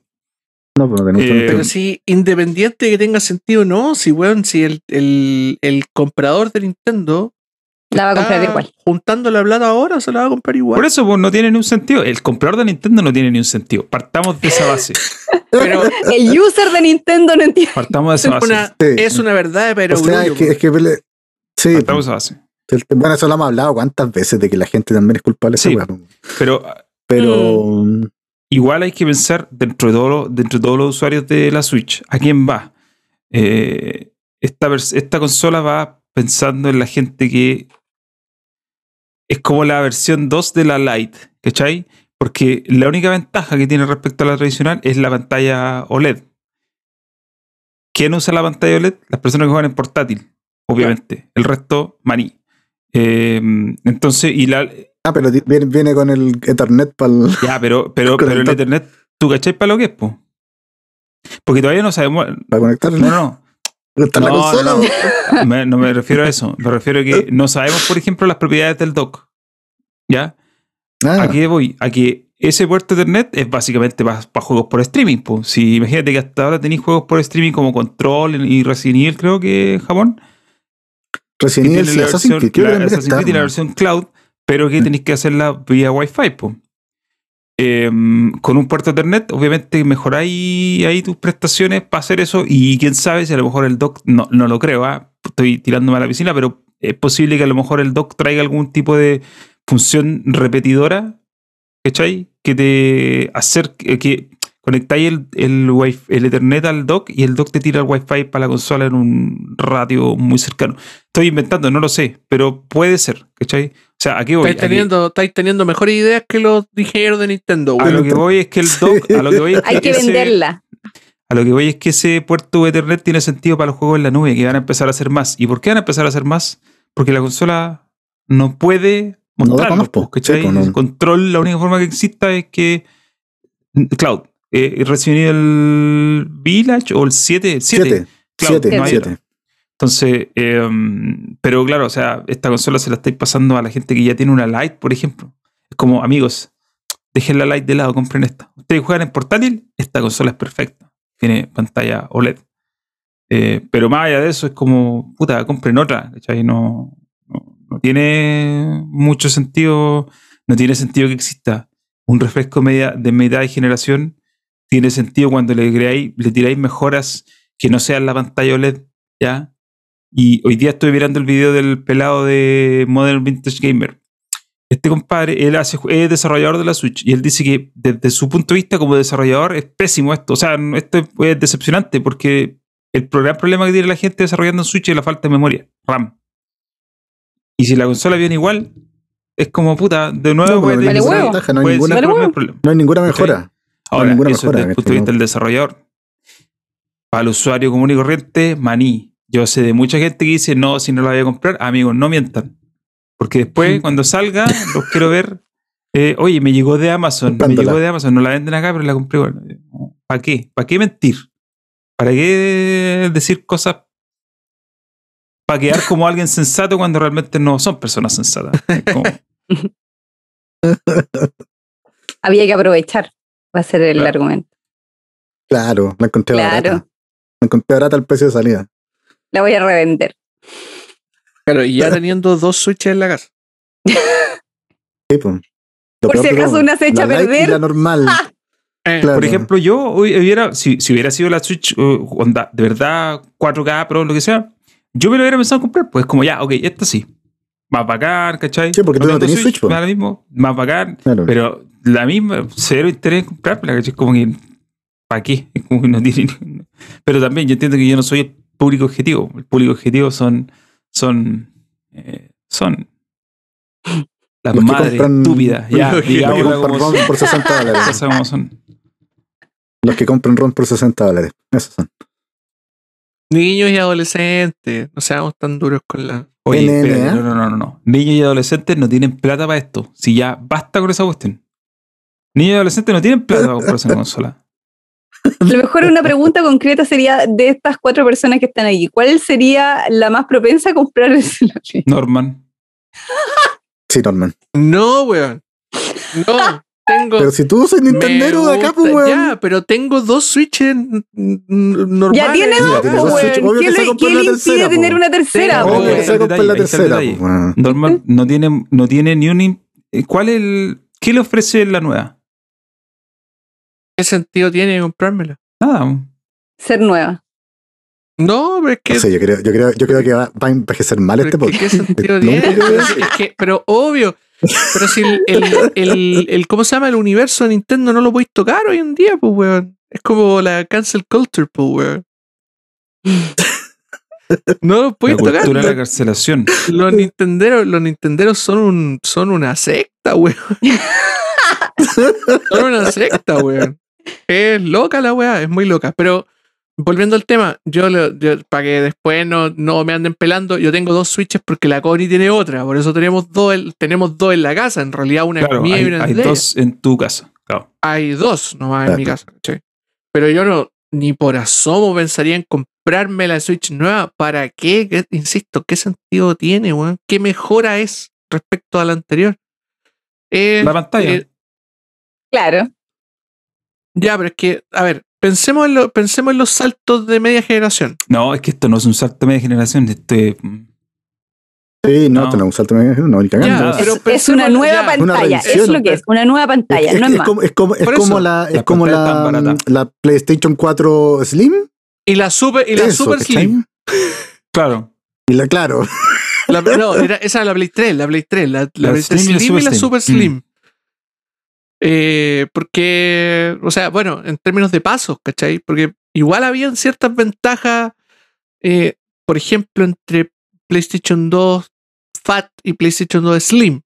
Speaker 2: No, pero tenemos
Speaker 5: Eh,
Speaker 4: Pero
Speaker 2: tanto-
Speaker 4: si independiente de que tenga sentido o no, si weón, si el, el, el comprador de Nintendo
Speaker 3: La va a comprar
Speaker 4: está
Speaker 3: igual.
Speaker 4: juntando la plata ahora, se la va a comprar igual.
Speaker 5: Por eso pues, no tiene ni un sentido, el comprador de Nintendo no tiene ni un sentido, partamos de esa base,
Speaker 4: pero
Speaker 3: El user de Nintendo no entiende.
Speaker 5: partamos de
Speaker 4: es
Speaker 5: esa base.
Speaker 4: una,
Speaker 2: Sí.
Speaker 4: es una verdad, pero
Speaker 2: O sea, es
Speaker 5: pues.
Speaker 2: que, es que pele- Sí,
Speaker 5: Partamos de esa base.
Speaker 2: el- bueno, eso lo hemos hablado cuántas veces de que la gente también es culpable de esa
Speaker 5: Sí.
Speaker 2: weá, weón.
Speaker 5: Pero
Speaker 2: Pero mm,
Speaker 5: igual hay que pensar dentro de, todo lo- dentro de todos los usuarios de la Switch, ¿a quién va? Eh, esta, vers- esta consola va pensando en la gente que es como la versión 2 de la Lite, ¿cachai? Porque la única ventaja que tiene respecto a la tradicional es la pantalla OLED. ¿Quién usa la pantalla OLED? Las personas que juegan en portátil, obviamente. El resto, maní. Eh, entonces, y la,
Speaker 2: Ah, pero di- viene, viene con el Ethernet para
Speaker 5: ya, pero, pero,
Speaker 2: Con
Speaker 5: pero
Speaker 2: el
Speaker 5: el
Speaker 2: top.
Speaker 5: Ethernet, ¿tú cachai para lo que es, po? Porque todavía no sabemos.
Speaker 2: conectar
Speaker 5: No, no,
Speaker 2: conectar la
Speaker 5: No,
Speaker 2: consola.
Speaker 5: no.
Speaker 2: weón.
Speaker 5: no. Me- no me refiero a eso. Me refiero a que no sabemos, por ejemplo, las propiedades del dock. ¿Ya?
Speaker 2: Ah,
Speaker 5: ¿A qué voy? A que ese puerto Ethernet es básicamente para juegos por streaming, po. Si imagínate que hasta ahora tenéis juegos por streaming como Control y Resident Evil, creo que en Japón.
Speaker 2: Resident
Speaker 5: que
Speaker 2: Evil
Speaker 5: tiene
Speaker 2: y
Speaker 5: la
Speaker 2: Assassin's
Speaker 5: versión,
Speaker 2: Creed. Yo
Speaker 5: la-
Speaker 2: creo que
Speaker 5: Assassin's Creed
Speaker 2: está-
Speaker 5: tiene la versión cloud, pero que tenéis que hacerla vía Wi-Fi, po. Em, con un puerto Ethernet, obviamente mejoráis ahí tus prestaciones para hacer eso. Y quién sabe si a lo mejor el dock, no, no lo creo, ah, estoy tirándome a la piscina, pero es posible que a lo mejor el dock traiga algún tipo de función repetidora, ¿cachai? Que te hacer que, que conectáis el, el, wi- el Ethernet al dock y el dock te tira el Wi-Fi para la consola en un ratio muy cercano. Estoy inventando, no lo sé, pero puede ser, ¿cachai? O sea, aquí voy.
Speaker 4: estáis,
Speaker 5: a que-
Speaker 4: teniendo, estáis teniendo mejores ideas que los ingenieros de Nintendo.
Speaker 5: a
Speaker 4: weón.
Speaker 5: lo que voy es que el dock, a lo que voy es que
Speaker 3: Hay que
Speaker 5: ese-
Speaker 3: venderla.
Speaker 5: a lo que voy es que ese puerto Ethernet tiene sentido para los juegos en la nube, que van a empezar a hacer más. ¿Y por qué van a empezar a hacer más? Porque la consola no puede
Speaker 2: No da
Speaker 5: mostrarlo. pues,
Speaker 2: pa' más, po.
Speaker 5: ¿cachai?
Speaker 2: Sí, po, no.
Speaker 5: El control, la única forma que exista es que cloud. Eh, recibí el Village o el 7, el 7.
Speaker 2: Siete.
Speaker 5: Cloud,
Speaker 2: Siete,
Speaker 5: no hay
Speaker 2: siete.
Speaker 5: otra. Entonces, em, pero claro, o sea, esta consola se la estáis pasando a la gente que ya tiene una Lite, por ejemplo. Es como, amigos, dejen la Lite de lado, compren esta. Ustedes juegan en portátil, esta consola es perfecta. Tiene pantalla OLED. Eh, pero más allá de eso, es como, puta, compren otra. ¿cachai? No, no, no tiene mucho sentido, no tiene sentido que exista un refresco media, de mitad de generación. Tiene sentido cuando le, creáis, le tiráis mejoras que no sean la pantalla OLED, ¿ya? Y hoy día estoy mirando el video del pelado de Modern Vintage Gamer. Este compadre, él hace, es desarrollador de la Switch y él dice que desde su punto de vista como desarrollador es pésimo esto. O sea, no- esto es- es decepcionante porque el pro- gran problema que tiene la gente desarrollando en Switch es la falta de memoria, RAM. Y si la consola viene igual, es como puta, de nuevo
Speaker 2: No, pero
Speaker 5: puede
Speaker 2: no hay
Speaker 3: Vale
Speaker 5: tener-
Speaker 2: ninguna
Speaker 3: huevo.
Speaker 2: ventaja, no hay
Speaker 5: puede
Speaker 2: ninguna-
Speaker 5: ser
Speaker 3: Vale
Speaker 5: el
Speaker 3: huevo.
Speaker 5: primer problema.
Speaker 2: no hay ninguna mejora.
Speaker 5: Ahora,
Speaker 2: ninguna
Speaker 5: eso
Speaker 2: mejora, este
Speaker 5: desde el punto
Speaker 2: ¿cachai?
Speaker 5: de vista del desarrollador. Para el usuario común y corriente, maní. Yo sé de mucha gente que dice, no, si no la voy a comprar, amigos, no mientan. Porque
Speaker 2: Mm.
Speaker 5: después, cuando salga, los quiero ver. eh, Oye, me llegó de Amazon, me
Speaker 2: Comprándola.
Speaker 5: llegó de Amazon, no la venden acá, pero la compré igual. ¿Para qué? ¿Para qué mentir? ¿Para qué decir cosas para quedar como alguien sensato cuando realmente no son personas sensatas? Es como-
Speaker 3: Había que aprovechar. Va a ser el
Speaker 5: Claro.
Speaker 3: argumento.
Speaker 2: Claro, la encontré
Speaker 3: Claro.
Speaker 2: barata. La encontré barata al precio de salida.
Speaker 3: La voy a revender.
Speaker 4: Claro, y ya teniendo dos switches en la casa.
Speaker 2: Sí, po. Lo
Speaker 3: Por
Speaker 2: peor
Speaker 3: si
Speaker 2: de
Speaker 3: acaso
Speaker 2: todo,
Speaker 3: una se echa
Speaker 2: la
Speaker 3: a
Speaker 2: Lite y
Speaker 3: perder.
Speaker 2: La normal.
Speaker 4: Eh,
Speaker 2: Claro.
Speaker 5: Por ejemplo, yo hoy hubiera, si, si hubiera sido la Switch, eh, onda, de verdad, 4K Pro, lo que sea, yo me lo hubiera pensado comprar. Pues como ya, ok, esta sí. Más bacán, ¿cachai?
Speaker 2: Sí, porque tú no tenés Switch, po.
Speaker 5: me da lo mismo, más bacán.
Speaker 2: Claro.
Speaker 5: Pero la misma, cero interés en comprarla, ¿cachai? Como que, ¿para qué? Es como que no tiene. ni- Pero también yo entiendo que yo no soy el público objetivo. El público objetivo son. Son. eh, son. Las
Speaker 2: Los que
Speaker 5: madres
Speaker 2: compran-
Speaker 5: estúpidas. Ya,
Speaker 2: los que, los que
Speaker 5: digámoslo
Speaker 2: compran
Speaker 5: como
Speaker 2: ron
Speaker 5: son.
Speaker 2: por 60 dólares.
Speaker 5: Cosas como son.
Speaker 2: los que compran ron por 60 dólares. Esos son.
Speaker 4: Niños y adolescentes, no seamos tan duros con la.
Speaker 5: Oye,
Speaker 2: NNA.
Speaker 5: espérate, no, no, no, no, no. Niños y adolescentes no tienen plata para esto. Si ya basta con esa cuestión. Niños y adolescentes no tienen plata para comprarse una consola.
Speaker 3: A lo mejor una pregunta concreta sería de estas cuatro personas que están aquí, ¿cuál sería la más propensa a comprar el celular?
Speaker 5: Norman.
Speaker 2: Sí, Norman.
Speaker 4: Oh. No, weón. No, tengo.
Speaker 2: Pero si tú soy
Speaker 4: me
Speaker 2: Nintendero de acá, pues,
Speaker 4: gusta-
Speaker 2: weón.
Speaker 4: Ya, pero tengo dos switches n- n- normales.
Speaker 3: Ya tiene
Speaker 2: Mira,
Speaker 3: dos,
Speaker 2: tiene
Speaker 3: po,
Speaker 2: dos
Speaker 3: weón.
Speaker 2: Switch. Obvio
Speaker 3: ¿Qué
Speaker 2: que
Speaker 3: le,
Speaker 2: se
Speaker 3: qué
Speaker 2: compró
Speaker 3: le
Speaker 2: la
Speaker 3: impide
Speaker 2: tercera,
Speaker 3: tener
Speaker 2: po.
Speaker 3: una tercera?
Speaker 4: Sí,
Speaker 3: po,
Speaker 2: Obvio
Speaker 4: Oye,
Speaker 2: que
Speaker 3: weón?
Speaker 2: se compra la
Speaker 5: Ahí está el
Speaker 2: tercera,
Speaker 5: detalle.
Speaker 2: pues, weón.
Speaker 5: Norman no tiene, no tiene ni un. in- eh, ¿Cuál es el. ¿Qué le ofrece la nueva?
Speaker 4: ¿Qué sentido tiene comprármela?
Speaker 5: Nada.
Speaker 3: Ser nueva.
Speaker 4: No, pero es que.
Speaker 2: No sé, yo creo, yo creo, yo creo que va, va a envejecer mal
Speaker 4: pero
Speaker 2: este
Speaker 4: es que
Speaker 2: podcast.
Speaker 4: ¿Qué sentido
Speaker 2: Lo
Speaker 4: tiene?
Speaker 2: único que voy a
Speaker 4: Pero,
Speaker 2: decir-
Speaker 4: es que- pero obvio. Pero si el, el, el- el- ¿Cómo se llama? El universo de Nintendo no lo podéis tocar hoy en día, pues, weón. Es como la cancel culture, pues, weón. No lo
Speaker 5: La
Speaker 4: podéis tocar.
Speaker 5: cultura de la
Speaker 4: Los,
Speaker 5: carcelación.
Speaker 4: los nintenderos, los nintenderos son un, son una secta, weón. son una secta, weón. Es loca la weá, es muy loca. Pero volviendo al tema, yo, para que después no, no me anden pelando, yo tengo dos switches porque la Cori tiene otra. Por eso tenemos dos, en- tenemos dos en la casa. En realidad, una es
Speaker 5: Claro,
Speaker 4: mía
Speaker 5: hay,
Speaker 4: y una
Speaker 5: hay
Speaker 4: es de ella.
Speaker 5: dos en tu casa. Claro.
Speaker 4: Hay dos nomás en mi
Speaker 2: Claro.
Speaker 4: casa. ¿cachai? Pero yo no, ni por asomo pensaría en comprarme la Switch nueva. ¿Para qué? ¿Qué- insisto, ¿qué sentido tiene, weón? ¿Qué mejora es respecto a la anterior? Eh,
Speaker 5: La pantalla.
Speaker 4: eh,
Speaker 3: Claro.
Speaker 4: ya, pero es que, a ver, pensemos en, lo- pensemos en los saltos de media generación.
Speaker 5: No, es que esto no es un salto de media generación. Esto es mm,
Speaker 2: Sí, no,
Speaker 5: No. Ah,
Speaker 2: te la usaste, me- no, ni cagando.
Speaker 5: Ya,
Speaker 2: Es-
Speaker 5: pero
Speaker 3: Es- es una nueva
Speaker 4: pantalla.
Speaker 2: Una
Speaker 3: pantalla.
Speaker 2: revisión,
Speaker 3: es lo que es, una nueva pantalla,
Speaker 2: es, es-
Speaker 3: no es
Speaker 2: es
Speaker 3: más.
Speaker 2: como, es como, es
Speaker 4: Por
Speaker 2: como
Speaker 4: eso,
Speaker 2: la, es
Speaker 5: la
Speaker 2: como
Speaker 5: pantalla es tan
Speaker 2: la, mm,
Speaker 5: barata.
Speaker 2: la PlayStation 4 Slim.
Speaker 4: Y la super, y la
Speaker 2: eso,
Speaker 4: super
Speaker 2: ¿cachai?
Speaker 4: slim.
Speaker 5: Claro.
Speaker 2: Y la, claro,
Speaker 4: La- no, era- esa era la Play 3, la Play 3, la, la
Speaker 5: La
Speaker 4: Play 3
Speaker 5: Slim y la
Speaker 4: Slim y la
Speaker 5: Super
Speaker 4: Super
Speaker 5: Slim. Mm.
Speaker 4: Slim. Eh, porque, o sea, bueno, en términos de pasos, ¿cachai? Porque igual habían ciertas ventajas, eh, por ejemplo, entre PlayStation 2 Fat y PlayStation 2 Slim.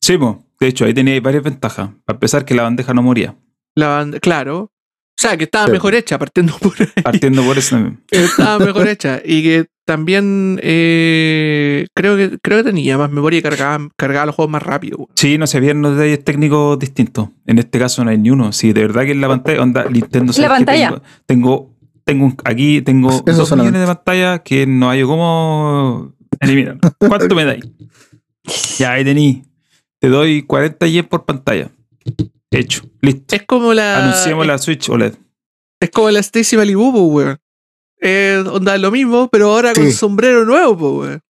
Speaker 5: Sí, po. De hecho, ahí tenía varias ventajas. Para empezar, que la bandeja no moría.
Speaker 4: La banda, claro. O sea, que estaba
Speaker 2: Sí.
Speaker 4: mejor hecha, partiendo por ahí.
Speaker 5: Partiendo por eso también.
Speaker 4: Estaba mejor hecha. Y que también eh, creo que creo que tenía más memoria y cargaba, cargaba los juegos más rápido. weón.
Speaker 5: Sí, no se habían los detalles técnicos distintos. En este caso no hay ni uno. Sí, de verdad que en la pantalla, onda, Nintendo. ¿sabes qué?
Speaker 3: pantalla.
Speaker 5: Tengo, tengo, tengo un- aquí tengo
Speaker 2: Eso
Speaker 5: dos
Speaker 2: solamente.
Speaker 5: millones de pantallas que no hay cómo eliminar. ¿Cuánto me dais? Ya, ahí tení. Te doy 40 yen por pantalla. Hecho. Listo.
Speaker 4: Es como la.
Speaker 5: Anunciamos la Switch E OLED.
Speaker 4: Es como la Stacy Malibu, po, weón. Eh, onda lo mismo, pero ahora con
Speaker 2: Sí.
Speaker 4: sombrero nuevo, po, weón.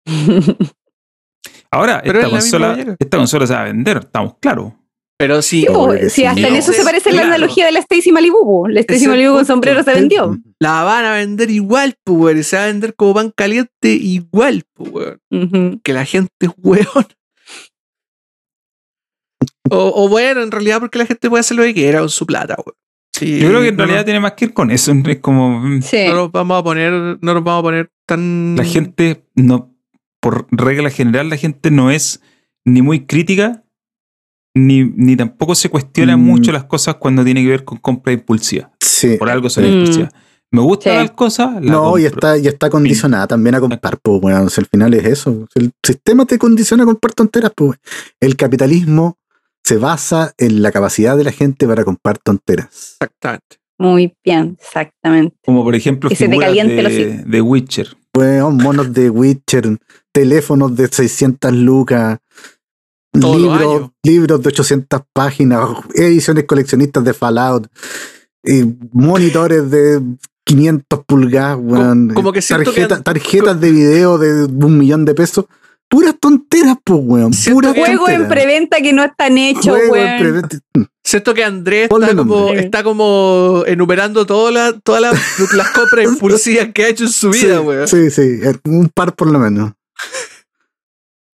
Speaker 5: Ahora,
Speaker 4: Pero
Speaker 5: esta
Speaker 4: es la misma
Speaker 5: consola,
Speaker 4: muñeca.
Speaker 5: esta consola se va a vender, estamos claros.
Speaker 4: Pero sí,
Speaker 3: Sí, po,
Speaker 2: Obvio que
Speaker 3: sí,
Speaker 2: sí.
Speaker 3: hasta en eso se
Speaker 4: Claro.
Speaker 3: parece la analogía de la Stacy Malibu. po. La
Speaker 4: Ese
Speaker 3: Stacy Malibu con
Speaker 4: punto.
Speaker 3: sombrero se vendió.
Speaker 4: la van a vender igual, po, weón. y Se va a vender como pan caliente igual, po, weón.
Speaker 3: Ujú.
Speaker 4: Que la gente es weón. O, o bueno, en realidad, porque la gente puede hacer lo que quiera con su plata, weón. Sí,
Speaker 5: Yo creo que en
Speaker 4: no
Speaker 5: realidad tiene más que ir con eso. Es como. mm,
Speaker 3: Sí.
Speaker 4: nos- no nos vamos a poner, no nos vamos a poner tan.
Speaker 5: La
Speaker 3: Mm.
Speaker 5: gente no, por regla general, la gente no es ni muy crítica, ni, ni tampoco se cuestiona
Speaker 2: Mm.
Speaker 5: mucho las cosas cuando tiene que ver con compra impulsiva.
Speaker 2: sí.
Speaker 5: Por algo sale
Speaker 3: Mm.
Speaker 5: impulsiva. Me gusta
Speaker 3: Sí.
Speaker 5: tal cosa, la
Speaker 2: No,
Speaker 5: compro.
Speaker 2: y está, y está condicionada también a comprar, pues, bueno, si al final es eso. Si El sistema te condiciona a comprar tonteras, pues. El capitalismo se basa en la capacidad de la gente para comprar tonteras.
Speaker 4: Exactamente.
Speaker 3: Muy bien, exactamente.
Speaker 5: Como por ejemplo
Speaker 3: que se te
Speaker 5: figuras
Speaker 3: caliente el
Speaker 5: de, de Witcher.
Speaker 2: Bueno, monos de Witcher, teléfonos de 600 lucas,
Speaker 4: Todos los
Speaker 2: libros,
Speaker 4: años.
Speaker 2: libros de 800 páginas, ediciones coleccionistas de Fallout, eh, monitores de 500 pulgadas, weón,
Speaker 4: como que siento que
Speaker 2: tarjeta-
Speaker 4: han-
Speaker 2: tarjetas de video de un millón de pesos. Puras tonteras, pues, weón.
Speaker 4: Siento
Speaker 2: Puras
Speaker 4: que-
Speaker 3: Juego en
Speaker 2: tonteras.
Speaker 3: preventa que no están hechos,
Speaker 2: Juego en
Speaker 3: weón.
Speaker 2: preventa.
Speaker 4: Siento que Andrés
Speaker 2: Ponle
Speaker 4: está como,
Speaker 2: nombre.
Speaker 4: está como enumerando todas las todas las- las compras impulsivas que ha hecho en su vida,
Speaker 2: Sí,
Speaker 4: weón.
Speaker 2: sí, sí, eh, un par por lo menos.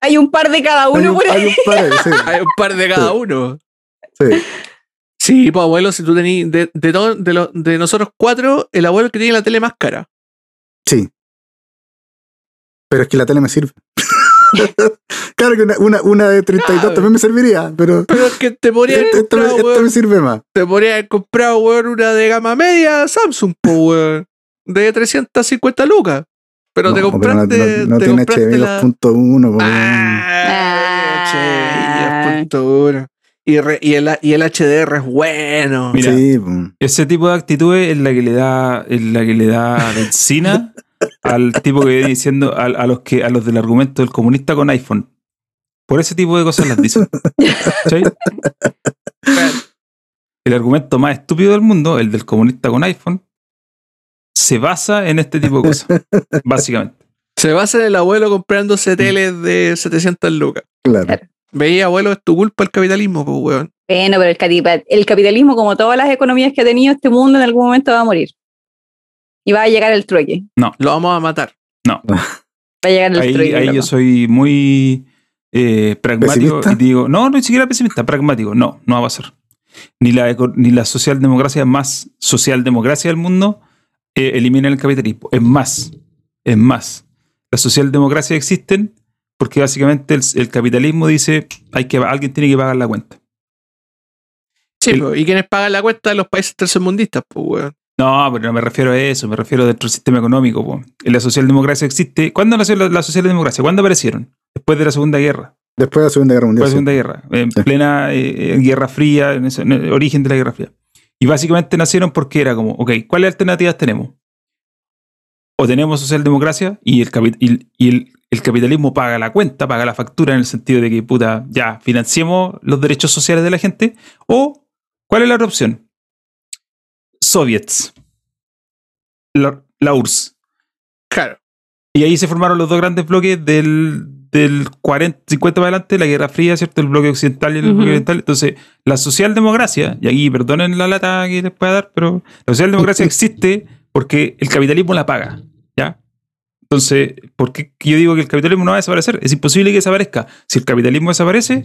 Speaker 3: Hay un par de cada
Speaker 2: Hay
Speaker 3: uno
Speaker 2: un-
Speaker 3: por
Speaker 2: hay
Speaker 3: ahí.
Speaker 2: un par, sí,
Speaker 4: Hay un par de cada
Speaker 2: Sí.
Speaker 4: uno.
Speaker 2: sí.
Speaker 4: Sí, pues abuelo, si tú tenés. De, de, todo- de, lo- de nosotros cuatro, el abuelo que tiene la tele más cara.
Speaker 2: Sí. Pero es que la tele me sirve. claro que una, una, una de 32
Speaker 4: Claro.
Speaker 2: también me serviría, pero
Speaker 4: Pero es que te podría haber
Speaker 2: esta, esta Este, me,
Speaker 4: comprado,
Speaker 2: esta
Speaker 4: weón,
Speaker 2: me sirve más.
Speaker 4: te podría haber comprado, weón, una de gama media Samsung, po, weón, De 350 lucas. Pero te
Speaker 2: No, pero no-
Speaker 4: compraste.
Speaker 2: no, no
Speaker 4: te
Speaker 2: tiene
Speaker 4: compraste
Speaker 2: HDMI
Speaker 4: la-
Speaker 2: 2.1. weón.
Speaker 4: Ah,
Speaker 3: Ah.
Speaker 4: che, y es punto uno. Y, re- y el, y el HDR es bueno.
Speaker 5: Mira.
Speaker 2: Sí, weón.
Speaker 5: Ese tipo de actitudes es la que le da, es la que le da benzina al tipo que viene diciendo al- a, los que, a los del argumento del comunista con iPhone. Por ese tipo de cosas las dicen. ¿Cachai? El argumento más estúpido del mundo, el del comunista con iPhone, se basa en este tipo de cosas, básicamente.
Speaker 4: Se basa en el abuelo comprándose teles de 700 lucas.
Speaker 2: claro.
Speaker 4: Veía, abuelo, es tu culpa el capitalismo, pues, weón.
Speaker 3: Bueno, pero el, catipa- el capitalismo, como todas las economías que ha tenido este mundo, en algún momento va a morir. Y va a llegar el trueque.
Speaker 4: Lo vamos a matar.
Speaker 3: Va a llegar el
Speaker 5: Ahí,
Speaker 3: trueque.
Speaker 5: ahí
Speaker 3: loco.
Speaker 5: yo soy muy eh, pragmático
Speaker 2: ¿Pesimista?
Speaker 5: y digo, no, no ni siquiera pesimista, pragmático, no, no va a pasar. Ni la, eco- ni la socialdemocracia más socialdemocracia del mundo eh, elimina el capitalismo. Es más, es más. Las socialdemocracias existen porque básicamente el, el capitalismo dice hay que alguien tiene que pagar la cuenta.
Speaker 4: Sí,
Speaker 5: El-
Speaker 4: po, y quienes pagan la cuenta de los países tercermundistas, pues, weón.
Speaker 5: No, pero no me refiero a eso, me refiero dentro del sistema económico. po. La socialdemocracia existe. ¿Cuándo nació la, la socialdemocracia? ¿Cuándo aparecieron? Después de la Segunda Guerra.
Speaker 2: Después de la Segunda Guerra Mundial.
Speaker 5: Después de la Segunda Guerra, en plena eh, eh, Guerra Fría, en, ese- en el origen de la Guerra Fría. Y básicamente nacieron porque era como, ok, ¿cuáles alternativas tenemos? O tenemos socialdemocracia y el, capi- y el- y el- el capitalismo paga la cuenta, paga la factura en el sentido de que, puta, ya, financiemos los derechos sociales de la gente. O, ¿cuál es la otra opción? Soviets. La, la URSS.
Speaker 4: Claro.
Speaker 5: Y ahí se formaron los dos grandes bloques del, del 40, 50 para adelante, la Guerra Fría, ¿cierto? El bloque occidental y el
Speaker 3: Ujú.
Speaker 5: bloque oriental. Entonces, la socialdemocracia, y aquí perdonen la lata que les pueda dar, pero la socialdemocracia existe porque el capitalismo la paga, ¿ya? Entonces, ¿por qué yo digo que el capitalismo no va a desaparecer? Es imposible que desaparezca. Si el capitalismo desaparece,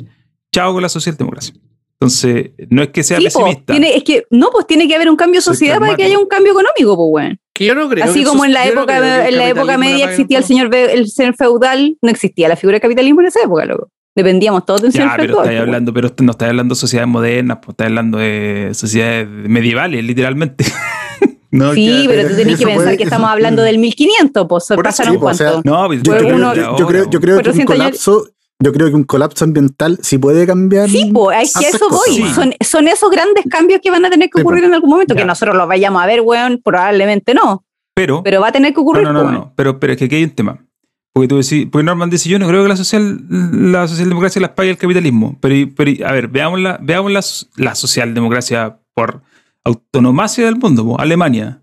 Speaker 5: chao con la socialdemocracia. Entonces, no es que sea
Speaker 3: Sí, po,
Speaker 5: pesimista.
Speaker 3: tiene- es que, no, pues tiene que haber un cambio de
Speaker 5: Soy
Speaker 3: sociedad para que
Speaker 5: pragmático.
Speaker 3: haya un cambio económico, pues, weón.
Speaker 4: Que yo no creo.
Speaker 3: Así
Speaker 4: que
Speaker 3: como
Speaker 4: eso-
Speaker 3: en la
Speaker 4: yo no
Speaker 3: época,
Speaker 4: creo que el
Speaker 3: en la época
Speaker 4: capitalismo la
Speaker 3: media
Speaker 4: pague
Speaker 3: existía el
Speaker 4: tampoco.
Speaker 3: señor, be- el señor feudal, no existía la figura del capitalismo en esa época, loco. Dependíamos todos de un
Speaker 5: Ya,
Speaker 3: señor
Speaker 5: pero
Speaker 3: feudal.
Speaker 5: estáis
Speaker 3: po,
Speaker 5: hablando, pero no estáis hablando de sociedades modernas, pues estáis hablando de sociedades medievales, literalmente.
Speaker 3: weón. Sí, pero tú tenés
Speaker 2: eso
Speaker 3: que pensar
Speaker 2: puede-
Speaker 3: que
Speaker 2: eso-
Speaker 3: estamos hablando del 1500, pues,
Speaker 5: eso,
Speaker 3: pasaron
Speaker 5: sí,
Speaker 2: po, o sea,
Speaker 3: cuánto.
Speaker 5: No, pues,
Speaker 2: Yo,
Speaker 3: Pero
Speaker 2: creo,
Speaker 3: uno-
Speaker 2: yo- yo creo, yo creo que un
Speaker 3: 400 años-
Speaker 2: colapso, yo creo que un colapso ambiental sí puede cambiar.
Speaker 3: Sí, pues, es que a
Speaker 2: Hacer
Speaker 3: eso
Speaker 2: cosas,
Speaker 3: voy.
Speaker 2: weón.
Speaker 3: Son, son esos grandes cambios que van a tener que
Speaker 2: Sí, po.
Speaker 3: ocurrir en algún momento.
Speaker 5: Ya.
Speaker 3: Que nosotros los vayamos a ver, weón, probablemente no.
Speaker 5: pero,
Speaker 3: Pero va a tener que ocurrir,
Speaker 5: no, no, no,
Speaker 3: po,
Speaker 5: no,
Speaker 3: weón.
Speaker 5: pero, pero es que aquí hay un tema. Porque tú decís, porque Norman dice, yo no creo que la social, la socialdemocracia las pague el capitalismo. Pero, y- pero y- a ver, veamos la, veamos la, s- la socialdemocracia por autonomacia del mundo, po, Alemania.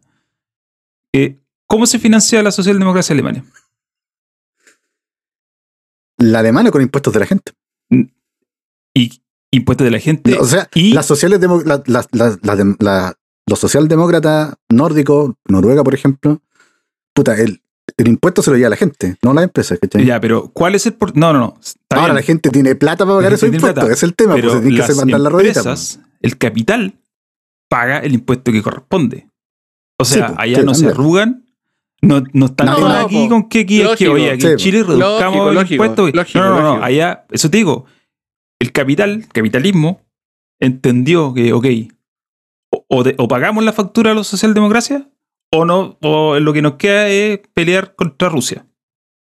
Speaker 5: Eh, ¿Cómo se financia la socialdemocracia alemana?
Speaker 2: La alemana con impuestos de la gente.
Speaker 5: Y impuestos de la gente.
Speaker 2: o sea,
Speaker 5: y-
Speaker 2: las sociales demo- la- la- la- la dem- la- los socialdemócratas nórdicos, Noruega, por ejemplo, puta, el, el impuesto se lo lleva a la gente, no a las empresas. ¿cachai?
Speaker 5: Ya, pero ¿cuál es el por- No, no, no. está
Speaker 2: Ahora
Speaker 5: bien.
Speaker 2: la gente tiene plata para pagar
Speaker 5: La
Speaker 2: esos
Speaker 5: gente tiene
Speaker 2: impuestos,
Speaker 5: plata,
Speaker 2: es el tema, pues se tiene que hacer
Speaker 5: las
Speaker 2: mandar la ruedita. pues.
Speaker 5: empresas, el capital paga el impuesto que corresponde. O
Speaker 2: Sí,
Speaker 5: sea,
Speaker 2: pues,
Speaker 5: allá
Speaker 2: sí,
Speaker 5: no se
Speaker 2: también.
Speaker 5: arrugan, no, no están
Speaker 2: No,
Speaker 5: de nada
Speaker 4: no,
Speaker 5: aquí
Speaker 4: po.
Speaker 5: con qué aquí es que,
Speaker 4: Lógico.
Speaker 5: oye, aquí
Speaker 2: Sí,
Speaker 5: en
Speaker 2: pues.
Speaker 5: Chile reduzcamos
Speaker 4: Lógico,
Speaker 5: el
Speaker 4: lógico,
Speaker 5: impuesto.
Speaker 4: lógico,
Speaker 5: no, no, no,
Speaker 4: lógico.
Speaker 5: allá, eso te digo, el capital, capitalismo, entendió que, ok, o, o de- o pagamos la factura a los socialdemocracia o no, o lo que nos queda es pelear contra Rusia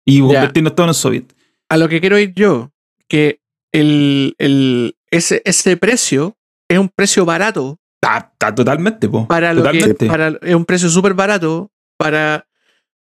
Speaker 5: y convertirnos todos en soviet.
Speaker 4: A lo que quiero ir yo, que el, el- ese, ese precio es un precio barato
Speaker 5: Está, está totalmente, po.
Speaker 4: para lo
Speaker 5: totalmente.
Speaker 4: que. Para, es un precio súper barato para,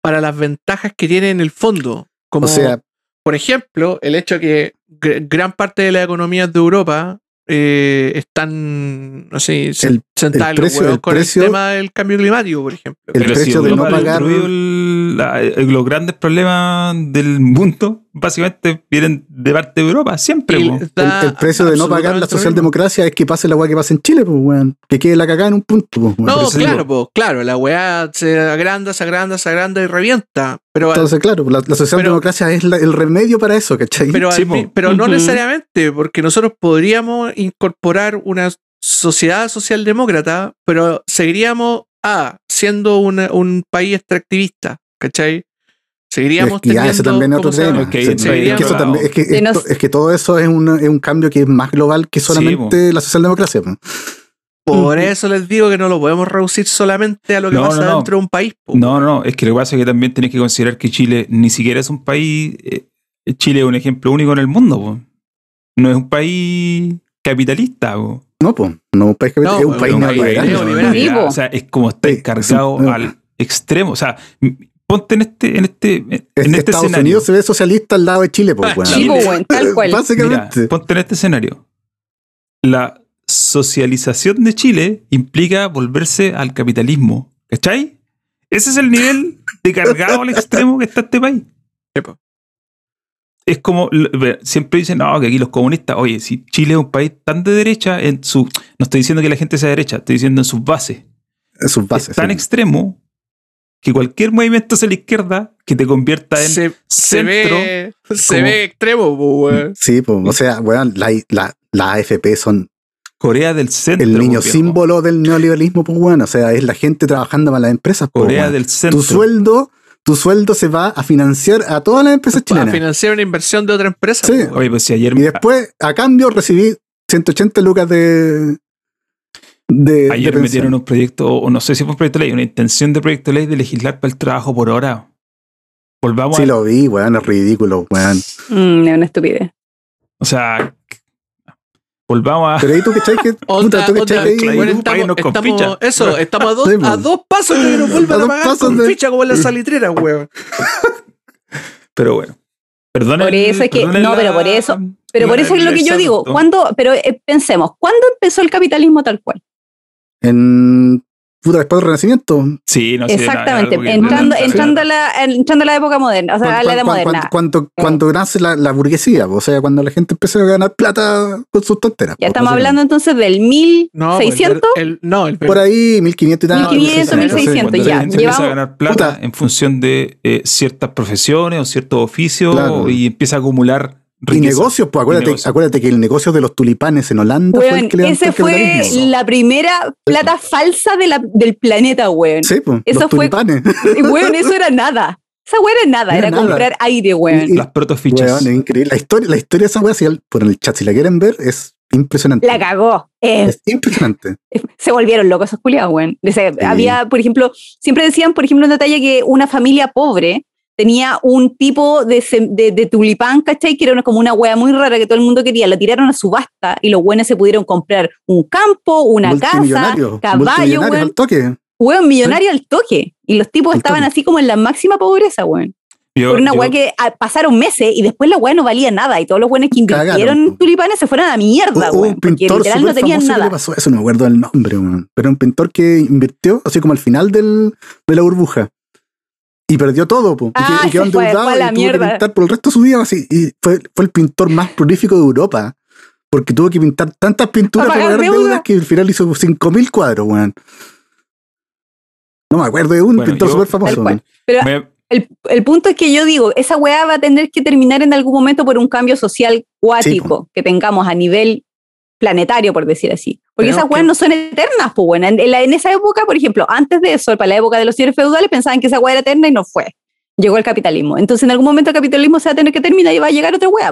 Speaker 4: para las ventajas que tiene en el fondo. Como,
Speaker 2: O sea,
Speaker 4: por ejemplo, el hecho que gr- gran parte de las economías de Europa eh, están, no sé, se-
Speaker 2: El-
Speaker 4: sentadas
Speaker 2: el
Speaker 4: en los
Speaker 2: precio-
Speaker 4: huevos
Speaker 2: el
Speaker 4: con
Speaker 2: precio-
Speaker 4: el tema del cambio climático, por ejemplo.
Speaker 2: el
Speaker 5: Pero si
Speaker 2: precio de no
Speaker 5: Europa
Speaker 2: pagar
Speaker 5: destruyó el- la- eh, los grandes problemas del mundo básicamente vienen de parte de Europa, siempre.
Speaker 4: Y
Speaker 5: po.
Speaker 2: El,
Speaker 4: da
Speaker 2: el precio de no pagar la
Speaker 4: absolutamente lo mismo.
Speaker 2: socialdemocracia es que pase la weá que pasa en Chile, pues, weón. Que quede la cagada en un punto, pues, weón.
Speaker 4: No,
Speaker 5: Pero te
Speaker 4: claro, po, claro, la weá se agranda, se agranda, se agranda y revienta. Pero,
Speaker 2: Entonces, claro, la, la socialdemocracia es la- el remedio para eso, ¿cachai?
Speaker 4: pero,
Speaker 5: Sí,
Speaker 4: al mi-
Speaker 5: po.
Speaker 4: pero no
Speaker 3: Ujú.
Speaker 4: necesariamente, porque nosotros podríamos incorporar una sociedad socialdemócrata, pero seguiríamos A, siendo una- un país extractivista, ¿cachai? Seguiríamos
Speaker 2: Es que ya,
Speaker 4: teniendo.
Speaker 2: ese también es
Speaker 4: ¿cómo
Speaker 2: otro
Speaker 4: se llama?
Speaker 2: tema.
Speaker 5: Ok,
Speaker 2: Sí,
Speaker 5: sí,
Speaker 2: es que eso
Speaker 5: claro.
Speaker 2: también- es que
Speaker 3: De
Speaker 2: esto-
Speaker 3: nos-
Speaker 2: es que todo eso es un, es un cambio que es más global que solamente la socialdemocracia. po.
Speaker 4: Por eso les digo que no lo podemos reducir solamente a lo que
Speaker 5: No,
Speaker 4: pasa
Speaker 5: no, no.
Speaker 4: dentro de un país. po.
Speaker 5: No, no, es que lo que pasa es que también tenés que considerar que Chile ni siquiera es un país. eh, Chile es un ejemplo único en el mundo. po. No es un país capitalista. po.
Speaker 2: No, pues, no un país capital-
Speaker 4: No,
Speaker 2: es
Speaker 4: po,
Speaker 2: un país
Speaker 4: es un país
Speaker 2: neoliberal.
Speaker 4: neoliberal.
Speaker 3: Sí, po.
Speaker 5: O sea, es como está
Speaker 2: Sí,
Speaker 5: encargado
Speaker 2: sí.
Speaker 5: al extremo. O sea, m- ponte en este, en este,
Speaker 2: Es-
Speaker 5: en este
Speaker 2: Estados
Speaker 5: escenario.
Speaker 2: Unidos se ve socialista al lado de Chile, pues,
Speaker 5: Ah,
Speaker 2: weón.
Speaker 3: Sí,
Speaker 5: Chile.
Speaker 3: pues, weón, tal cual.
Speaker 5: Mira,
Speaker 2: Básicamente.
Speaker 5: ponte en este escenario. La socialización de Chile implica volverse al capitalismo. ¿Cachai? Ese es el nivel de cargado al extremo que está este país.
Speaker 4: Epo.
Speaker 5: Es como l- ve, siempre dicen, no, que aquí los comunistas, oye, si Chile es un país tan de derecha, en su, no estoy diciendo que la gente sea de derecha, estoy diciendo en sus bases.
Speaker 2: sus bases.
Speaker 5: es tan
Speaker 2: sí.
Speaker 5: extremo que cualquier movimiento hacia la izquierda que te convierta en
Speaker 4: se, se
Speaker 5: centro,
Speaker 4: ve, se
Speaker 5: como-
Speaker 4: ve extremo, po, weón.
Speaker 2: Sí, pues, o sea, weón, la, la, la AFP son
Speaker 5: Corea del Centro.
Speaker 2: el niño
Speaker 5: viejo.
Speaker 2: símbolo del neoliberalismo, pues, weón. O sea, es la gente trabajando para las empresas, pues,
Speaker 5: Corea
Speaker 2: weón.
Speaker 5: del Centro.
Speaker 2: Tu sueldo, tu sueldo se va a financiar a todas las empresas
Speaker 4: Para
Speaker 2: chilenas.
Speaker 4: financiar una inversión de otra empresa.
Speaker 2: Sí.
Speaker 4: po, weón.
Speaker 5: Oye, pues si ayer,
Speaker 2: Y después, a cambio, recibí 180 lucas de. de
Speaker 5: ayer
Speaker 2: de
Speaker 5: metieron
Speaker 2: pensión.
Speaker 5: un proyecto, o no sé si fue un proyecto de ley, una intención de proyecto de ley de legislar para el trabajo por hora. Volvamos
Speaker 2: Sí,
Speaker 5: a-
Speaker 2: lo vi, weón, es ridículo, weón.
Speaker 3: Mm, es una estupidez.
Speaker 5: O sea, volvamos a.
Speaker 2: Pero ahí tú cachai que. puta,
Speaker 4: Onda,
Speaker 2: tú
Speaker 4: onda,
Speaker 2: cachai que ahí-
Speaker 5: claro.
Speaker 4: bueno,
Speaker 5: Perú,
Speaker 4: estamos,
Speaker 5: páguenos con
Speaker 4: estamos-
Speaker 5: ficha.
Speaker 4: eso, estamos a dos,
Speaker 2: Sí, po.
Speaker 4: a dos pasos que nos
Speaker 2: A
Speaker 4: vuelvan a,
Speaker 2: dos
Speaker 4: pagar
Speaker 2: pasos
Speaker 4: con
Speaker 2: de-
Speaker 4: ficha como en la salitrera, weón.
Speaker 5: Pero bueno. Perdón.
Speaker 3: Por eso es que- no, pero por eso- Pero por eso es lo que yo digo. ¿Cuándo, pero eh, pensemos, ¿cuándo empezó el capitalismo tal cual?
Speaker 2: En. Puta, después del Renacimiento.
Speaker 5: Sí, no sé. era- era
Speaker 3: Exactamente,
Speaker 5: algo que-
Speaker 3: entrando,
Speaker 5: era-
Speaker 3: entrando, a la, entrando a la época moderna, o sea, a la Eh. edad
Speaker 2: cuando,
Speaker 3: moderna.
Speaker 2: cuando, cuando nace la, la burguesía, po, o sea, cuando la gente empezó a ganar plata con sus tonteras. po,
Speaker 3: Ya estamos hablando
Speaker 2: básicamente.
Speaker 3: entonces del
Speaker 4: No, pues, el
Speaker 3: 1600.
Speaker 4: ver- el- no, el
Speaker 2: Por ahí, 1500 y tal.
Speaker 3: 1500,
Speaker 2: 1600,
Speaker 3: 1600,
Speaker 5: Cuando
Speaker 3: ya,
Speaker 5: la gente empieza a
Speaker 3: llevamos-
Speaker 5: ganar plata
Speaker 2: Puta.
Speaker 5: en función de eh, ciertas profesiones o ciertos oficios
Speaker 2: Claro.
Speaker 5: y empieza a acumular
Speaker 2: Y
Speaker 5: riqueza.
Speaker 2: negocios, pues acuérdate,
Speaker 5: Y negocios.
Speaker 2: acuérdate que el negocio de los tulipanes en Holanda fue el
Speaker 3: Weón,
Speaker 2: que levantó
Speaker 3: ese
Speaker 2: el
Speaker 3: fue
Speaker 2: capitalismo.
Speaker 3: la primera plata falsa de la- del planeta, weón.
Speaker 2: Sí, pues,
Speaker 3: Eso
Speaker 2: los
Speaker 3: fue-
Speaker 2: tulipanes.
Speaker 3: Y, Weón, eso era nada. Esa weón era
Speaker 2: Era
Speaker 3: nada, era,
Speaker 2: nada.
Speaker 3: comprar aire, weón.
Speaker 2: Y-
Speaker 5: Las protofichas.
Speaker 2: Weón, es increíble. La historia, la historia de esa wea, si al- por el chat, si la quieren ver, es impresionante.
Speaker 3: La cagó. Eh,
Speaker 2: Es impresionante.
Speaker 3: se volvieron locos esos culiados, weón. O sea, Había, por ejemplo, siempre decían, por ejemplo, en detalle que una familia pobre tenía un tipo de, sem- de, de tulipán, ¿cachai? Que era una- como una hueá muy rara que todo el mundo quería. La tiraron a subasta y los buenos se pudieron comprar un campo, una casa,
Speaker 2: Multimillonarios,
Speaker 3: caballo,
Speaker 2: multimillonarios
Speaker 3: weón.
Speaker 2: al toque.
Speaker 3: Weón, millonario al toque. Y los tipos
Speaker 2: Al
Speaker 3: estaban
Speaker 2: toque.
Speaker 3: así como en la máxima pobreza, weón.
Speaker 5: Yo-
Speaker 3: Por una
Speaker 5: yo-
Speaker 3: weá que ah, pasaron meses y después la weá no valía nada. Y todos los weones que invirtieron
Speaker 2: Cagaron,
Speaker 3: en tulipanes se fueron a la mierda,
Speaker 2: Hubo
Speaker 3: weón.
Speaker 2: un
Speaker 3: Porque
Speaker 2: pintor
Speaker 3: literal
Speaker 2: súper
Speaker 3: no tenían
Speaker 2: famoso que le
Speaker 3: nada.
Speaker 2: pasó eso, no me acuerdo el nombre, weón. pero un pintor que invirtió así como al final del, de la burbuja y perdió todo, po.
Speaker 3: Ah,
Speaker 2: y, que- y quedó
Speaker 3: se fue,
Speaker 2: endeudado
Speaker 3: fue a
Speaker 2: y
Speaker 3: la
Speaker 2: tuvo que
Speaker 3: mierda.
Speaker 2: pintar por el resto de su vida así. Y fue, fue el pintor más prolífico de Europa porque tuvo que pintar tantas pinturas
Speaker 3: Para
Speaker 2: para
Speaker 3: pagar
Speaker 2: pagar
Speaker 3: deuda.
Speaker 2: deudas que al final hizo 5.000 cuadros, weón. No me acuerdo de un
Speaker 5: Bueno,
Speaker 2: pintor
Speaker 5: yo-
Speaker 2: súper
Speaker 3: Tal
Speaker 2: famoso.
Speaker 3: cual.
Speaker 2: weón.
Speaker 5: me-
Speaker 3: El, el punto es que yo digo, esa weá va a tener que terminar en algún momento por un cambio social cuático que tengamos a nivel planetario, por decir así. Porque
Speaker 4: Tenemos
Speaker 3: esas weas
Speaker 4: que-
Speaker 3: no son eternas, pues bueno. En, en la- en esa época, por ejemplo, antes de eso, para la época de los señores feudales, pensaban que esa weá era eterna y no fue. Llegó el capitalismo. Entonces, en algún momento el capitalismo se va a tener que terminar y va a llegar otra weá.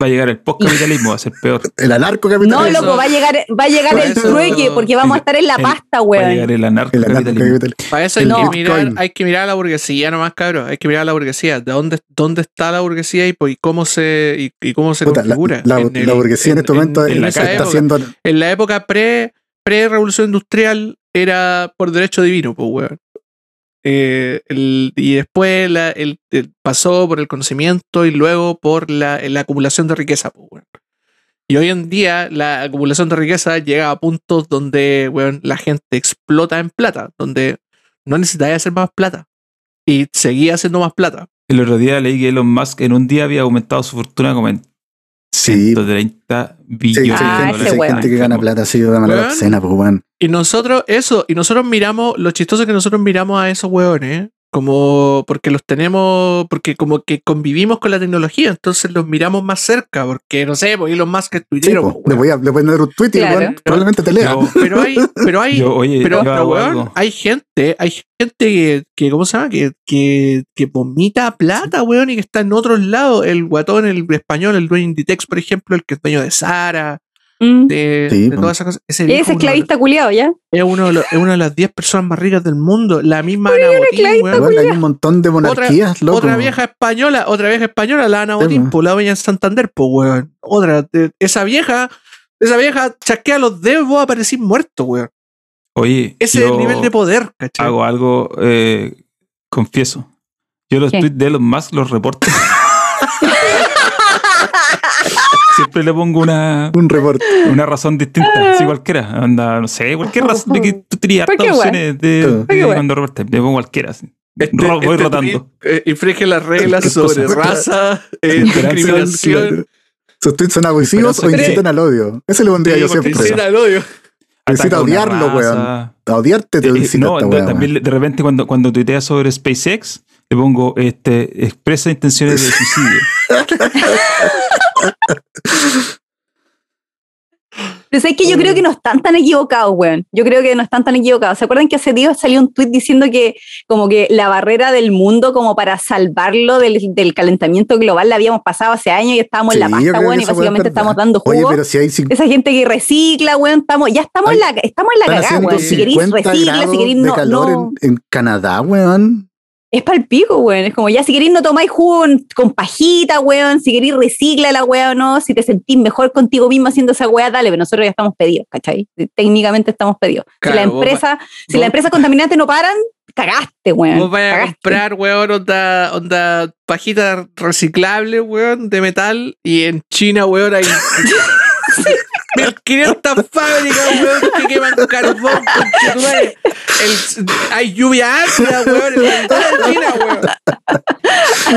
Speaker 5: va a llegar el postcapitalismo, va a ser peor.
Speaker 2: El
Speaker 3: No,
Speaker 2: anarcocapitalismo.
Speaker 4: eso-
Speaker 3: loco, va a llegar, va a llegar
Speaker 4: Por
Speaker 3: el
Speaker 4: eso-
Speaker 3: trueque porque vamos a estar en la
Speaker 5: el-
Speaker 3: pasta,
Speaker 5: Va a llegar
Speaker 3: weón.
Speaker 5: el
Speaker 2: El
Speaker 5: anarcocapitalismo.
Speaker 2: anarcocapitalismo.
Speaker 4: Para eso hay,
Speaker 2: El
Speaker 4: que
Speaker 2: Bitcoin.
Speaker 4: mirar, hay que mirar a la burguesía nomás, cabrón. Hay que mirar a la burguesía. ¿De dónde, dónde está la burguesía y, por- y cómo se, y, y cómo se
Speaker 2: Puta, la,
Speaker 4: configura?
Speaker 2: la-
Speaker 4: En el-
Speaker 2: la burguesía en, este momento
Speaker 4: en,
Speaker 5: en la
Speaker 4: esa
Speaker 2: está
Speaker 4: época.
Speaker 2: haciendo
Speaker 4: En la época pre, pre-revolución industrial era por derecho divino, pues, weón. Eh, el- y después la- el, el- pasó por el conocimiento y luego por la, la acumulación de riqueza, pues, weón. Y hoy en día la acumulación de riqueza llega a puntos donde, weón, la gente explota en plata, donde no necesitáis hacer más plata. y seguía haciendo más plata.
Speaker 5: El otro día leí que Elon Musk en un día había aumentado su fortuna como en
Speaker 2: Sí.
Speaker 5: 130
Speaker 2: Sí,
Speaker 5: billones
Speaker 2: sí,
Speaker 3: Ah,
Speaker 5: de
Speaker 2: gente,
Speaker 5: dólares.
Speaker 3: ese
Speaker 2: sí,
Speaker 3: hueón.
Speaker 2: gente que gana plata así de una manera
Speaker 4: Hueón.
Speaker 2: obscena, pues, weón.
Speaker 4: Y nosotros, eso, y nosotros miramos, lo chistoso es que nosotros miramos a esos hueones, ¿eh? como porque los tenemos, porque como que convivimos con la tecnología, entonces los miramos más cerca, porque no sé, pues Elon Musk es
Speaker 2: Sí,
Speaker 4: tuitero.
Speaker 2: po,
Speaker 4: pues,
Speaker 2: le
Speaker 4: hueón.
Speaker 2: voy a, le voy a poner un tweet y el
Speaker 3: Claro.
Speaker 2: weón probablemente te lea.
Speaker 5: Yo-
Speaker 4: Pero hay, pero hay,
Speaker 5: Yo, oye,
Speaker 4: Pero,
Speaker 5: yo
Speaker 4: pero,
Speaker 5: hago
Speaker 4: weón,
Speaker 5: algo.
Speaker 4: hay gente, hay gente que, que ¿cómo se llama? Que, que, que vomita plata, weón, y que está en otros lados. El guatón, el español, el dueño de Inditex, por ejemplo, el que es dueño de Sara,
Speaker 3: Mm.
Speaker 4: de,
Speaker 2: Sí,
Speaker 4: de
Speaker 2: pues.
Speaker 4: todas esas cosas. Ese viejo
Speaker 3: Es
Speaker 4: uno de-
Speaker 3: esclavista culiado, ¿ya?
Speaker 4: es uno de los- es una de las 10 personas más ricas del mundo. La misma Ana Botín,
Speaker 3: esclavista,
Speaker 4: weón.
Speaker 2: Weón, hay un montón de monarquías, loco.
Speaker 4: Otra vieja española, otra vieja española, la Ana
Speaker 2: Sí,
Speaker 4: Botín,
Speaker 2: weón.
Speaker 4: pues, la dueña en Santander, pues, weón. Otra, de- esa vieja, esa vieja chasquea los dedos, vos aparecís muerto, weón.
Speaker 5: Oye,
Speaker 4: Ese es
Speaker 5: yo
Speaker 4: el nivel de poder, ¿cachai?
Speaker 5: Hago algo, eh, confieso. Yo los
Speaker 3: ¿Qué?
Speaker 5: tweets de Elon Musk los reporto. Siempre le pongo una,
Speaker 2: Un reporte.
Speaker 5: una razón distinta, así cualquiera. Anda, no sé, cualquier razón de que tú tenías hartas
Speaker 3: Cualquier weá.
Speaker 5: opciones de, de
Speaker 3: Cualquier weá.
Speaker 5: cuando reportes. Le pongo cualquiera. así. Ro- voy rotando.
Speaker 4: Este, tweet, eh, infringe las reglas
Speaker 5: Qué
Speaker 4: sobre
Speaker 5: cosa.
Speaker 4: raza, eh,
Speaker 5: Esperanza,
Speaker 4: discriminación, eh,
Speaker 2: Sus tweets son abusivos o
Speaker 5: Esperanza.
Speaker 2: incitan al odio. Ese lo pondría
Speaker 5: Sí,
Speaker 2: yo
Speaker 5: porque
Speaker 2: siempre.
Speaker 4: incita al odio.
Speaker 2: Necesita
Speaker 5: Ataca una
Speaker 2: odiarlo,
Speaker 5: raza.
Speaker 2: weón. A odiarte te
Speaker 5: Eh, eh,
Speaker 2: incita
Speaker 5: no,
Speaker 2: esta
Speaker 5: no,
Speaker 2: weá,
Speaker 5: también le- de repente cuando, cuando tuiteas sobre SpaceX, le pongo este, expresa intenciones de suicidio.
Speaker 3: Pero es que yo creo que no están tan equivocados, weón. Yo creo que no están tan equivocados. ¿Se acuerdan que hace días salió un tuit diciendo que como que la barrera del mundo como para salvarlo del, del calentamiento global la habíamos pasado hace años y estábamos en la
Speaker 2: Sí, yo
Speaker 3: pasta,
Speaker 2: creo
Speaker 3: weón,
Speaker 2: que
Speaker 3: y
Speaker 2: esa weá es
Speaker 3: básicamente
Speaker 2: verdad.
Speaker 3: estamos dando
Speaker 2: Oye,
Speaker 3: jugo.
Speaker 2: pero si hay cinco-
Speaker 3: Esa gente que recicla, weón, estamos, ya estamos en la, estamos en la
Speaker 2: están
Speaker 3: cagada,
Speaker 2: haciendo
Speaker 3: weón. Si queréis
Speaker 2: 50
Speaker 3: recicla,
Speaker 2: grados
Speaker 3: si queréis
Speaker 2: de
Speaker 3: no,
Speaker 2: calor
Speaker 3: no.
Speaker 2: en, en Canadá, weón.
Speaker 3: Es pa'l pico, weón. Es como ya si queréis no tomáis jugo en- con pajita, weón. Si queréis recicla la weón, no. Si te sentís mejor contigo mismo haciendo esa weá, dale, pero nosotros ya estamos pedidos, ¿cachai? Técnicamente estamos pedidos.
Speaker 4: Claro,
Speaker 3: si la
Speaker 4: vos
Speaker 3: empresa, si
Speaker 4: vos-
Speaker 3: la empresa contaminante no paran, cagaste, weón.
Speaker 4: Vos vayas a
Speaker 3: cagaste.
Speaker 4: comprar, weón, onda, onda pajita reciclable, weón, de metal, y en China, weón, hay 1500 fábricas, weón, que queman carbón, conchetumare. El- Hay lluvia ácida, weón, en toda China, weón.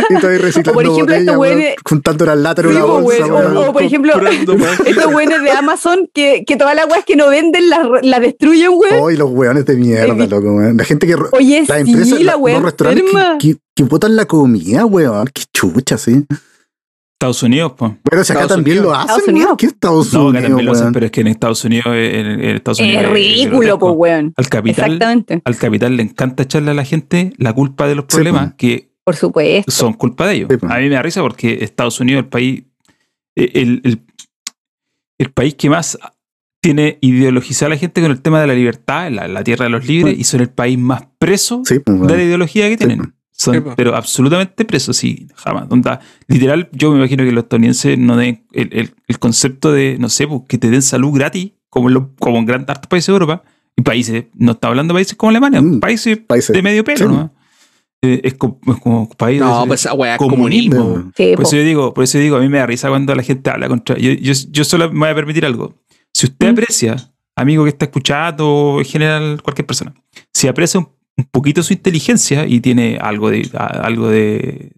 Speaker 2: Y estoy
Speaker 3: por
Speaker 2: reciclando
Speaker 3: ejemplo,
Speaker 2: botellas,
Speaker 3: estos
Speaker 2: weón,
Speaker 3: weones-
Speaker 2: juntando las latas en
Speaker 3: Sí,
Speaker 2: una
Speaker 3: po,
Speaker 2: bolsa,
Speaker 3: weón.
Speaker 2: pues, weón.
Speaker 3: O, o, por ejemplo,
Speaker 4: Comprando, weón.
Speaker 3: estos weones de Amazon que, que todas las weas que no venden las las destruyen, weón.
Speaker 2: Hoy los weones de mierda,
Speaker 3: Evi-
Speaker 2: loco, weón. La gente que. ro-
Speaker 3: Oye,
Speaker 2: Las empresas,
Speaker 3: sí,
Speaker 2: Oh, la-
Speaker 3: la wea
Speaker 2: los restaurantes
Speaker 3: enferma.
Speaker 2: que, que, que botan la comida, weón. Qué chucha, sí.
Speaker 5: Estados Unidos, pues.
Speaker 2: Pero si acá
Speaker 4: Estados
Speaker 2: también
Speaker 4: Unidos.
Speaker 2: lo hacen,
Speaker 3: Estados
Speaker 2: weón.
Speaker 3: Unidos.
Speaker 2: ¿Qué Estados
Speaker 5: No, acá
Speaker 2: Unidos,
Speaker 5: también lo hacen,
Speaker 2: weón?
Speaker 5: pero es que en Estados Unidos, eh, en, en Estados Unidos
Speaker 3: Es
Speaker 5: es
Speaker 3: ridículo,
Speaker 5: grotesco.
Speaker 3: pues, weón.
Speaker 5: Al capital,
Speaker 3: Exactamente.
Speaker 5: al capital le encanta echarle a la gente la culpa de los
Speaker 2: Sí,
Speaker 5: problemas
Speaker 2: po.
Speaker 5: que
Speaker 3: Por supuesto.
Speaker 5: son culpa de ellos.
Speaker 2: Sí, pues. po.
Speaker 5: a mí me da risa porque Estados Unidos, el país, eh, el, el- el país que más tiene ideologizada a la gente con el tema de la libertad, la, la tierra de los libres, y son el país más preso
Speaker 2: Sí, pues,
Speaker 5: de la
Speaker 2: weón.
Speaker 5: ideología que tienen.
Speaker 2: po.
Speaker 5: Son,
Speaker 4: Sí, po.
Speaker 5: pero absolutamente presos, sí, jamás. Onda, literal, yo me imagino que los estadounidenses no den el, el- el concepto de, no sé, pues, que te den salud gratis, como en, lo- como en gran parte de países de Europa, y países, no está hablando de países como Alemania,
Speaker 2: Mm.
Speaker 5: países
Speaker 2: Países.
Speaker 5: de medio pelo,
Speaker 2: Sí,
Speaker 5: ¿no? Eh, es, co- es como países
Speaker 4: No,
Speaker 5: de
Speaker 4: pues esa weá es
Speaker 5: comunismo.
Speaker 4: comunismo.
Speaker 2: comunismo.
Speaker 5: po.
Speaker 3: Sí,
Speaker 5: Por
Speaker 4: Pues
Speaker 3: po.
Speaker 5: eso yo digo, por eso digo, a mí me da risa cuando la gente habla contra. Yo, yo, yo solo me voy a permitir algo. Si usted
Speaker 3: Mm.
Speaker 5: aprecia, amigo que está escuchando, o en general cualquier persona, si aprecia un, un poquito su inteligencia y tiene algo de, a- algo de,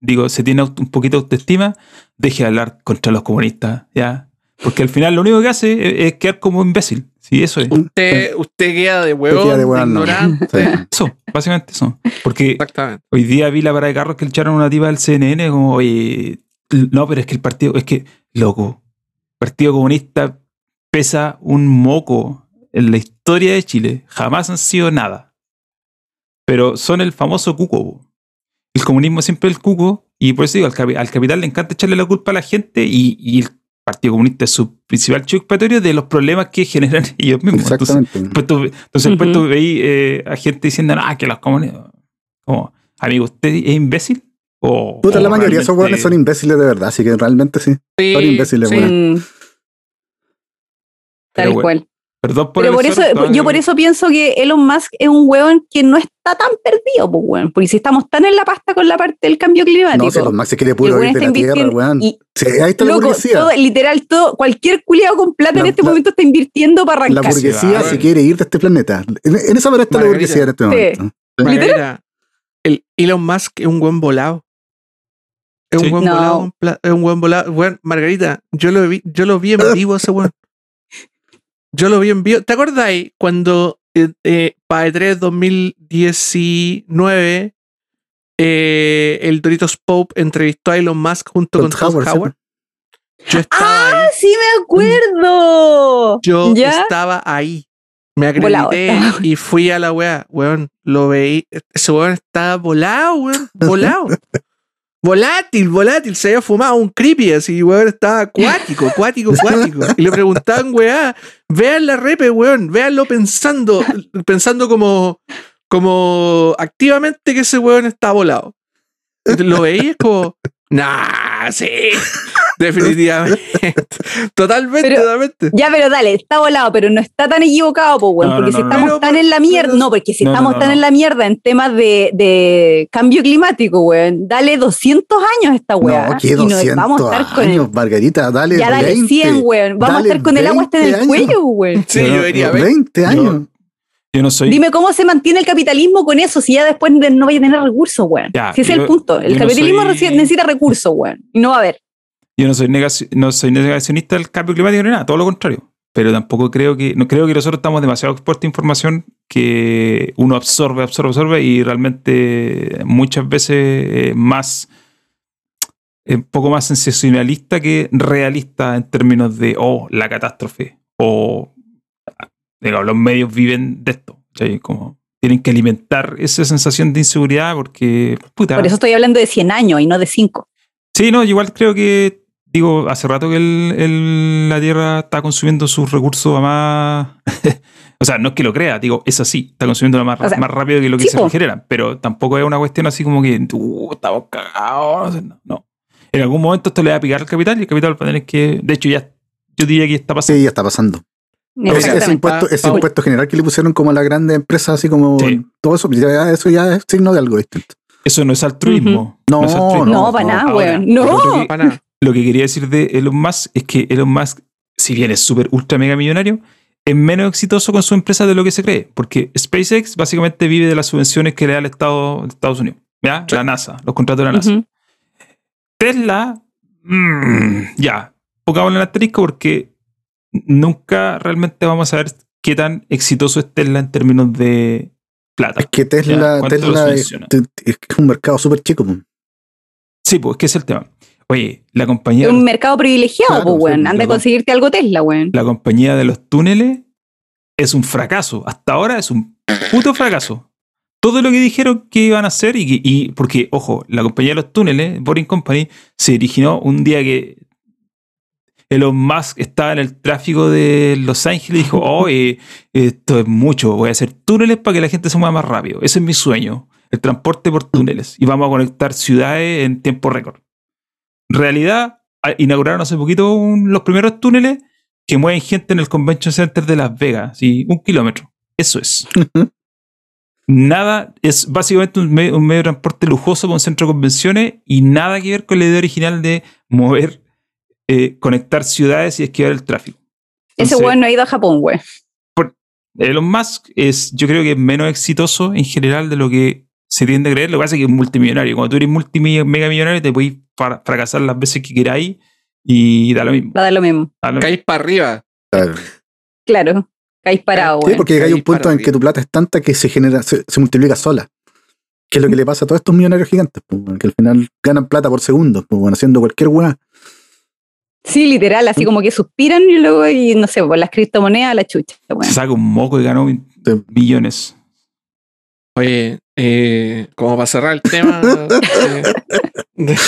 Speaker 5: digo, se tiene aut- un poquito de autoestima, deje de hablar contra los comunistas, ya, porque al final lo único que hace es, es quedar como imbécil, sí, eso es.
Speaker 4: Usted, usted queda de
Speaker 2: Te
Speaker 4: weón,
Speaker 2: queda
Speaker 4: de
Speaker 2: de weón, no.
Speaker 4: ignorante.
Speaker 2: Sí.
Speaker 5: Eso, básicamente eso. Porque
Speaker 4: Exactamente.
Speaker 5: Hoy día vi la parada de carros que le echaron a una tipa del CNN, como, oye, no, pero es que el partido, es que, loco, el Partido Comunista pesa un moco en la historia de Chile. Jamás han sido nada. Pero son el famoso cuco. po. El comunismo siempre es el cuco, y por eso digo, al, capi- al capital le encanta echarle la culpa a la gente, y, y el Partido Comunista es su principal chivo expiatorio de los problemas que generan ellos mismos. Entonces,
Speaker 2: Exactamente.
Speaker 5: Después Pues tú- entonces después
Speaker 3: Ujú.
Speaker 5: tú veí eh, a gente diciendo, ah, que los comunistas. Como, amigo, ¿usted es imbécil? O,
Speaker 2: Puta,
Speaker 5: o
Speaker 2: la mayoría de esos
Speaker 5: realmente-
Speaker 2: weones son imbéciles de verdad, así que realmente sí.
Speaker 4: Sí,
Speaker 2: Son imbéciles,
Speaker 4: sí.
Speaker 2: weón.
Speaker 3: Mm,
Speaker 5: Pero
Speaker 3: Tal
Speaker 5: bueno,
Speaker 3: cual.
Speaker 5: Perdón por
Speaker 3: Pero
Speaker 5: el
Speaker 3: por eso,
Speaker 5: exhorto,
Speaker 3: yo
Speaker 5: ¿eh?
Speaker 3: por eso pienso que Elon Musk es un weón que no está tan perdido, pues weón. Porque si estamos tan en la pasta con la parte del cambio climático.
Speaker 2: No, si los Max se quiere puro
Speaker 3: weón
Speaker 2: ir de
Speaker 3: está
Speaker 2: la tierra,
Speaker 3: invirtiendo
Speaker 2: weón.
Speaker 3: y-
Speaker 2: Sí, ahí está la
Speaker 3: Loco,
Speaker 2: burguesía.
Speaker 3: todo, literal, todo, cualquier culiado con plata en
Speaker 2: La-
Speaker 3: este
Speaker 2: la-
Speaker 3: momento está invirtiendo para
Speaker 2: La
Speaker 3: arrancar.
Speaker 2: burguesía
Speaker 5: Casi,
Speaker 2: se
Speaker 4: weón.
Speaker 2: quiere ir de este planeta. En, en esa manera está la
Speaker 4: Margarita.
Speaker 2: burguesía en este momento.
Speaker 4: Margarita, el Elon Musk es un buen volado. Es
Speaker 5: Sí.
Speaker 4: un buen
Speaker 3: No.
Speaker 4: volado. un pla- Es un buen volado. Weón, Margarita, yo lo vi, yo lo vi en vivo ese weón. Yo lo vi en vivo. ¿Te acordáis cuando eh, eh, para E3 2019 eh, el Doritos Pope entrevistó a Elon Musk junto con, Todd Howard?
Speaker 2: sí.
Speaker 4: Yo estaba ahí.
Speaker 3: ¡Ah, sí me acuerdo!
Speaker 4: Yo
Speaker 3: ¿Ya?
Speaker 4: estaba ahí. Me
Speaker 3: Volado,
Speaker 4: acredité
Speaker 3: estaba.
Speaker 4: y fui a la weá. Weón, lo veí. Ese weón estaba volado, weón. Volado. volátil, volátil. Se había fumado un creepy así, weón. Estaba acuático, acuático, acuático. Y le preguntaban, weá, vean la repe, weón. Véanlo pensando, pensando como, como activamente que ese weón está volado. Lo veí y es como, nah, sí. Definitivamente. Totalmente,
Speaker 3: Pero-
Speaker 4: totalmente.
Speaker 3: Ya, pero dale, está volado, pero no está tan equivocado, pues, weón,
Speaker 5: No, no,
Speaker 3: porque
Speaker 5: no,
Speaker 3: si
Speaker 5: no,
Speaker 3: estamos
Speaker 4: no.
Speaker 3: tan en la mierda,
Speaker 4: Pero-
Speaker 3: no, porque si
Speaker 5: No, no,
Speaker 3: estamos
Speaker 5: no,
Speaker 3: tan
Speaker 5: no.
Speaker 3: en la mierda en temas de, de cambio climático, weón, dale 200 años a esta weá.
Speaker 2: No,
Speaker 3: y
Speaker 2: que
Speaker 3: nos
Speaker 2: 200
Speaker 3: vamos a estar con el-
Speaker 2: años, Margarita, dale
Speaker 3: ya dale
Speaker 2: 20.
Speaker 3: 100, weón, vamos
Speaker 2: dale
Speaker 3: a estar con el agua hasta en el
Speaker 2: 20 años.
Speaker 3: cuello, weón.
Speaker 4: Sí,
Speaker 5: Yo
Speaker 4: yo
Speaker 5: no-
Speaker 4: venía a ver.
Speaker 2: 20 años.
Speaker 5: Yo no soy.
Speaker 3: Dime cómo se mantiene el capitalismo con eso, si ya después de- no vaya a tener recursos, weón.
Speaker 5: Ya,
Speaker 3: si ese es
Speaker 5: yo-
Speaker 3: el punto,
Speaker 5: yo
Speaker 3: el
Speaker 5: no
Speaker 3: capitalismo
Speaker 5: soy-
Speaker 3: reci- necesita recursos, weón, y no va a haber.
Speaker 5: Yo no soy, negaci- no soy negacionista del cambio climático ni nada, todo lo contrario. Pero tampoco creo que, no creo que nosotros estamos demasiado expuestos a información que uno absorbe, absorbe, absorbe y realmente muchas veces eh, más, eh, un poco más sensacionalista que realista en términos de, oh, la catástrofe, o, digamos, los medios viven de esto. ¿cachai? Como tienen que alimentar esa sensación de inseguridad porque, puta.
Speaker 3: Por eso estoy hablando de 100 años y no de 5.
Speaker 5: Sí, no, igual creo que, digo, hace rato que el- el- la Tierra está consumiendo sus recursos a más... o sea, no es que lo crea, digo, es así, está consumiendo más,
Speaker 3: O sea,
Speaker 5: más rápido que lo que
Speaker 3: sí,
Speaker 5: se
Speaker 3: po.
Speaker 5: regeneran, pero tampoco es una cuestión así como que, "Uh, estamos cagados, no sé, no, no. En algún momento esto le va a picar al capital y el capital va a tener que, de hecho ya, yo diría que está pasando.
Speaker 2: Sí, ya está pasando. Ese, ese
Speaker 3: Exactamente.
Speaker 2: impuesto, ese
Speaker 4: Pa-
Speaker 2: impuesto general que le pusieron como a las grandes empresas, así como
Speaker 5: Ah, Sí.
Speaker 2: todo eso, ya- eso ya es signo de algo distinto.
Speaker 5: Eso no es altruismo.
Speaker 2: No,
Speaker 5: es altruismo.
Speaker 3: No, para nada,
Speaker 5: Ahora,
Speaker 3: weón. No.
Speaker 5: yo creo que-
Speaker 4: Para nada.
Speaker 5: lo que quería decir de Elon Musk es que Elon Musk, si bien es súper ultra mega millonario, es menos exitoso con su empresa de lo que se cree, porque SpaceX básicamente vive de las subvenciones que le da el Estado de Estados Unidos, ¿ya? La NASA, los contratos de la NASA.
Speaker 3: Ujú.
Speaker 5: Tesla, mm, ya, pongámosle en asterisco porque nunca realmente vamos a saber qué tan exitoso es Tesla en términos de plata.
Speaker 2: Es que Tesla,
Speaker 5: ¿cuánto lo
Speaker 2: Tesla es,
Speaker 5: subvenciona?
Speaker 2: es que es un mercado súper chico. po.
Speaker 5: Sí, pues, que es el tema. Oye, la compañía...
Speaker 3: Es un mercado privilegiado,
Speaker 2: Claro,
Speaker 3: pues, weón.
Speaker 2: sí,
Speaker 3: Anda a
Speaker 5: claro.
Speaker 3: conseguirte algo Tesla, weón.
Speaker 5: la compañía de los túneles es un fracaso. Hasta ahora es un puto fracaso. Todo lo que dijeron que iban a hacer y, que- y- porque, ojo, la compañía de los túneles, Boring Company, se originó un día que Elon Musk estaba en el tráfico de Los Ángeles y dijo, oh, eh, esto es mucho, voy a hacer túneles para que la gente se mueva más rápido. Ese es mi sueño, el transporte por túneles. Y vamos a conectar ciudades en tiempo récord. En realidad, a- inauguraron hace poquito un- los primeros túneles que mueven gente en el Convention Center de Las Vegas, sí, un kilómetro. Eso es. Nada, es básicamente un me- un medio, de transporte lujoso con centro de convenciones y nada que ver con la idea original de mover, eh, conectar ciudades y esquivar el tráfico.
Speaker 3: Ese
Speaker 5: Entonces,
Speaker 3: weón no ha ido a Japón, weón.
Speaker 5: Elon Musk es, yo creo que es menos exitoso en general de lo que se tiende a creer. Lo que pasa es que es multimillonario. Cuando tú eres multimillonario, te podéis fra- fracasar las veces que queráis y da lo mismo.
Speaker 3: Va a dar lo mismo.
Speaker 5: Da lo mismo.
Speaker 4: Caís para arriba.
Speaker 2: Claro.
Speaker 3: Claro. Caís parado,
Speaker 4: Sí,
Speaker 2: Sí,
Speaker 3: weón.
Speaker 2: porque hay
Speaker 4: ahí
Speaker 2: un punto
Speaker 4: para
Speaker 2: en que tu plata es tanta que se genera, se, se multiplica sola. Que es lo que le pasa a todos estos millonarios gigantes, po, bueno, que al final ganan plata por segundos, po, bueno, haciendo cualquier weá.
Speaker 3: Sí, literal, así como que suspiran y luego, y no sé, por las criptomonedas, la chucha,
Speaker 5: Se
Speaker 3: weón.
Speaker 5: saca un moco y ganó millones.
Speaker 4: Oye, eh, como para cerrar el tema. eh, de-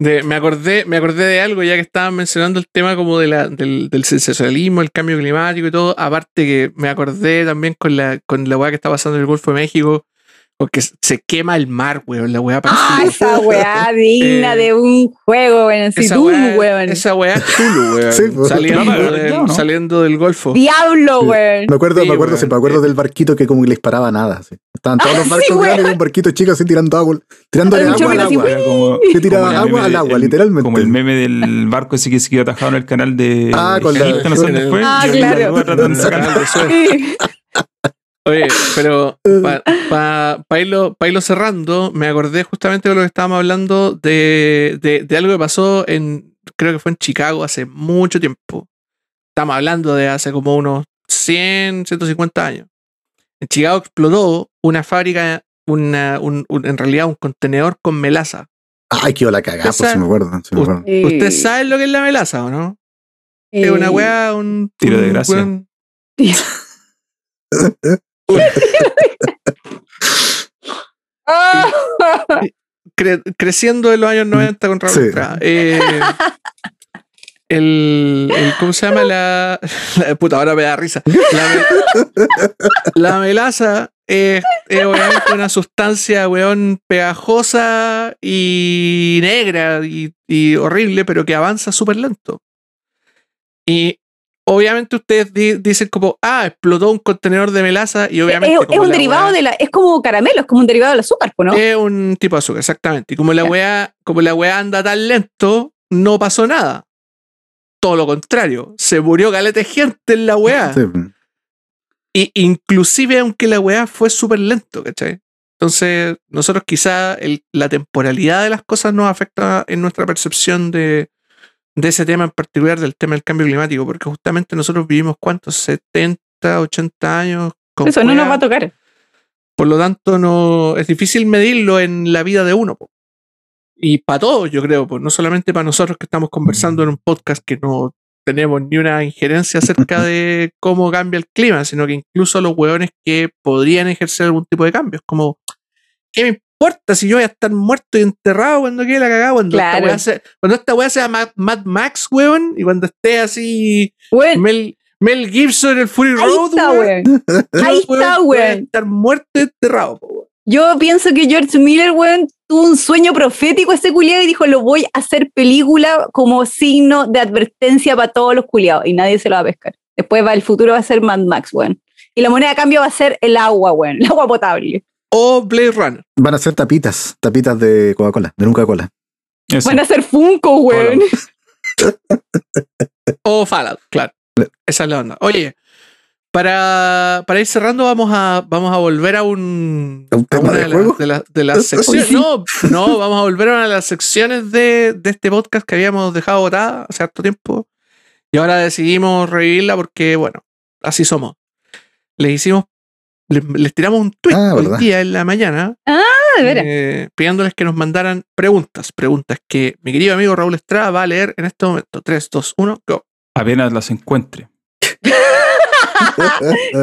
Speaker 4: de- me, acordé, me acordé de algo ya que estaban mencionando el tema como de la, del, del sensacionalismo, el cambio climático y todo. Aparte que me acordé también con la, con la weá que está pasando en el Golfo de México, porque se quema el mar, weón. La weá parece.
Speaker 3: Ah, esa weá digna
Speaker 4: Eh,
Speaker 3: de un juego, weón. Si
Speaker 4: esa
Speaker 3: tú,
Speaker 4: weá-
Speaker 3: weón.
Speaker 4: Esa weá es Tulu, weón.
Speaker 2: Sí, pues.
Speaker 5: Claro,
Speaker 4: saliendo,
Speaker 5: claro,
Speaker 4: del,
Speaker 5: ¿no?
Speaker 4: saliendo del Golfo.
Speaker 3: Diablo,
Speaker 2: Sí.
Speaker 3: weón.
Speaker 2: Me acuerdo,
Speaker 4: Sí,
Speaker 2: me acuerdo,
Speaker 4: weón.
Speaker 2: sí, me acuerdo del barquito que como que les paraba nada. así. Estaban todos los
Speaker 3: sí,
Speaker 2: barcos
Speaker 3: weón.
Speaker 2: grandes y un barquito chico así tirando agua, tirándole
Speaker 3: Pero
Speaker 2: agua al
Speaker 3: chorro así,
Speaker 2: agua.
Speaker 5: Era como-
Speaker 2: Le tiraba
Speaker 5: como el
Speaker 2: agua
Speaker 5: meme
Speaker 2: al
Speaker 5: de-
Speaker 2: agua,
Speaker 5: el-
Speaker 2: literalmente.
Speaker 5: Como el meme del barco ese que se quedó atajado en el canal de.
Speaker 2: Ah, con la-
Speaker 5: Egipto, no sé dónde fue.
Speaker 3: Ah,
Speaker 5: Y el-
Speaker 3: claro.
Speaker 5: tratando de sacarlo.
Speaker 3: Sí.
Speaker 4: Oye, pero para irlo, pa irlo cerrando, me acordé justamente de lo que estábamos hablando de, de- de algo que pasó en, creo que fue en Chicago hace mucho tiempo. Estamos hablando de hace como unos 100, 150 años. En Chicago explotó una fábrica, una, un- un- en realidad un contenedor con melaza.
Speaker 2: Ay, quedó la cagada,
Speaker 4: Esa-
Speaker 2: pues si me acuerdo. si me acuerdo.
Speaker 3: Eh,
Speaker 4: ¿Ustedes saben lo que es la melaza o no? Es
Speaker 3: eh,
Speaker 4: una weá, un
Speaker 5: Tiro de
Speaker 4: un
Speaker 5: gracia.
Speaker 4: weón-
Speaker 3: ¡Ah!
Speaker 4: cre- creciendo de los años 90 con Raúl
Speaker 2: Sí.
Speaker 4: Estrada. Eh, el, el- ¿Cómo se llama la, la- Puta, ahora me da risa. La, me- la melaza es, es obviamente una sustancia, weón, pegajosa y negra y, y horrible, pero que avanza súper lento. Y obviamente ustedes di- dicen como, ah, explotó un contenedor de melaza y
Speaker 3: Es,
Speaker 4: obviamente...
Speaker 3: es
Speaker 4: como
Speaker 3: un
Speaker 4: la
Speaker 3: derivado
Speaker 4: weá-
Speaker 3: de la. Es como caramelo, es como un derivado del azúcar, ¿no?
Speaker 4: es un tipo de azúcar, exactamente. Y como la
Speaker 3: Ya.
Speaker 4: weá, como la weá anda tan lento, no pasó nada. Todo lo contrario. Se murió caleta de gente en la weá.
Speaker 2: Sí, pues.
Speaker 4: Y inclusive aunque la weá fue súper lento, ¿cachai? Entonces, nosotros quizá el- la temporalidad de las cosas nos afecta en nuestra percepción de, de ese tema en particular, del tema del cambio climático, porque justamente nosotros vivimos cuántos, 70, 80 años. con
Speaker 3: Eso no nos
Speaker 4: weá.
Speaker 3: va a tocar.
Speaker 4: Por lo tanto, no es difícil medirlo en la vida de uno. po. Y para todos, yo creo, po, no solamente para nosotros que estamos
Speaker 3: Mm.
Speaker 4: conversando en un podcast que no tenemos ni una injerencia acerca de cómo cambia el clima, sino que incluso los hueones que podrían ejercer algún tipo de cambios, como, ¿qué me importa si yo voy a estar muerto y enterrado cuando quede la cagada? Cuando,
Speaker 3: Claro.
Speaker 4: esta, weá sea, cuando esta weá sea Mad, Mad Max, hueón, y cuando esté así
Speaker 3: Weón,
Speaker 4: Mel, Mel Gibson en el Fury
Speaker 3: Eh. ahí
Speaker 4: Road,
Speaker 3: está,
Speaker 4: weón,
Speaker 3: weón.
Speaker 4: yo,
Speaker 3: Ahí está,
Speaker 4: voy a
Speaker 3: weón.
Speaker 4: Estar muerto y enterrado, po, weón.
Speaker 3: Yo pienso que George Miller, weón, tuvo un sueño profético este culiado y dijo, lo voy a hacer película como signo de advertencia para todos los culiados y nadie se lo va a pescar. Después va, el futuro va a ser Mad Max, weón. Y la moneda de cambio va a ser el agua, weón, el agua potable.
Speaker 4: O Blade Runner.
Speaker 2: Van a ser tapitas, tapitas de Coca-Cola, de nunca Coca-Cola.
Speaker 5: Eso.
Speaker 3: Van a ser Funko, weón.
Speaker 4: O Fallout, claro. Esa es la onda. Oye, para, para ir cerrando, vamos a, vamos a volver a un.
Speaker 2: ¿A un tema
Speaker 4: una
Speaker 2: de
Speaker 4: de, las-
Speaker 2: juego?
Speaker 4: de las- de las
Speaker 2: Hoy
Speaker 4: secciones.
Speaker 2: sí.
Speaker 4: No, no, vamos a volver a una de las secciones de, de este podcast que habíamos dejado botada hace harto tiempo. Y ahora decidimos revivirla porque, bueno, así somos. Les hicimos. Les, les tiramos un tweet
Speaker 2: Ah,
Speaker 4: hoy
Speaker 2: verdad.
Speaker 4: día en la mañana
Speaker 3: Ah, de veras.
Speaker 4: eh, pidiéndoles que nos mandaran preguntas. Preguntas que mi querido amigo Raúl Estrada va a leer en este momento. 3, 2, 1, go.
Speaker 5: Apenas las encuentre.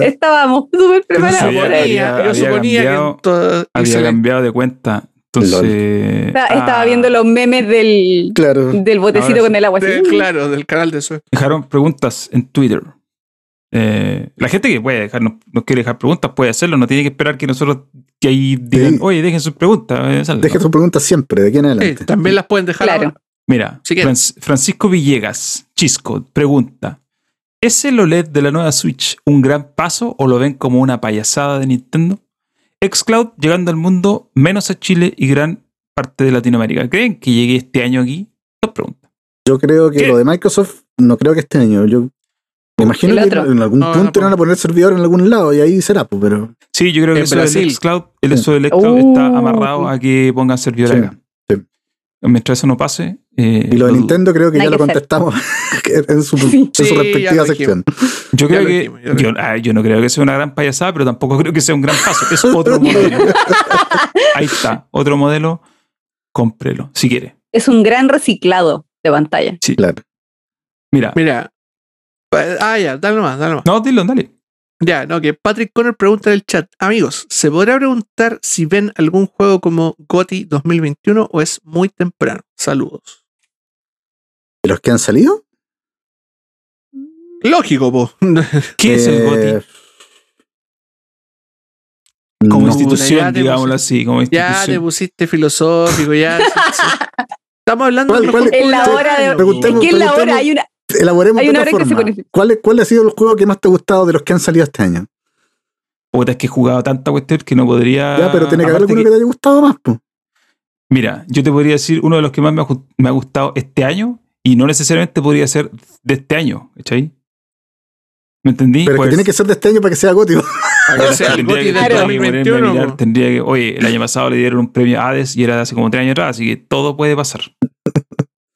Speaker 3: Estábamos súper
Speaker 4: Yo
Speaker 3: preparados
Speaker 5: había-
Speaker 3: por ahí.
Speaker 4: suponía- yo
Speaker 5: había
Speaker 4: suponía
Speaker 5: cambiado-
Speaker 4: que. to-
Speaker 5: Había
Speaker 4: excelente.
Speaker 5: cambiado de cuenta. Entonces.
Speaker 3: Estaba, estaba
Speaker 5: ah,
Speaker 3: viendo los memes del,
Speaker 2: claro.
Speaker 3: del botecito
Speaker 5: Ahora sí.
Speaker 3: con el agua. así.
Speaker 4: De- Eh, claro, del canal de Suez.
Speaker 5: Dejaron preguntas en Twitter. Eh, la gente que puede dejar, no, no quiere dejar preguntas puede hacerlo, no tiene que esperar que nosotros que ahí digan,
Speaker 2: Sí.
Speaker 5: oye, dejen sus preguntas. eh, salgan".
Speaker 2: Deja tu pregunta siempre, de aquí en
Speaker 4: Eh,
Speaker 2: adelante.
Speaker 4: también las pueden dejar.
Speaker 3: Claro.
Speaker 4: ahora.
Speaker 5: Mira,
Speaker 4: Si quieren.
Speaker 5: Fran- Francisco Villegas, Chisco, pregunta: ¿Es el OLED de la nueva Switch un gran paso o lo ven como una payasada de Nintendo? Xcloud llegando al mundo, menos a Chile y gran parte de Latinoamérica. ¿Creen que llegue este año aquí? Dos preguntas.
Speaker 2: Yo creo que
Speaker 5: ¿Qué?
Speaker 2: lo de Microsoft, no creo que este año. Yo me imagino
Speaker 3: El
Speaker 2: que
Speaker 3: otro.
Speaker 2: en algún
Speaker 4: No,
Speaker 2: punto
Speaker 4: no,
Speaker 2: van a poner servidor en algún lado y ahí será, pues, pero.
Speaker 5: Sí, yo creo que
Speaker 4: En
Speaker 5: eso del
Speaker 4: Brasil.
Speaker 5: Xcloud, el eso del Xcloud
Speaker 3: Oh.
Speaker 5: está amarrado a que pongan servidor
Speaker 2: Uh. Sí,
Speaker 5: acá.
Speaker 2: sí.
Speaker 5: Mientras eso no pase. eh,
Speaker 2: Y lo de
Speaker 5: lo-
Speaker 2: Nintendo creo que
Speaker 3: Hay
Speaker 2: ya
Speaker 3: que
Speaker 2: lo
Speaker 3: hacer.
Speaker 2: contestamos en su,
Speaker 3: Sí.
Speaker 2: en
Speaker 4: Sí,
Speaker 2: su
Speaker 4: ya lo
Speaker 2: respectiva sección.
Speaker 5: Yo
Speaker 4: Ya
Speaker 5: creo
Speaker 4: lo
Speaker 5: que.
Speaker 4: dijimos, ya lo
Speaker 5: yo, ah, yo no creo que sea una gran payasada, pero tampoco creo que sea un gran paso. Es otro modelo. Ahí está, otro modelo. Cómprelo, si quiere.
Speaker 3: Es un gran reciclado de pantalla.
Speaker 2: Claro.
Speaker 5: Mira.
Speaker 4: Mira. Pa- Ah, ya, dale nomás, dale nomás.
Speaker 5: No, dilo, dale.
Speaker 4: Ya, no, que Patrick Connor pregunta en el chat. Amigos, ¿se podrá preguntar si ven algún juego como GOTI 2021 o es muy temprano? Saludos.
Speaker 2: ¿De los que han salido?
Speaker 4: Lógico, po.
Speaker 5: ¿Qué es el
Speaker 2: Eh,
Speaker 5: GOTI?
Speaker 2: mm, no.
Speaker 5: Como
Speaker 4: ya
Speaker 5: institución,
Speaker 4: te
Speaker 5: digámoslo
Speaker 4: pusiste-
Speaker 5: así, como
Speaker 4: Ya te
Speaker 5: institución.
Speaker 4: pusiste filosófico, ya. sí, sí. Estamos hablando
Speaker 2: ¿Cuál-
Speaker 4: de
Speaker 2: cuál-
Speaker 3: En la hora de-
Speaker 2: Preguntemos-
Speaker 3: ¿Qué es la hora?
Speaker 2: preguntemos-
Speaker 3: Hay una,
Speaker 2: Elaboremos
Speaker 3: Hay una hora en que
Speaker 2: plataforma.
Speaker 3: se pone-
Speaker 2: ¿Cuál, es- ¿Cuál ha sido el juego que más te ha gustado de los que han salido este año?
Speaker 5: Puta, es que he jugado tanta cuestión que no podría.
Speaker 2: ya, pero tiene que haber
Speaker 5: Ah, aparte
Speaker 2: alguno que...
Speaker 5: que-
Speaker 2: te haya gustado más, pues.
Speaker 5: Mira, yo te podría decir uno de los que más me ha, ju- me ha gustado este año y no necesariamente podría ser de este año, ¿cachai? ¿Me entendí?
Speaker 2: Pero es
Speaker 5: Pues-
Speaker 2: que tiene que ser de este año para que sea gótico.
Speaker 4: O
Speaker 5: tendría
Speaker 4: sea, el Goti
Speaker 5: que,
Speaker 4: del
Speaker 5: tendría que ponerme a
Speaker 4: 2021.
Speaker 5: mirar, tendría que- oye, el año pasado le dieron un premio Hades y era de hace como tres años atrás, así que todo puede pasar.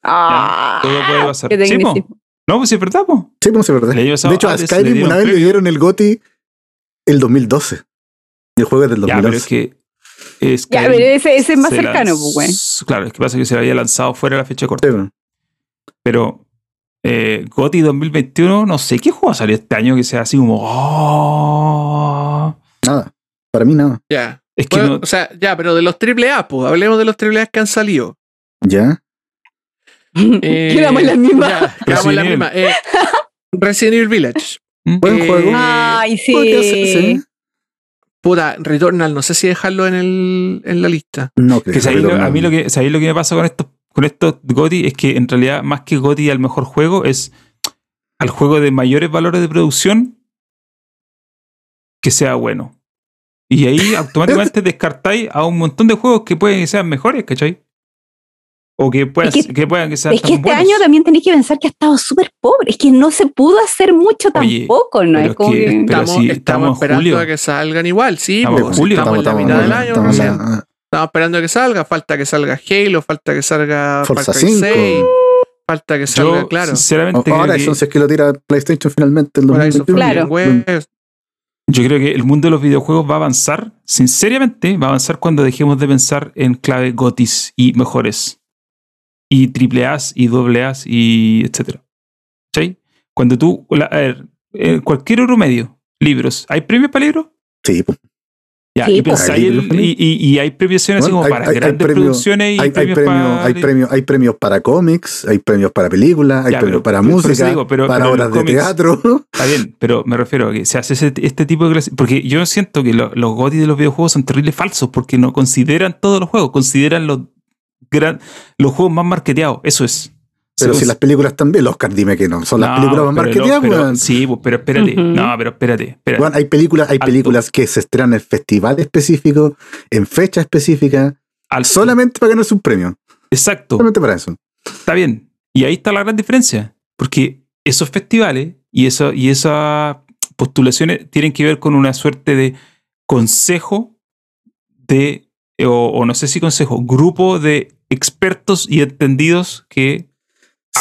Speaker 3: Ah,
Speaker 5: Todo puede pasar.
Speaker 3: qué
Speaker 5: Sí, po.
Speaker 3: tecnicismo.
Speaker 5: No, pues sí, es verdad, po.
Speaker 2: Sí, pues, no es verdad.
Speaker 5: El año pasado
Speaker 2: De hecho, a
Speaker 5: Hades le
Speaker 2: Skyrim
Speaker 5: dieron
Speaker 2: una vez le
Speaker 5: premio.
Speaker 2: dieron el GOTI el 2012. Y el juego es del
Speaker 5: Ya,
Speaker 2: 2011.
Speaker 5: pero es que. Es
Speaker 3: Ya,
Speaker 5: que
Speaker 3: pero ese, ese es más
Speaker 5: se
Speaker 3: cercano, pues,
Speaker 5: lanz-
Speaker 3: güey.
Speaker 5: Claro, es que pasa que se lo había lanzado fuera de la fecha corta.
Speaker 2: Sí, pues, bueno.
Speaker 5: Pero eh, GOTY 2021, no sé qué juego salió este año que sea así como. "Oh".
Speaker 2: Nada. Para mí nada.
Speaker 4: Ya.
Speaker 5: Es que
Speaker 4: Bueno,
Speaker 5: no-
Speaker 4: O sea, ya, pero de los triple A, pues, hablemos de los triple A que han salido.
Speaker 2: ¿Ya?
Speaker 4: Eh,
Speaker 3: Quedamos en la misma.
Speaker 4: ya, quedamos en la
Speaker 5: Resident Evil.
Speaker 4: misma. Eh, Resident Evil Village.
Speaker 5: ¿Mm?
Speaker 2: Buen
Speaker 4: Eh,
Speaker 2: juego.
Speaker 3: Ay, sí.
Speaker 2: Podría ser, sí.
Speaker 4: Puta, Returnal, no sé si dejarlo en, el, en la lista.
Speaker 2: No creo.
Speaker 5: Que sabéis lo-
Speaker 2: Returnal.
Speaker 5: a mí lo que, sabéis lo que me pasa con estos, con estos GOTY es que en realidad, más que GOTY al mejor juego, es al juego de mayores valores de producción que sea bueno. Y ahí automáticamente descartáis a un montón de juegos que pueden que sean mejores, ¿cachai? O que puedan
Speaker 3: Es
Speaker 5: que, puedan que sean
Speaker 3: Es
Speaker 5: tan
Speaker 3: que este
Speaker 5: buenos.
Speaker 3: año también tenéis que pensar que ha estado súper pobre. Es que no se pudo hacer mucho
Speaker 5: Oye,
Speaker 3: tampoco, ¿no?
Speaker 5: pero
Speaker 3: Es
Speaker 5: es
Speaker 3: como
Speaker 5: que-
Speaker 3: que.
Speaker 5: Pero
Speaker 4: estamos
Speaker 5: si
Speaker 4: estamos
Speaker 5: estamos en
Speaker 4: esperando
Speaker 5: julio.
Speaker 4: a que salgan igual, sí,
Speaker 5: Estamos en
Speaker 4: pues,
Speaker 5: julio.
Speaker 4: estamos, en la mitad del año.
Speaker 2: estamos en
Speaker 4: recién.
Speaker 2: la- ah,
Speaker 4: Estamos esperando que salga. Falta que salga Halo, falta que salga
Speaker 2: Forza
Speaker 4: Far Cry
Speaker 2: 5.
Speaker 4: 6, falta que salga,
Speaker 5: Yo,
Speaker 4: claro.
Speaker 5: sinceramente,
Speaker 2: O-
Speaker 5: creo
Speaker 2: Ahora
Speaker 5: que-
Speaker 2: eso, si es que lo tira PlayStation finalmente el
Speaker 4: Por eso
Speaker 2: 2021.
Speaker 3: Claro.
Speaker 5: Yo creo que el mundo de los videojuegos va a avanzar, sinceramente, va a avanzar cuando dejemos de pensar en clave gotis y mejores. Y triple A's y doble A's y etcétera. ¿Sí? Cuando tú, la- a ver, eh, cualquier otro medio, libros, ¿hay premios para libros?
Speaker 2: Sí, pues.
Speaker 5: Ya,
Speaker 3: Sí,
Speaker 5: y,
Speaker 3: pues.
Speaker 5: pensáis
Speaker 2: Hay libros
Speaker 5: el-
Speaker 2: para
Speaker 5: y, y- y hay premiaciones
Speaker 2: Bueno, hay-
Speaker 5: así como para
Speaker 2: hay- hay
Speaker 5: grandes
Speaker 2: premios-
Speaker 5: producciones y
Speaker 2: Hay, hay
Speaker 5: premios
Speaker 2: premios,
Speaker 5: para...
Speaker 2: hay, premios, hay premios para cómics, hay premios para películas, hay
Speaker 5: Ya,
Speaker 2: premios
Speaker 5: pero-
Speaker 2: para
Speaker 5: por eso
Speaker 2: música,
Speaker 5: digo, pero-
Speaker 2: para
Speaker 5: pero
Speaker 2: obras
Speaker 5: los
Speaker 2: de
Speaker 5: cómics-
Speaker 2: teatro.
Speaker 5: Está bien, pero me refiero a que se hace ese- este tipo de clase. Porque yo siento que lo- los gotis de los videojuegos son terribles falsos, porque no consideran todos los juegos, consideran los gran, los juegos más marketeados. Eso es.
Speaker 2: Pero
Speaker 5: Se-
Speaker 2: si las películas también, los Oscar, dime que no. Son las
Speaker 5: No,
Speaker 2: películas más
Speaker 5: pero lo-
Speaker 2: marketeadas,
Speaker 5: pero-
Speaker 2: weón.
Speaker 5: Sí, pues, pero espérate.
Speaker 3: Ujú.
Speaker 5: No, pero espérate. espérate.
Speaker 2: Weón, hay películas, hay
Speaker 5: Alto.
Speaker 2: películas que se estrenan en festival específico, en fecha específica,
Speaker 5: Al-
Speaker 2: solamente para ganarse un premio.
Speaker 5: Exacto.
Speaker 2: Solamente para eso.
Speaker 5: Está bien. Y ahí está la gran diferencia. Porque esos festivales y, eso, y esas postulaciones tienen que ver con una suerte de consejo de, eh, o, o no sé si consejo, grupo de expertos y entendidos que...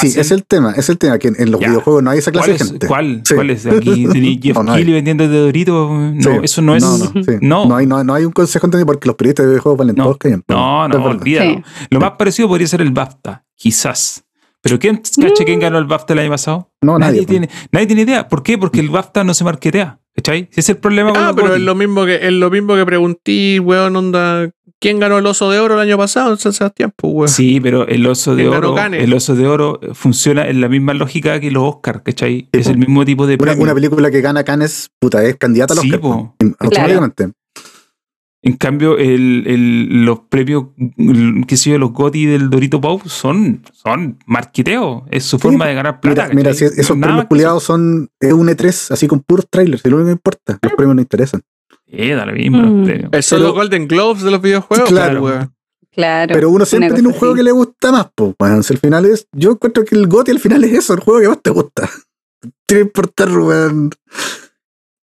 Speaker 2: Sí,
Speaker 5: hacen-
Speaker 2: es el tema, es el tema, que en, en los
Speaker 5: Ya.
Speaker 2: videojuegos no hay esa clase
Speaker 5: ¿Cuál
Speaker 2: de
Speaker 5: es?
Speaker 2: gente.
Speaker 5: ¿Cuál?
Speaker 2: Sí.
Speaker 5: ¿Cuál es? Aquí tenéis Jeff
Speaker 2: No, no hay.
Speaker 5: Keighley vendiendo de Doritos. No,
Speaker 2: Sí.
Speaker 5: eso no es...
Speaker 2: No, no, sí.
Speaker 5: No.
Speaker 2: No hay, no, no hay un consejo entendido porque los periodistas de videojuegos valen
Speaker 5: No.
Speaker 2: todos que
Speaker 5: No, no, olvídalo.
Speaker 3: Sí.
Speaker 5: Lo más parecido podría ser el BAFTA, quizás. Pero ¿quién, cacha, ¿quién ganó el BAFTA el año pasado?
Speaker 2: No, nadie, pues.
Speaker 5: nadie,
Speaker 2: po.
Speaker 5: tiene, nadie tiene idea. ¿Por qué? Porque el BAFTA no se marquetea. ¿Cachai? Ese es el problema con
Speaker 4: Ah,
Speaker 5: los
Speaker 4: pero
Speaker 5: GOTY.
Speaker 4: es lo mismo que es lo mismo que pregunté, weón, onda. ¿Quién ganó el oso de oro el año pasado en San Sebastián? Pues, weón.
Speaker 5: Sí, pero el oso de
Speaker 4: El
Speaker 5: oro,
Speaker 4: Narocane.
Speaker 5: el oso de oro eh, funciona en la misma lógica que los Oscars, ¿cachai?
Speaker 2: Sí,
Speaker 5: es
Speaker 2: po.
Speaker 5: el mismo tipo
Speaker 2: Una,
Speaker 5: de este premio.
Speaker 2: una película que gana Cannes, puta, es candidata a los
Speaker 5: Sí,
Speaker 2: Oscar.
Speaker 5: po.
Speaker 2: Automáticamente.
Speaker 5: En cambio, el, el- los premios, el- qué sé yo, los GOTY del Dorito Pau son, son marqueteo. Es su forma de ganar plata.
Speaker 2: Mira, mira, si
Speaker 5: ¿cachai?
Speaker 2: es- esos
Speaker 5: Nada
Speaker 2: premios
Speaker 5: más que
Speaker 2: culiados son es un E3, así con puros trailers, es lo único que importa.
Speaker 3: Eh.
Speaker 2: Los premios no interesan.
Speaker 5: eso. Eh, da lo mismo los
Speaker 3: Mm.
Speaker 5: premios.
Speaker 4: Eh, Son
Speaker 2: pero-
Speaker 4: los Golden Globes de los videojuegos,
Speaker 2: Claro.
Speaker 4: pues, weón.
Speaker 3: Claro.
Speaker 2: Pero uno siempre
Speaker 3: una
Speaker 2: tiene un
Speaker 3: cosa
Speaker 2: juego
Speaker 3: así.
Speaker 2: que le gusta más, po. weón. Si al final es. Yo encuentro que el GOTI al final es eso, el juego que más te gusta. Tiene que importar, weón.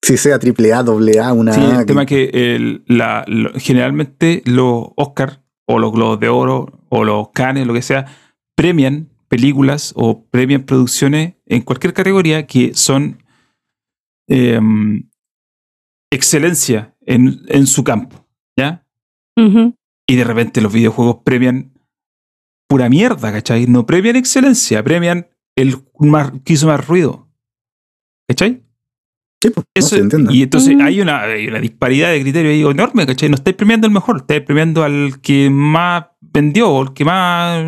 Speaker 2: Si sea triple A, doble A, una
Speaker 5: Sí,
Speaker 2: A,
Speaker 5: el tema es que el- la- lo- generalmente los Oscar o los Globos de Oro o los Cannes, lo que sea, premian películas o premian producciones en cualquier categoría que son eh, excelencia en, en su campo, ¿ya?
Speaker 3: Ujú.
Speaker 5: Y de repente los videojuegos premian pura mierda, ¿cachai? No premian excelencia, premian el más, que hizo más ruido, ¿cachai?
Speaker 2: Sí, po. No,
Speaker 5: Eso,
Speaker 2: sí, entiendo.
Speaker 5: y entonces
Speaker 3: Mm.
Speaker 5: hay una, hay una disparidad de criterio ahí enorme, ¿cachai? No estáis premiando al mejor, estáis premiando al que más vendió o al que más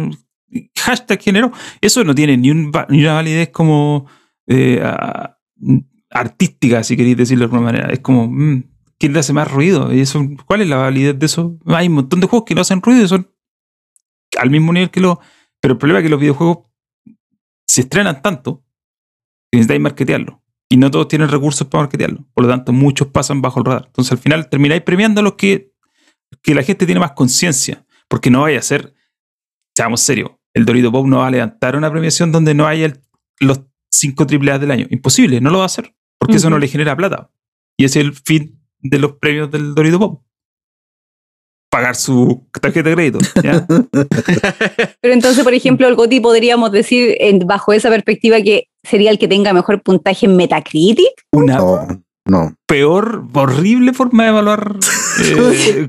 Speaker 5: hashtag generó. Eso no tiene ni, un va- ni una validez como eh, a- artística, si queréis decirlo de alguna manera. Es como, mm, ¿quién le hace más ruido? Y eso, ¿Cuál es la validez de eso? Hay un montón de juegos que no hacen ruido y son al mismo nivel que los... Pero el problema es que los videojuegos se estrenan tanto que necesitáis marketearlo. Y no todos tienen recursos para marketearlo. Por lo tanto, muchos pasan bajo el radar. Entonces, al final termináis premiando a los que, que la gente tiene más conciencia. Porque no vaya a ser, seamos serios, el Dorito Pop no va a levantar una premiación donde no haya el- los 5 AAA del año. Imposible, no lo va a hacer. Porque eso no
Speaker 3: Ujú.
Speaker 5: le genera plata. Y ese es el fin de los premios del Dorito Pop. Pagar su tarjeta de crédito. ¿ya?
Speaker 3: Pero entonces, por ejemplo, el Goti podríamos decir, en- bajo esa perspectiva, que sería el que tenga mejor puntaje en Metacritic.
Speaker 5: Una
Speaker 2: No, no.
Speaker 5: peor, horrible forma de evaluar. eh,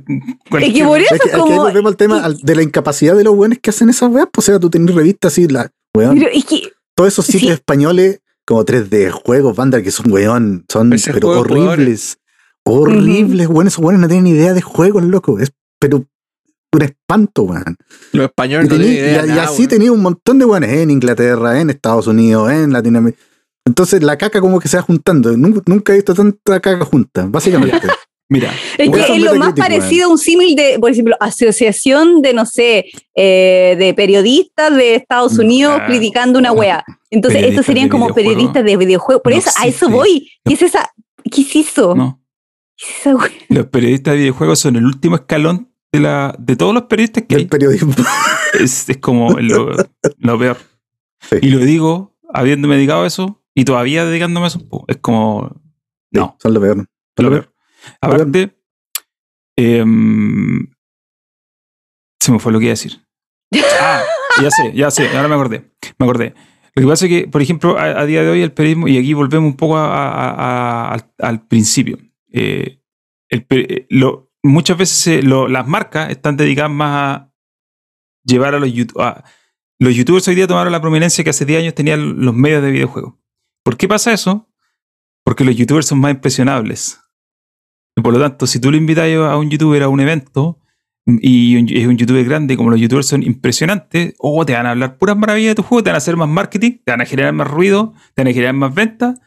Speaker 5: cualquier-
Speaker 3: Es que por eso
Speaker 2: Es que, es que ahí
Speaker 3: como...
Speaker 2: volvemos al tema al- de la incapacidad de los weones que hacen esas weas. Pues, o sea, tú tenés revistas así, la, weón,
Speaker 3: pero es que
Speaker 2: todos esos sitios
Speaker 3: Sí.
Speaker 2: españoles como 3D, juegos, banda, que son weón, son
Speaker 4: Ese
Speaker 2: pero
Speaker 4: juego, eh.
Speaker 2: horribles. Horribles, weón. Esos weones no tienen ni idea de juegos, loco. Es, pero un espanto, weón.
Speaker 4: Los
Speaker 2: Y,
Speaker 4: españoles no
Speaker 2: tení-
Speaker 4: tienen idea
Speaker 2: y-
Speaker 4: de
Speaker 2: y
Speaker 4: nada,
Speaker 2: así
Speaker 4: weón.
Speaker 2: tenía un montón de weones eh, en Inglaterra, en Estados Unidos, en Latinoamérica. Entonces la caca como que se va juntando. Nun- Nunca, he visto tanta caca junta, básicamente.
Speaker 5: Mira,
Speaker 3: Es
Speaker 2: Por
Speaker 3: que
Speaker 2: eso
Speaker 3: es lo más
Speaker 2: Metacritic,
Speaker 3: parecido a un símil de, por ejemplo, asociación de, no sé, eh, de periodistas de Estados Unidos
Speaker 5: Ah,
Speaker 3: criticando una
Speaker 5: bueno.
Speaker 3: wea. Entonces, estos
Speaker 5: Periodistas
Speaker 3: serían
Speaker 5: de
Speaker 3: como
Speaker 5: videojuego.
Speaker 3: periodistas de videojuegos. Por
Speaker 5: No
Speaker 3: eso, a eso
Speaker 5: existe.
Speaker 3: voy. ¿Qué es esa? ¿Qué es eso?
Speaker 5: no.
Speaker 3: ¿Qué es esa wea?
Speaker 5: Los periodistas de videojuegos son el último escalón de la de todos los periodistas que
Speaker 2: el
Speaker 5: hay.
Speaker 2: periodismo.
Speaker 5: Es, es como lo, lo peor.
Speaker 2: Sí.
Speaker 5: Y lo digo habiéndome dedicado a eso y todavía dedicándome a eso. po. Es como. No,
Speaker 2: Sí, son lo peor. Son
Speaker 5: lo Ah. peor. Aparte, em, se me fue lo que iba a decir. Ah, ya sé, ya sé, ahora me acordé. Me acordé. Lo que pasa es que, por ejemplo, a, a día de hoy el periodismo, y aquí volvemos un poco a- a- a- al, al principio, eh, el pe- eh, lo- muchas veces se- lo- las marcas están dedicadas más a llevar a los youtubers. Los youtubers hoy día tomaron la prominencia que hace 10 años tenían los medios de videojuegos. ¿Por qué pasa eso? Porque los youtubers son más impresionables. Y por lo tanto, si tú le invitas a un youtuber a un evento y un- es un youtuber grande, como los youtubers son impresionantes, oh, te van a hablar puras maravillas de tu juego, te van a hacer más marketing, te van a generar más ruido, te van a generar más ventas.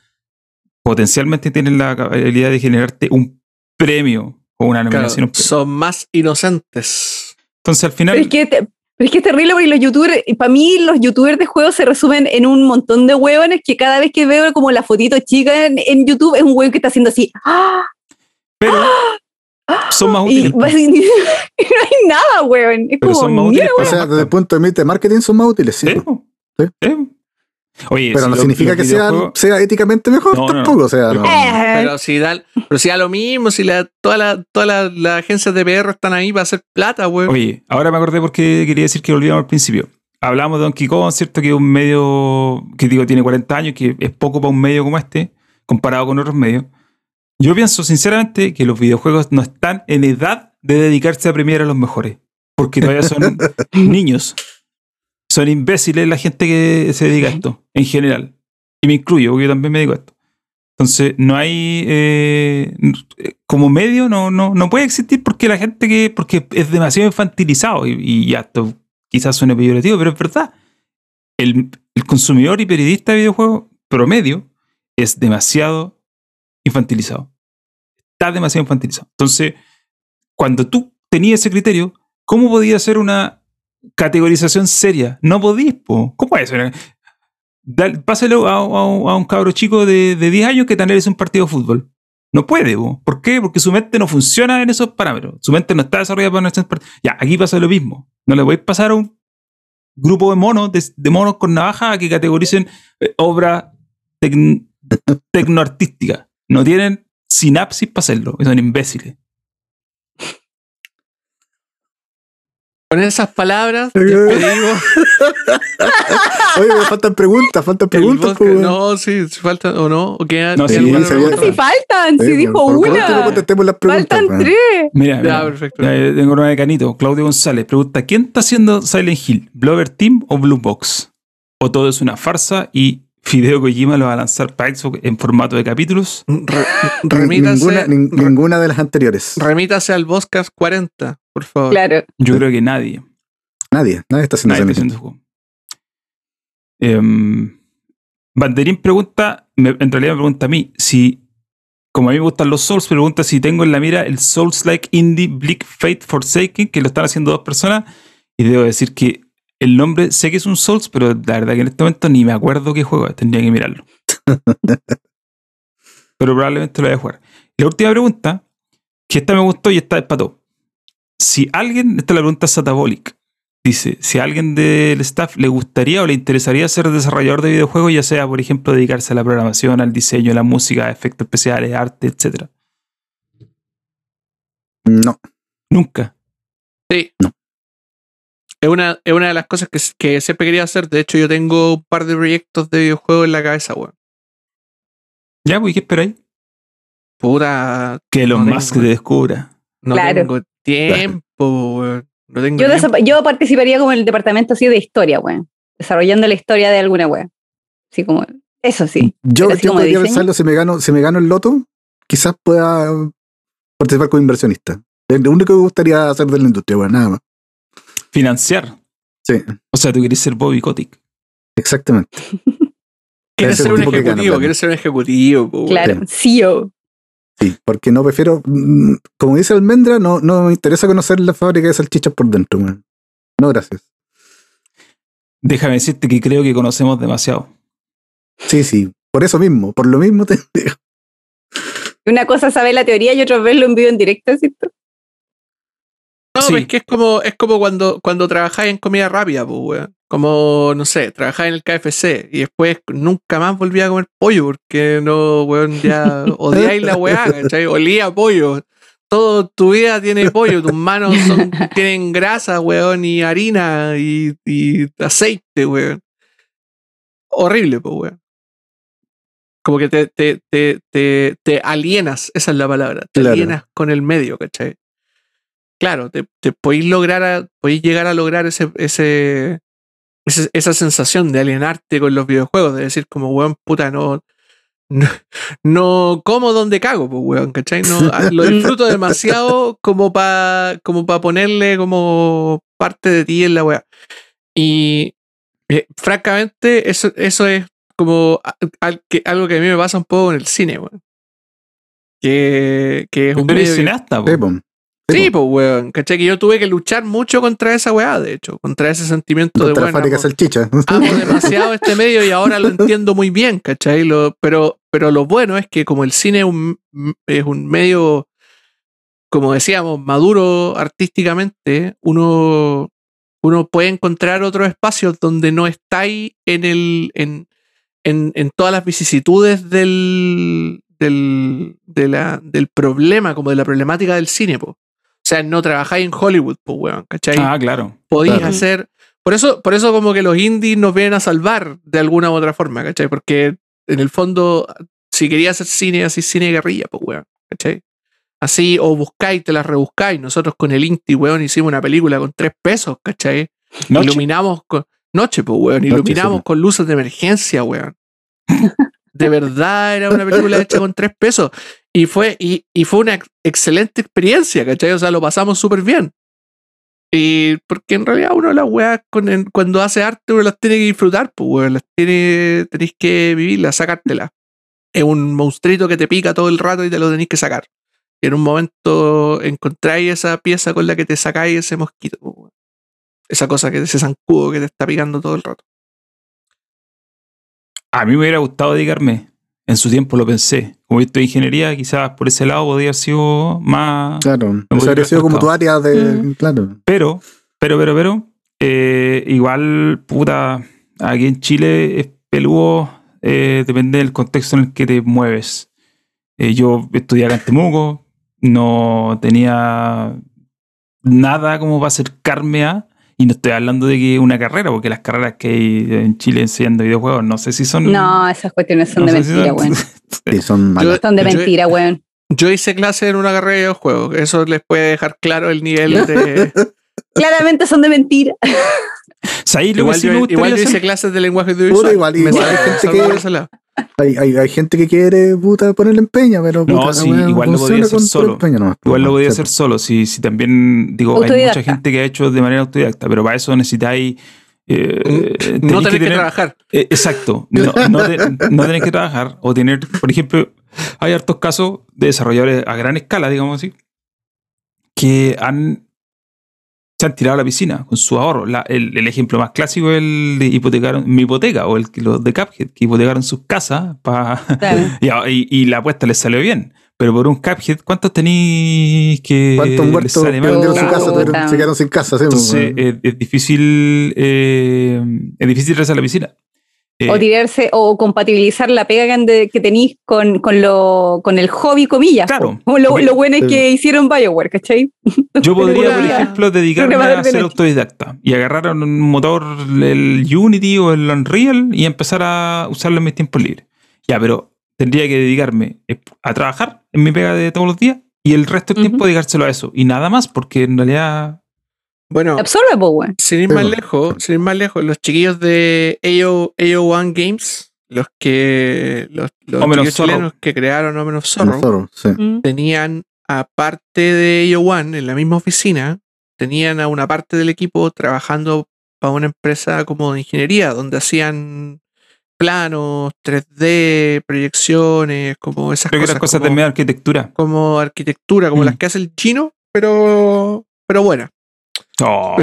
Speaker 5: Potencialmente tienes la habilidad de generarte un premio o una
Speaker 4: Claro,
Speaker 5: nominación. a un premio.
Speaker 4: son más inocentes.
Speaker 5: Entonces,
Speaker 3: Pero
Speaker 5: al
Speaker 3: es
Speaker 5: final,
Speaker 3: que, te- pero es que es terrible porque los youtubers, para mí los youtubers de juegos se resumen en un montón de huevones que cada vez que veo como la fotito chica en, en YouTube es un hueón que está haciendo así. ¡Ah!
Speaker 5: pero son más
Speaker 3: Y,
Speaker 5: útiles.
Speaker 3: no hay nada, hueón. Es
Speaker 5: Ah, Pero
Speaker 3: como,
Speaker 5: son más útiles
Speaker 3: mierda.
Speaker 2: O
Speaker 5: para
Speaker 2: sea,
Speaker 5: las
Speaker 2: desde el
Speaker 5: marcas.
Speaker 2: punto de vista de marketing son más útiles, sí.
Speaker 5: Sí,
Speaker 2: po.
Speaker 5: po. Sí. Oye,
Speaker 2: Pero no
Speaker 5: si los-
Speaker 2: significa
Speaker 5: los
Speaker 2: que sea,
Speaker 5: videojuegos-
Speaker 2: sea éticamente mejor
Speaker 5: No, no, no.
Speaker 2: tampoco. O sea, no.
Speaker 3: Eh,
Speaker 4: Pero si da, pero si da lo mismo, si la, todas las todas las- las agencias de PR están ahí para hacer plata, weón.
Speaker 5: Oye, ahora me acordé porque quería decir que lo olvidamos al principio. Hablamos de Donkey Kong, ¿cierto? Que es un medio que digo tiene 40 años, que es poco para un medio como este, comparado con otros medios. Yo pienso sinceramente que los videojuegos no están en edad de dedicarse a premiar a los mejores, porque todavía son niños. Son imbéciles la gente que se dedica a esto, en general. Y me incluyo, porque yo también me dedico a esto. Entonces, no hay. eh, eh, como medio no, no, no puede existir porque la gente que. porque es demasiado infantilizado. Y, y ya esto quizás suene peyorativo, pero es verdad. El, el consumidor y periodista de videojuegos promedio es demasiado infantilizado. Está demasiado infantilizado. Entonces, cuando tú tenías ese criterio, ¿cómo podías hacer una categorización seria? No podías, po. ¿Cómo es? Era- Dal- pásalo a, a- a un cabro chico de, de 10 años que tan eres un partido de fútbol. No puede, po. ¿por qué? Porque su mente no funciona en esos parámetros. Su mente no está desarrollada para nuestras part- Ya, aquí pasa lo mismo. No le podéis pasar a un grupo de monos, de, de monos con navaja a que categoricen eh, obra tec- tecnoartística. No tienen sinapsis para hacerlo. Son imbéciles.
Speaker 4: Con esas palabras,
Speaker 2: Eh,
Speaker 4: despedimos
Speaker 2: Oye, pero faltan preguntas, faltan
Speaker 4: el
Speaker 2: preguntas.
Speaker 4: podcast.
Speaker 2: po, weón.
Speaker 4: No, sí, si falta o no. ¿O queda,
Speaker 5: No,
Speaker 4: queda
Speaker 5: sí,
Speaker 4: alguna
Speaker 2: se
Speaker 4: pregunta?
Speaker 2: viene.
Speaker 3: Si faltan, si
Speaker 2: Sí,
Speaker 3: dijo
Speaker 2: por- por último
Speaker 3: una.
Speaker 2: contestemos las preguntas.
Speaker 3: Faltan
Speaker 2: weón.
Speaker 3: tres.
Speaker 5: Mira,
Speaker 4: Ya,
Speaker 5: mira.
Speaker 4: perfecto.
Speaker 5: Ya, yo tengo una de Canito. Claudio González pregunta: ¿Quién está haciendo Silent Hill? ¿Blover Team o Blue Box? ¿O todo es una farsa y Fideo Kojima lo va a lanzar para Xbox en formato de capítulos?
Speaker 4: Re-
Speaker 2: Ni-
Speaker 4: remítase,
Speaker 2: Ninguna, nin-
Speaker 4: re-
Speaker 2: ninguna de las anteriores.
Speaker 4: remítase al podcast 40, por favor.
Speaker 3: Claro.
Speaker 5: Yo creo que nadie.
Speaker 2: Nadie, nadie está haciendo
Speaker 5: Nadie
Speaker 2: eso.
Speaker 5: está haciendo ese juego. Em, Banderín pregunta: me- en realidad me pregunta a mí si. Como a mí me gustan los Souls, pregunta si tengo en la mira el Souls-like indie Bleak Fate Forsaken, que lo están haciendo dos personas. Y debo decir que el nombre, sé que es un Souls, pero la verdad que en este momento ni me acuerdo qué juego, es, tendría que mirarlo. pero probablemente lo voy a jugar. Y La última pregunta, que esta me gustó y esta es para todo. Si alguien, esta es la pregunta Satabolic, dice, si a alguien del staff le gustaría o le interesaría ser desarrollador de videojuegos, ya sea, por ejemplo, dedicarse a la programación, al diseño, a la música, a efectos especiales, arte, etc.
Speaker 2: No.
Speaker 5: Nunca.
Speaker 4: Sí.
Speaker 2: No.
Speaker 4: Es una, es una de las cosas que, que siempre quería hacer. De hecho, yo tengo un par de proyectos de videojuegos en la cabeza, weón.
Speaker 5: Ya, pues, ¿qué esperáis?
Speaker 4: Puta,
Speaker 5: Que los
Speaker 4: No
Speaker 5: más que
Speaker 4: tengo-
Speaker 5: te descubra.
Speaker 4: no
Speaker 3: Claro.
Speaker 4: tengo tiempo, weón. No tengo
Speaker 3: Yo,
Speaker 4: tiempo.
Speaker 3: desa- yo participaría como en el departamento así de historia, weón. Desarrollando la historia de alguna weón. Así como, eso sí.
Speaker 2: Yo,
Speaker 3: Pero así
Speaker 2: yo
Speaker 3: como de
Speaker 2: podría
Speaker 3: diseño.
Speaker 2: pensarlo, si me gano, si me gano el loto, quizás pueda participar como inversionista. Es lo único que me gustaría hacer de la industria, bueno, nada más.
Speaker 5: Financiar.
Speaker 2: Sí.
Speaker 5: O sea, tú querés ser Bobby Kotick.
Speaker 2: Exactamente.
Speaker 4: Quieres
Speaker 2: ese
Speaker 4: ser un
Speaker 2: tipo que gana
Speaker 4: ejecutivo,
Speaker 2: plata.
Speaker 4: quieres ser un ejecutivo, po, weón.
Speaker 3: Claro, CEO.
Speaker 2: Sí, porque no prefiero, mm, como dice Almendra, no, no me interesa conocer la fábrica de salchichas por dentro, weón. No, gracias.
Speaker 5: Déjame decirte que creo que conocemos demasiado.
Speaker 2: Sí, sí. Por eso mismo, por lo mismo te digo.
Speaker 3: Una cosa es saber la teoría y otra vez lo envío en directo, ¿cierto?
Speaker 4: No,
Speaker 5: Sí.
Speaker 4: pero es que es como, es como cuando, cuando trabajáis en comida rápida, po, weón. Como, no sé, trabajáis en el KFC y después nunca más volví a comer pollo porque no, weón, ya odiáis la weá, ¿cachai? Olía a pollo. Todo tu vida tiene pollo, tus manos son- tienen grasa, weón, y harina y, y aceite, weón. Horrible, po, weón. Como que te, te, te, te, te alienas, esa es la palabra. Te
Speaker 2: Claro.
Speaker 4: alienas con el medio, ¿cachai? claro, te, te podéis lograr, a- podéis llegar a lograr ese, ese, ese- esa sensación de alienarte con los videojuegos, de decir como, weón, puta, no, no, no como donde cago, pues, weón, ¿cachai? No, ah, lo disfruto demasiado como para como pa ponerle como parte de ti en la weá. Y eh, francamente, eso, eso es como a- al- que- algo que a mí me pasa un poco en el cine, weón. Que, que es
Speaker 5: Tú
Speaker 4: un
Speaker 5: eres
Speaker 4: medio que-
Speaker 5: cineasta, po.
Speaker 2: Sí, po. Sí,
Speaker 4: Sí,
Speaker 2: po.
Speaker 4: pues, weón. ¿Cachai? Que yo tuve que luchar mucho contra esa weá, de hecho. Contra ese sentimiento
Speaker 2: Contra
Speaker 4: de,
Speaker 2: la
Speaker 4: weón,
Speaker 2: fábrica de
Speaker 4: amo,
Speaker 2: salchichas.
Speaker 5: Ah,
Speaker 4: amo demasiado este medio y ahora lo entiendo muy bien, ¿cachai? Lo- pero, pero lo bueno es que como el cine es un, es un medio, como decíamos, maduro artísticamente, uno, uno puede encontrar otros espacios donde no estáis en el... En, en, en todas las vicisitudes del, del, de la- del problema, como de la problemática del cine, po. O sea, no trabajáis en Hollywood, pues, weón, ¿cachai?
Speaker 5: Ah, claro.
Speaker 4: Podéis
Speaker 2: claro.
Speaker 4: hacer. Por eso, por eso, como que los indies nos vienen a salvar de alguna u otra forma, ¿cachai? Porque en el fondo, si quería hacer cine, así cine de guerrilla, pues, weón, ¿cachai? Así, o buscáis, te las rebuscáis. Nosotros con el Inti, weón, hicimos una película con tres pesos, ¿cachai?
Speaker 5: Noche.
Speaker 4: Iluminamos con. Noche, pues, weón.
Speaker 2: Noche,
Speaker 4: Iluminamos
Speaker 2: sí.
Speaker 4: con luces de emergencia, weón. De verdad era una película hecha con tres pesos. Y fue, y, y fue una ex- excelente experiencia, ¿cachai? O sea, lo pasamos súper bien. Y porque en realidad uno las weas con el- cuando hace arte uno las tiene que disfrutar, pues weón, las tiene, tenéis que vivirlas, sacártelas. Es un monstruito que te pica todo el rato y te lo tenéis que sacar. Y en un momento encontráis esa pieza con la que te sacáis ese mosquito, pues, weón. Esa cosa que ese zancudo que te está picando todo el rato.
Speaker 5: A mí me hubiera gustado dedicarme. En su tiempo lo pensé. Como yo estoy en ingeniería, quizás por ese lado podría haber sido más.
Speaker 2: Claro.
Speaker 5: Me
Speaker 2: Eso habría
Speaker 5: podría
Speaker 2: sido como tu
Speaker 5: costado.
Speaker 2: área de.
Speaker 3: Mm.
Speaker 2: Claro.
Speaker 5: Pero, pero, pero, pero, eh, igual, puta, aquí en Chile es peludo, eh, depende del contexto en el que te mueves. Eh, yo estudié acá en Temuco, no tenía nada como para acercarme a, y no estoy hablando de que una carrera, porque las carreras que hay en Chile enseñando videojuegos, no sé si son...
Speaker 3: No, esas cuestiones son
Speaker 5: Mm. no
Speaker 3: de
Speaker 5: sé si
Speaker 3: mentira,
Speaker 5: son-
Speaker 3: weón.
Speaker 2: Sí, son malas.
Speaker 3: Son de
Speaker 4: Yo-
Speaker 3: mentira, weón.
Speaker 4: Yo hice clase en una carrera de videojuegos. Eso les puede dejar claro el nivel de.
Speaker 3: Claramente son de mentira.
Speaker 5: ¿Sabéis lo que
Speaker 4: igual
Speaker 5: sí
Speaker 4: yo,
Speaker 5: me gustaría
Speaker 4: igual yo
Speaker 5: hacer?
Speaker 4: hice clases de lenguaje audiovisual.
Speaker 2: Puta, igual-
Speaker 4: Me
Speaker 2: igual
Speaker 4: salgo-
Speaker 2: hay gente
Speaker 4: salgo
Speaker 2: que-
Speaker 4: por ese lado.
Speaker 2: Hay, hay, hay gente que quiere puta ponerle empeño, pero
Speaker 5: No,
Speaker 2: puta, la
Speaker 5: sí,
Speaker 2: weá
Speaker 5: igual
Speaker 2: funciona
Speaker 5: lo podía hacer
Speaker 2: con puro
Speaker 5: solo.
Speaker 2: empeño nomás,
Speaker 5: Igual lo
Speaker 2: po,
Speaker 5: podía
Speaker 2: sí,
Speaker 5: hacer
Speaker 2: po.
Speaker 5: solo, si, si también, digo, hay mucha
Speaker 3: Autodidacta.
Speaker 5: gente que ha hecho de manera autodidacta, pero para eso necesitáis... eh, tenéis
Speaker 4: Mm, no tenés que,
Speaker 5: tener-
Speaker 4: trabajar.
Speaker 5: eh, exacto, no, no te- no tenés que trabajar o tener, por ejemplo, hay hartos casos de desarrolladores a gran escala, digamos así, que han, se han tirado a la piscina con su ahorro. La- el, el ejemplo más clásico es el de hipotecaron, mi hipoteca o el, que- los de Cuphead, que hipotecaron sus casas para...
Speaker 3: Claro.
Speaker 5: Y, a- y- y la apuesta les salió bien. Pero por un Cuphead, ¿cuántos tenéis que
Speaker 2: ¿Cuántos
Speaker 5: les
Speaker 2: muertos
Speaker 5: sale mal?
Speaker 2: perdieron su
Speaker 3: Oh,
Speaker 2: casa? tuvieron-
Speaker 3: puta.
Speaker 2: se quedaron sin casa, sí, po,
Speaker 5: Entonces
Speaker 2: weón.
Speaker 5: eh, es, es difícil eh, es difícil tirarse a la piscina. Eh,
Speaker 3: O tirarse o compatibilizar la pega que, ande- que tenéis con, con, lo, con el hobby, comillas.
Speaker 5: Claro.
Speaker 3: Como lo,
Speaker 5: Porque
Speaker 3: lo bueno es
Speaker 2: Sí.
Speaker 3: que hicieron Bioware, ¿cachai?
Speaker 5: Yo podría, por
Speaker 4: Una-
Speaker 5: ejemplo, dedicarme
Speaker 3: programador
Speaker 5: a
Speaker 3: de
Speaker 5: ser
Speaker 3: noche.
Speaker 5: autodidacta y agarrar un motor, el Unity o el Unreal y empezar a usarlo en mis tiempos libres. Ya, pero tendría que dedicarme eh, a trabajar en mi pega de todos los días y el resto del
Speaker 3: Ujú.
Speaker 5: tiempo dedicárselo a eso. Y nada más, porque en realidad.
Speaker 4: Bueno,
Speaker 3: Absorbe, Bioware.
Speaker 4: sin ir
Speaker 2: Sí,
Speaker 4: más
Speaker 2: bueno.
Speaker 4: lejos, sin ir más lejos, los chiquillos de AO, AO1 Games, los que. Los, los
Speaker 5: Omen of
Speaker 4: chiquillos
Speaker 5: Sorrow.
Speaker 4: chilenos que crearon Omen of Sorrow,
Speaker 2: El zorro, sí.
Speaker 3: Mm.
Speaker 4: tenían, aparte de AO1, en la misma oficina, tenían a una parte del equipo trabajando para una empresa como de ingeniería, donde hacían planos, 3D, proyecciones, como esas
Speaker 5: Creo que
Speaker 4: cosas.
Speaker 5: eran cosas de
Speaker 4: como-
Speaker 5: media arquitectura.
Speaker 4: como arquitectura, como
Speaker 5: Mm.
Speaker 4: las que hace el chino, pero, pero buena.
Speaker 5: Oh,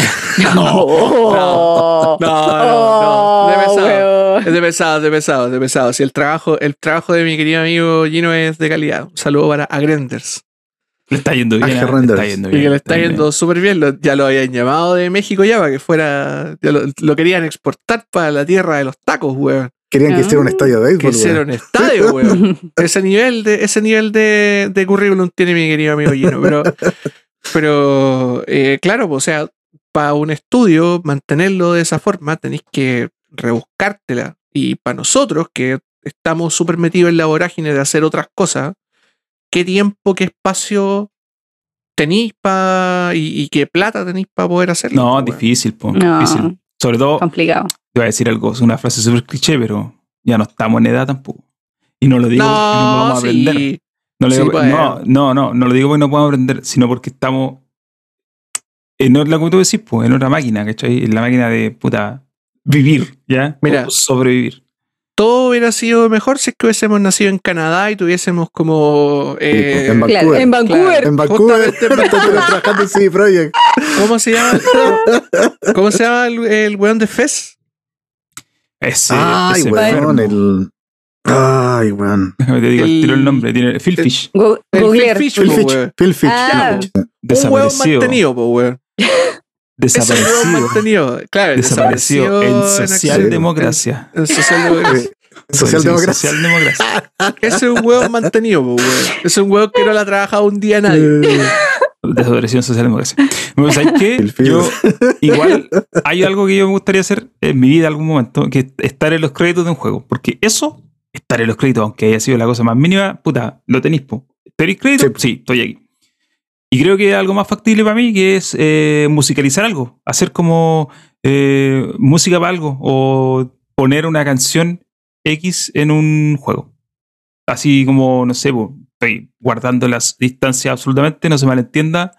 Speaker 3: No,
Speaker 4: Oh. no, de pesado.
Speaker 3: weón.
Speaker 4: Es de pesado, de pesado, de pesado. Si el trabajo, el trabajo de mi querido amigo Gino es de calidad. Un saludo para Agrenders.
Speaker 5: le está yendo bien.
Speaker 2: Ángel
Speaker 5: le está
Speaker 2: Renders.
Speaker 5: yendo
Speaker 4: Y que
Speaker 5: bien,
Speaker 4: le está yendo súper bien. Lo- ya lo habían llamado de México ya para que fuera. ya lo, lo querían exportar para la tierra de los tacos, weón.
Speaker 2: Querían que hiciera un
Speaker 3: Ah.
Speaker 2: estadio de
Speaker 4: Que
Speaker 2: béisbol.
Speaker 4: hiciera
Speaker 2: weón.
Speaker 4: un estadio, weón. ese nivel de ese nivel de, de currículum tiene mi querido amigo Gino pero pero eh, claro pues, o sea para un estudio mantenerlo de esa forma tenéis que rebuscártela y para nosotros que estamos súper metidos en la vorágine de hacer otras cosas qué tiempo qué espacio tenéis para y, y qué plata tenéis para poder hacerlo
Speaker 5: No,
Speaker 4: weón?
Speaker 5: difícil, po,
Speaker 3: No.
Speaker 5: difícil. Sobre todo,
Speaker 3: Complicado.
Speaker 5: te voy a decir algo, es una frase súper cliché, pero ya no estamos en edad tampoco. Y no lo digo, porque no
Speaker 4: no,
Speaker 5: vamos a aprender.
Speaker 4: sí.
Speaker 5: No, lo
Speaker 4: Sí,
Speaker 5: digo-
Speaker 4: pues.
Speaker 5: no, no, no, no lo digo porque no podemos aprender, sino porque estamos en otra, como tú decís, pues, en otra máquina, ¿cachai? En la máquina de puta vivir, ¿ya?
Speaker 4: Mira.
Speaker 5: O sobrevivir.
Speaker 4: todo hubiera sido mejor si es que hubiésemos nacido en Canadá y tuviésemos como eh,
Speaker 2: pues, en Vancouver.
Speaker 3: Claro, en Vancouver.
Speaker 2: En Vancouver,
Speaker 4: Justamente en
Speaker 2: estuvieron trabajando en CD Projekt.
Speaker 4: ¿Cómo se llama? ¿Cómo se llama el, el weón de Fez?
Speaker 5: Ese,
Speaker 2: Ay,
Speaker 5: ese
Speaker 2: weón,
Speaker 5: enfermo.
Speaker 2: el. Ay, weón.
Speaker 5: Déjame te digo,
Speaker 4: el-
Speaker 5: el, tiro el nombre, tiene Philfish,
Speaker 3: Go-
Speaker 4: El
Speaker 3: Googlear.
Speaker 4: Phil Fish,
Speaker 2: Phil
Speaker 4: po,
Speaker 2: Fitch.
Speaker 4: weón.
Speaker 2: Phil Fitch.
Speaker 3: Ah,
Speaker 4: Un weón
Speaker 5: desaparecido,
Speaker 4: mantenido, po, weón. Ese weón
Speaker 5: desaparecido,
Speaker 4: mantenido. Claro,
Speaker 5: desaparecido en
Speaker 4: acción.
Speaker 5: socialdemocracia.
Speaker 4: En socialdemocracia.
Speaker 2: Eh, Socialdemocracia.
Speaker 5: En socialdemocracia.
Speaker 4: Ese es un weón mantenido, po, weón. Es un weón que no la ha trabajado un día nadie.
Speaker 2: Eh,
Speaker 5: Desaparecido en socialdemocracia. Bueno, ¿sabes qué?
Speaker 2: Phil
Speaker 5: Yo, igual, hay algo que yo me gustaría hacer en mi vida en algún momento, que es estar en los créditos de un juego. Porque eso, estar en los créditos, aunque haya sido la cosa más mínima, puta, lo tenéis, po. ¿Tenéis crédito?
Speaker 2: Sí.
Speaker 5: Sí. estoy aquí. Y creo que algo más factible para mí que es eh, musicalizar algo, hacer como eh, música para algo o poner una canción X en un juego. Así como, no sé, po, estoy guardando las distancias absolutamente, no se malentienda.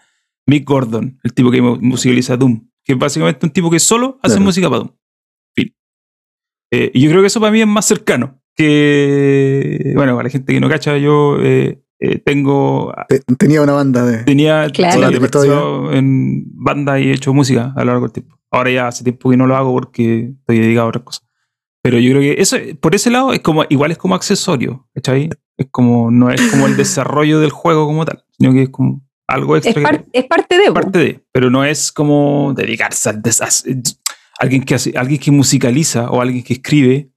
Speaker 5: Mick Gordon, el tipo que mu- musicaliza Doom, que es básicamente un tipo que solo hace
Speaker 2: Claro.
Speaker 5: música para Doom. Fin. Eh, y yo creo que eso para mí es más cercano que, bueno, para la gente que no cacha, yo eh, eh, tengo,
Speaker 2: te- Tenía una banda de.
Speaker 5: tenía
Speaker 3: Claro.
Speaker 5: solamente
Speaker 2: Hola, Victoria.
Speaker 5: participado en banda y he hecho música a lo largo del tiempo. Ahora ya hace tiempo que no lo hago porque estoy dedicado a otras cosas. Pero yo creo que eso, por ese lado, es como, igual es como accesorio, ¿cachai? Es como, no es como el desarrollo del juego como tal, sino que es como algo
Speaker 3: Es,
Speaker 5: extra. que-
Speaker 3: par- es parte de. po.
Speaker 5: parte de, pero no es como dedicarse al desastre. eh, Alguien que, hace, alguien que musicaliza o alguien que escribe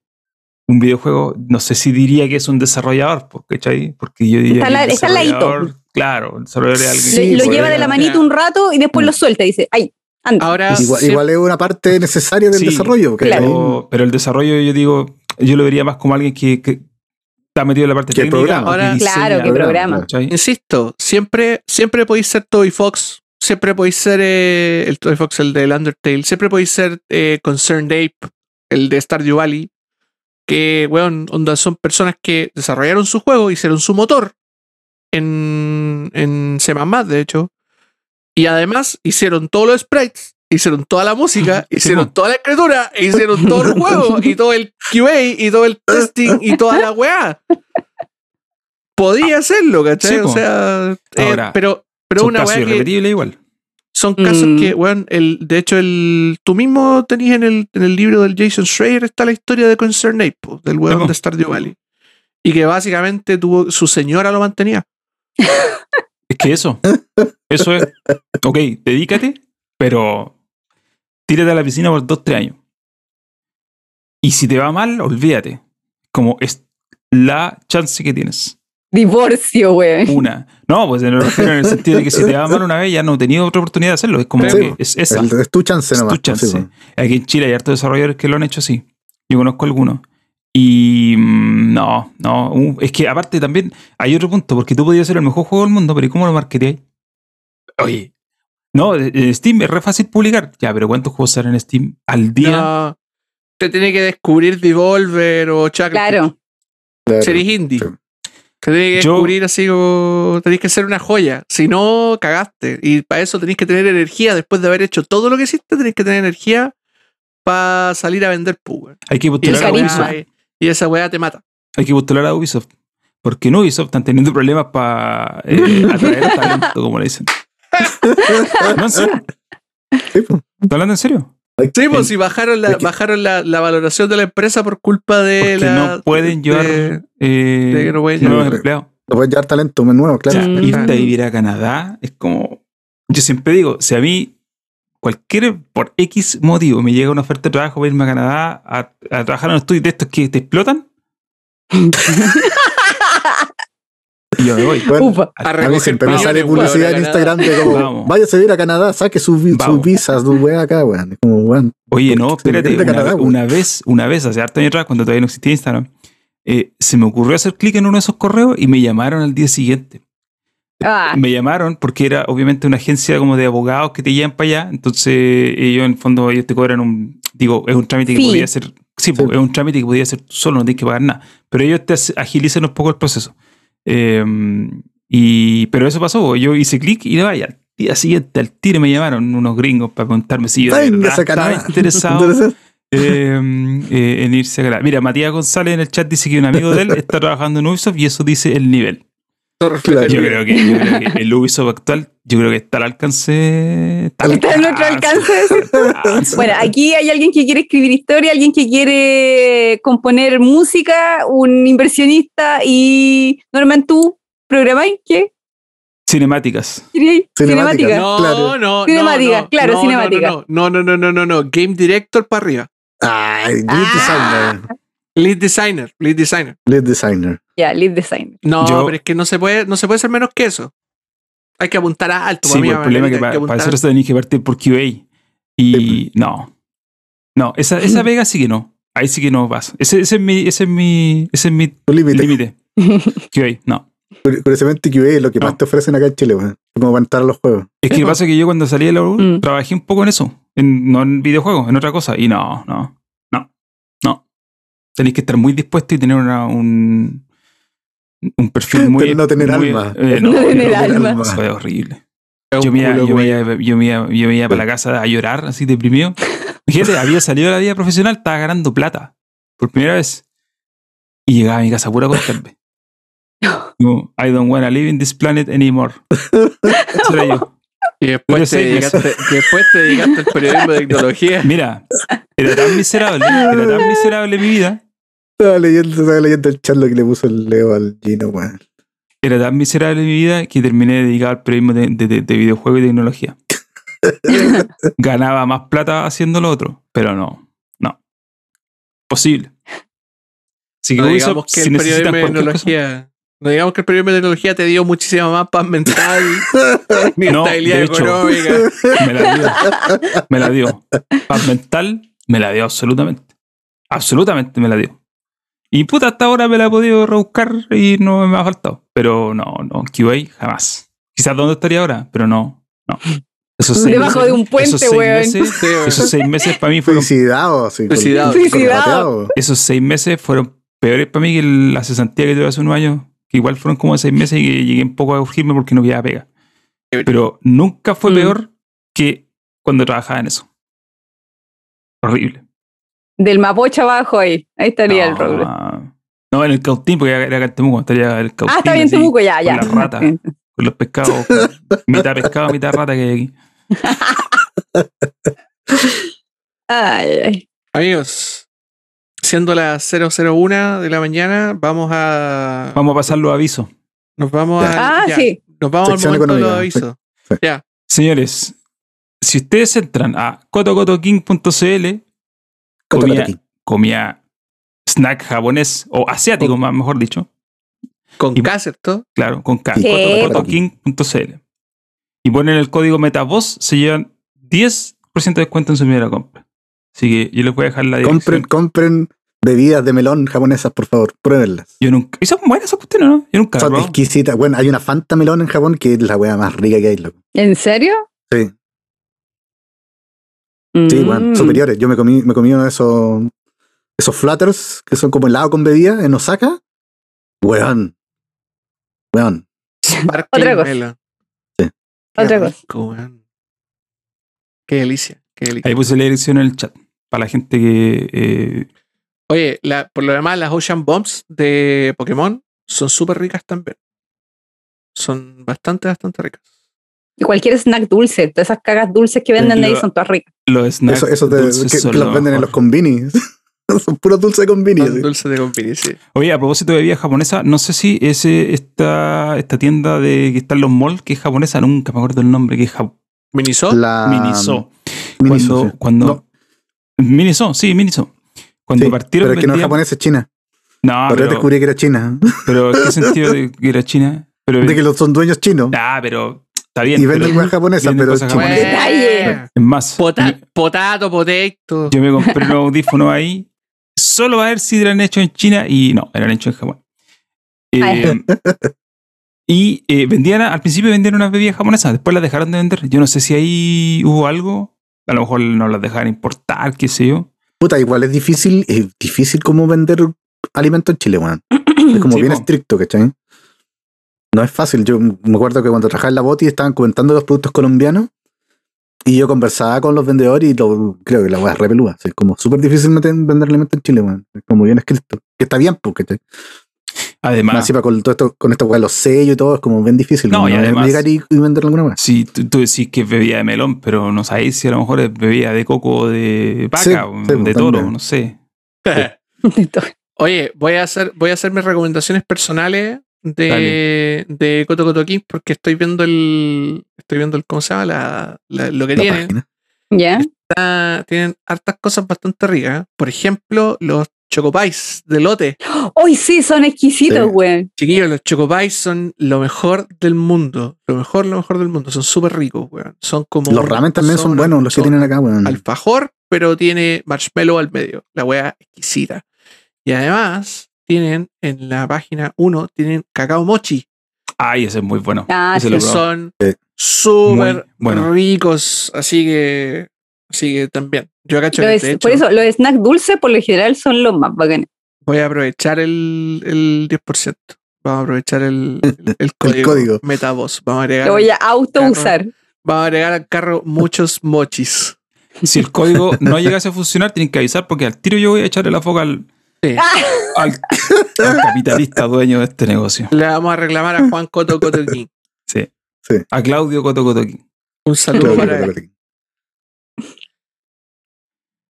Speaker 5: un videojuego, no sé si diría que es un desarrollador, po, ¿cachai? Porque yo diría
Speaker 3: Está
Speaker 5: que
Speaker 3: la-
Speaker 5: el
Speaker 3: está al ladito.
Speaker 5: desarrollador, Claro, el desarrollador es alguien
Speaker 3: Lo-
Speaker 2: Sí,
Speaker 5: que
Speaker 3: lo
Speaker 5: puede-
Speaker 3: lleva de la manito un rato y después lo suelta y dice, ay, anda.
Speaker 4: Ahora.
Speaker 2: Igual,
Speaker 4: siempre-
Speaker 2: igual es una parte necesaria del
Speaker 5: Sí,
Speaker 2: desarrollo. ¿cachai?
Speaker 5: Pero, pero el desarrollo, yo digo, yo lo vería más como alguien que, que está metido en la parte
Speaker 2: Que
Speaker 5: técnica.
Speaker 2: programa.
Speaker 5: o
Speaker 4: Ahora-
Speaker 5: diseña
Speaker 3: Claro, que programa.
Speaker 5: ¿cachai?
Speaker 4: Insisto, siempre, siempre podéis ser Toy Fox, siempre podéis ser eh, el Toy Fox, el del Undertale, siempre podéis ser eh, Concerned Ape, el de Stardew Valley, que, weón, onda, son personas que desarrollaron su juego, hicieron su motor en, en C++, de hecho, y además hicieron todos los sprites, hicieron toda la música,
Speaker 5: Sí,
Speaker 4: hicieron
Speaker 5: mo.
Speaker 4: toda la escritura, e hicieron todo el juego, y todo el QA, y todo el testing, y toda la weá. Podía hacerlo, ¿cachai?
Speaker 5: Ah. Sí,
Speaker 4: o
Speaker 5: po.
Speaker 4: sea, eh,
Speaker 5: Ahora,
Speaker 4: pero, pero
Speaker 5: Son
Speaker 4: una
Speaker 5: casos
Speaker 4: weá que
Speaker 5: irrepetibles igual.
Speaker 4: son casos
Speaker 3: Mm.
Speaker 4: que, weón, el, de hecho, el, tú mismo tenías en el, en el libro del Jason Schreier está la historia de Concern Ape, po, del weón
Speaker 5: Sí, po.
Speaker 4: de Stardew Valley. Y que básicamente tuvo, su señora lo mantenía.
Speaker 5: Es que eso. Eso es. Ok, dedícate, pero tírate a la piscina por dos, tres años. Y si te va mal, olvídate. Como es la chance que tienes.
Speaker 3: Divorcio, güey.
Speaker 5: Una. No, pues en el, refiero en el sentido de que si te va mal una vez, ya no tenía otra oportunidad de hacerlo. Es como
Speaker 4: Sí.
Speaker 5: que es esa.
Speaker 2: El- es tu chance
Speaker 5: Es
Speaker 2: Este nomás. pues,
Speaker 5: tu chance.
Speaker 2: sí, bueno.
Speaker 5: Aquí en Chile hay hartos desarrolladores que lo han hecho así. Yo conozco algunos. Y mm, no, no. un- Es que aparte también hay otro punto, porque tú podías ser el mejor juego del mundo, pero ¿y cómo lo marketeáis? Oye. No, en Steam es re fácil publicar. Ya, pero ¿cuántos juegos salen en Steam al día?
Speaker 4: No, te tiene que descubrir Devolver o Chuck.
Speaker 3: Claro.
Speaker 2: Claro.
Speaker 4: Series indie.
Speaker 2: Sí.
Speaker 4: Te tenés que
Speaker 5: Yo-
Speaker 4: descubrir así como. Tenés que ser una joya. Si no, cagaste. Y para eso tenés que tener energía. Después de haber hecho todo lo que hiciste, tenés que tener energía para salir a vender puber.
Speaker 5: Hay que
Speaker 4: Y,
Speaker 5: postular a
Speaker 4: esa
Speaker 3: carisma.
Speaker 5: Ubisoft.
Speaker 4: weá- y esa weá te mata.
Speaker 5: Hay que postular a Ubisoft. Porque en Ubisoft están teniendo problemas para eh, atraer talento, como le dicen. No, en serio.
Speaker 2: Sí, pues.
Speaker 5: ¿Estoy hablando en serio?
Speaker 4: Sí, pues si bajaron la,
Speaker 2: Es que-
Speaker 4: bajaron la, la valoración de la empresa por culpa de
Speaker 5: Porque
Speaker 4: la.
Speaker 5: no pueden llevar
Speaker 4: de-
Speaker 5: eh,
Speaker 4: de que no pueden
Speaker 5: nuevos
Speaker 2: llevar-
Speaker 5: empleados.
Speaker 2: No puedes llevar talento nuevo,
Speaker 5: O
Speaker 2: claro.
Speaker 5: sea,
Speaker 3: Mm.
Speaker 5: irte a vivir a Canadá es como. Yo siempre digo, si a mí, cualquier, por X motivo, me llega una oferta de trabajo para irme a Canadá a, a trabajar en un estudio de estos que te explotan, yo me voy.
Speaker 2: Bueno,
Speaker 3: Ufa.
Speaker 4: a
Speaker 2: a mí
Speaker 4: recoger
Speaker 2: siempre me
Speaker 4: pañales,
Speaker 2: sale
Speaker 4: weón,
Speaker 2: publicidad
Speaker 4: a
Speaker 2: en
Speaker 4: Canadá.
Speaker 2: Instagram de como,
Speaker 5: Vamos.
Speaker 2: váyase a ir a Canadá, saque sus vi- sus
Speaker 5: Vamos.
Speaker 2: visas, su weá acá, weón. Es Como, weón,
Speaker 5: Oye, no,
Speaker 2: Sí,
Speaker 5: espérate,
Speaker 2: vete a
Speaker 5: una,
Speaker 2: Canadá, güey.
Speaker 5: una vez, una vez, hace harto años atrás, cuando todavía no existía Instagram, eh, se me ocurrió hacer clic en uno de esos correos y me llamaron al día siguiente.
Speaker 3: Ah,
Speaker 5: Me llamaron porque era obviamente una agencia como de abogados que te llevan para allá. Entonces, ellos en el fondo, ellos te cobran un. Digo, es un trámite que
Speaker 3: Sí.
Speaker 5: podía hacer. Sí, pues,
Speaker 2: Sí.
Speaker 5: es un trámite que podía hacer tú solo, no tienes que pagar nada. Pero ellos te hace- agilizan un poco el proceso. Eh, y, pero eso pasó. pues, Yo hice clic y vaya. Al día siguiente, al tiro me llamaron unos gringos para preguntarme si yo de
Speaker 2: venga
Speaker 5: verdad
Speaker 2: a
Speaker 5: estaba
Speaker 2: Canadá.
Speaker 5: interesado
Speaker 2: Entonces,
Speaker 5: eh, eh, en irse a Canadá. Mira, Matías González en el chat dice que un amigo de él está trabajando en Ubisoft y eso dice el nivel.
Speaker 2: claro.
Speaker 5: Yo creo, que, yo creo que el Ubisoft actual, yo creo que está al alcance. al
Speaker 3: está en nuestro alcance.
Speaker 5: alcance.
Speaker 3: Bueno, aquí hay alguien que quiere escribir historia, alguien que quiere componer música, un inversionista y Norman, tú programáis qué?
Speaker 5: Cinemáticas.
Speaker 3: ¿Querías?
Speaker 2: Cinemática.
Speaker 3: Cinemática.
Speaker 4: No,
Speaker 2: Claro.
Speaker 4: no, no.
Speaker 3: Cinemática,
Speaker 4: no,
Speaker 3: claro,
Speaker 4: no,
Speaker 3: cinemática.
Speaker 4: No no, no, no, no, no, no. Game director para arriba.
Speaker 2: Ay, lead
Speaker 3: Ah.
Speaker 2: designer.
Speaker 4: Lead designer, lead designer.
Speaker 2: Lead designer.
Speaker 3: Ya, lead design.
Speaker 4: No,
Speaker 5: Yo-
Speaker 4: pero es que no se puede, no se puede ser menos que eso. Hay que apuntar a alto.
Speaker 5: Sí,
Speaker 4: mí,
Speaker 5: pues, el problema es que
Speaker 4: hay
Speaker 5: para,
Speaker 4: apuntar
Speaker 5: para hacer eso tenéis que partir por QA. Y
Speaker 3: pues.
Speaker 5: no. No, esa, esa vega sí que no. Ahí sí que no vas. Ese, ese es mi, ese es mi, ese es mi
Speaker 2: Tu límite.
Speaker 5: límite. QA, no.
Speaker 2: Cur- Curiosamente, QA es lo que
Speaker 5: No.
Speaker 2: más te ofrecen acá en Chile, weón. Como para entrar a los juegos.
Speaker 5: Es que lo que pasa es que yo cuando salí de la U
Speaker 3: Mm.
Speaker 5: trabajé un poco en eso. En, no en videojuegos, en otra cosa. Y no, no, no, no. Tenéis que estar muy dispuesto y tener una, un, un perfil muy.
Speaker 2: Pero no tener
Speaker 5: muy-
Speaker 2: alma.
Speaker 5: eh, no,
Speaker 3: No tener
Speaker 5: tener
Speaker 3: alma.
Speaker 5: alma. Eso es horrible.
Speaker 4: un
Speaker 5: Yo me iba,
Speaker 4: culo,
Speaker 5: yo me
Speaker 4: güey.
Speaker 5: iba- yo me iba- yo me iba para la casa a llorar, así deprimido. Fíjate, había salido de la vida profesional, estaba ganando plata por primera vez. Y llegaba a mi casa pura a acostarme. Como, I don't wanna live in this planet anymore. Eso era yo.
Speaker 4: Y después, te
Speaker 5: Pero sí,
Speaker 4: dedicaste, después te dedicaste al periodismo de tecnología.
Speaker 5: Mira, era tan miserable, era tan miserable mi vida,
Speaker 2: Estaba leyendo, estaba leyendo el chat lo que le puso el Leo al Gino, weón.
Speaker 5: era tan miserable mi vida que terminé dedicado al periodismo de, de, de- de videojuegos y tecnología. Ganaba más plata haciendo lo otro, pero no, no. Posible. Así que
Speaker 4: No
Speaker 5: Ubisoft,
Speaker 4: digamos que
Speaker 5: si
Speaker 4: el
Speaker 5: necesitan
Speaker 4: periodismo de
Speaker 5: cualquier cosa-
Speaker 4: tecnología. No digamos que el periodismo de tecnología te dio muchísima más paz mental, ni
Speaker 5: No,
Speaker 4: estabilidad
Speaker 5: de hecho.
Speaker 4: económica.
Speaker 5: me la dio. Me la dio. Paz mental, me la dio absolutamente. Absolutamente me la dio. Y puta, hasta ahora me la he podido rebuscar y no me ha faltado. Pero no, no, QA jamás. Quizás dónde estaría ahora, pero no, no. Esos seis
Speaker 3: Debajo de un puente,
Speaker 5: esos seis
Speaker 3: weón.
Speaker 5: meses-
Speaker 4: Sí, güey.
Speaker 5: esos seis meses para mí fueron,
Speaker 2: Suicidado, así. con-
Speaker 4: Suicidado.
Speaker 2: con-
Speaker 3: Suicidado.
Speaker 2: con-
Speaker 5: esos seis meses fueron peores para mí que la cesantía que tuve hace unos años, que igual fueron como seis meses y que llegué un poco a urgirme porque no quedaba pega. Pero nunca fue
Speaker 3: Mm.
Speaker 5: peor que cuando trabajaba en eso. Horrible.
Speaker 3: Del Mapocha abajo ahí. Ahí estaría el problema.
Speaker 5: no, no, en el cautín, porque era acá en Temuco, estaría el cautín.
Speaker 3: Ah, está bien,
Speaker 5: así,
Speaker 3: Temuco, ya,
Speaker 5: con
Speaker 3: ya.
Speaker 5: las ratas. Con los pescados, con mitad pescado, mitad rata que hay aquí.
Speaker 3: Ay, ay.
Speaker 4: Amigos, siendo las 001 de la mañana, vamos a.
Speaker 5: Vamos a pasar los avisos.
Speaker 4: Nos vamos a.
Speaker 3: Ah,
Speaker 4: ya,
Speaker 3: sí.
Speaker 4: Nos vamos
Speaker 2: Sección
Speaker 4: al momento de los
Speaker 2: económica.
Speaker 4: avisos.
Speaker 5: Señores, si ustedes entran a cotocotoking.cl,
Speaker 2: con- con-
Speaker 5: Comida-
Speaker 2: con-
Speaker 5: comía snack japonés o asiático, más mejor dicho,
Speaker 4: Con
Speaker 5: Y-
Speaker 4: K, ¿cierto?
Speaker 5: claro, con K.
Speaker 2: Sí.
Speaker 3: Sí.
Speaker 5: Cotoking.cl. Y ponen el código MetaVoz, se llevan 10% de descuento en su primera compra. Así que yo les voy a dejar la dirección.
Speaker 2: Compren, compren bebidas de melón japonesas, por favor, pruébenlas.
Speaker 5: Yo nunca. Y son buenas esas cuestiones, ¿no? Yo nunca.
Speaker 2: Son
Speaker 5: ¿no?
Speaker 2: exquisitas. Bueno, hay una Fanta melón en Japón que es la wea más rica que hay, loco.
Speaker 3: ¿En serio?
Speaker 2: Sí. Sí, bueno,
Speaker 3: Mm.
Speaker 2: superiores. Yo me comí, me comí uno de esos, esos flutters que son como helado con bebida en Osaka. Weón. Weón.
Speaker 4: Sparkling
Speaker 3: Otra cosa.
Speaker 4: Melon.
Speaker 2: Sí.
Speaker 4: Qué
Speaker 3: Otra cosa.
Speaker 4: rico, weón. Qué delicia, qué delicia.
Speaker 5: Ahí puse la dirección en el chat. Para la gente que. eh,
Speaker 4: Oye, la- por lo demás, las Ocean Bombs de Pokémon son súper ricas también. Son bastante, bastante ricas.
Speaker 3: Y cualquier snack dulce, todas esas cagas dulces que venden ahí
Speaker 5: Lo-
Speaker 3: son todas ricas.
Speaker 5: los snacks.
Speaker 2: Eso, eso te-
Speaker 5: dulces
Speaker 2: que,
Speaker 5: son
Speaker 2: que los
Speaker 5: lo
Speaker 2: venden en los
Speaker 5: mejor.
Speaker 2: combinis. son puros dulces de combini.
Speaker 4: Son
Speaker 2: así.
Speaker 4: dulces de compini, sí.
Speaker 5: Oye, a propósito de bebida japonesa, no sé si ese, esta, esta tienda de que está en los malls, que es japonesa, nunca me acuerdo el nombre, que es ja-
Speaker 4: Miniso.
Speaker 2: La
Speaker 5: Miniso.
Speaker 2: Miniso,
Speaker 5: Cuando.
Speaker 2: sí.
Speaker 5: cuando
Speaker 2: No.
Speaker 5: Miniso, sí, Miniso. Cuando
Speaker 2: Sí,
Speaker 5: partieron.
Speaker 2: pero es que no es
Speaker 5: vendían-
Speaker 2: japonés, es china.
Speaker 5: No,
Speaker 2: pero yo
Speaker 5: pero,
Speaker 2: descubrí que era china.
Speaker 5: pero ¿qué sentido de que era China? Pero,
Speaker 2: De que los son dueños chinos.
Speaker 5: Ah, pero está bien.
Speaker 2: y
Speaker 5: pero-
Speaker 2: venden weas japonesas,
Speaker 5: venden
Speaker 2: pero
Speaker 5: cosas
Speaker 2: chinas.
Speaker 5: japonesas.
Speaker 3: detalle.
Speaker 5: es más,
Speaker 4: Ah, Pota- potato, potato.
Speaker 5: Yo me compré un audífono ahí solo a ver si eran hechos en China y no, eran hechos en Japón. Eh,
Speaker 3: Ay.
Speaker 5: y eh, vendían, al principio vendían unas bebidas japonesas, después las dejaron de vender. Yo no sé si ahí hubo algo, a lo mejor no las dejaron importar, qué sé yo.
Speaker 2: Puta, igual es difícil, es difícil como vender alimento en Chile, weón. Es como
Speaker 5: Sí,
Speaker 2: bien
Speaker 5: po.
Speaker 2: estricto, ¿cachai? No es fácil. Yo me acuerdo que cuando trabajaba en la Boti estaban comentando los productos colombianos y yo conversaba con los vendedores y lo- creo que la weá es repelúa. Es como súper difícil meter- vender alimento en Chile, weón. Es como bien escrito. Que está bien, pues, ¿cachai? Más
Speaker 5: Además,
Speaker 2: encima con todo esto, con esta weá, los sellos y todo, es como bien difícil.
Speaker 5: No,
Speaker 2: como
Speaker 5: y además-
Speaker 2: llegar y, y vender alguna weá.
Speaker 5: si tú, tú decís que es bebida de melón, pero no sabéis si a lo mejor es bebida de coco o de vaca
Speaker 2: Sí,
Speaker 5: o
Speaker 2: sí,
Speaker 5: de
Speaker 2: pues,
Speaker 5: toro,
Speaker 2: también.
Speaker 5: no sé.
Speaker 4: Oye, voy a hacer, voy a hacer mis recomendaciones personales de, de Coto Coto King porque estoy viendo el. Estoy viendo el cómo se llama la, la- lo que
Speaker 2: La
Speaker 4: tienen.
Speaker 2: página.
Speaker 3: ¿Ya?
Speaker 4: Está- tienen hartas cosas bastante ricas. ¿eh? Por ejemplo, los chocopais de lote.
Speaker 3: Hoy sí, son exquisitos,
Speaker 2: Sí.
Speaker 3: güey.
Speaker 4: Chiquillos, los chocopais son lo mejor del mundo. Lo mejor, lo mejor del mundo. Son súper ricos, weón. Son como.
Speaker 2: Los ramen también son
Speaker 4: una
Speaker 2: buenos, los que
Speaker 4: persona
Speaker 2: tienen acá, weón.
Speaker 4: alfajor, pero tiene marshmallow al medio. La wea exquisita. Y además, tienen en la página 1, tienen cacao mochi,
Speaker 5: Ay, ese es muy bueno.
Speaker 3: Ah,
Speaker 5: Ese
Speaker 3: sí.
Speaker 5: lo
Speaker 4: que
Speaker 5: he probado.
Speaker 4: son
Speaker 2: Sí.
Speaker 4: súper
Speaker 5: Muy bueno.
Speaker 4: ricos. Así que, así que también. Yo cacho que
Speaker 3: Los-
Speaker 4: de hecho,
Speaker 3: por eso, los snacks dulces por lo general son los más bacanes.
Speaker 4: voy a aprovechar el, el 10%. Vamos a aprovechar el, el, código,
Speaker 2: código.
Speaker 4: Metavoz. Vamos a agregar
Speaker 3: Lo voy a auto usar.
Speaker 4: Vamos a agregar al carro muchos mochis.
Speaker 5: Si el código no llegase a funcionar, tienen que avisar porque al tiro yo voy a echarle la foca al,
Speaker 4: Sí.
Speaker 5: al, al capitalista dueño de este negocio.
Speaker 4: Le vamos a reclamar a Juan Coto Cotoquín.
Speaker 5: Sí.
Speaker 2: Sí.
Speaker 5: A Claudio Coto Cotoquín.
Speaker 2: Claro,
Speaker 4: Un saludo
Speaker 2: claro,
Speaker 4: para él.
Speaker 2: claro, claro.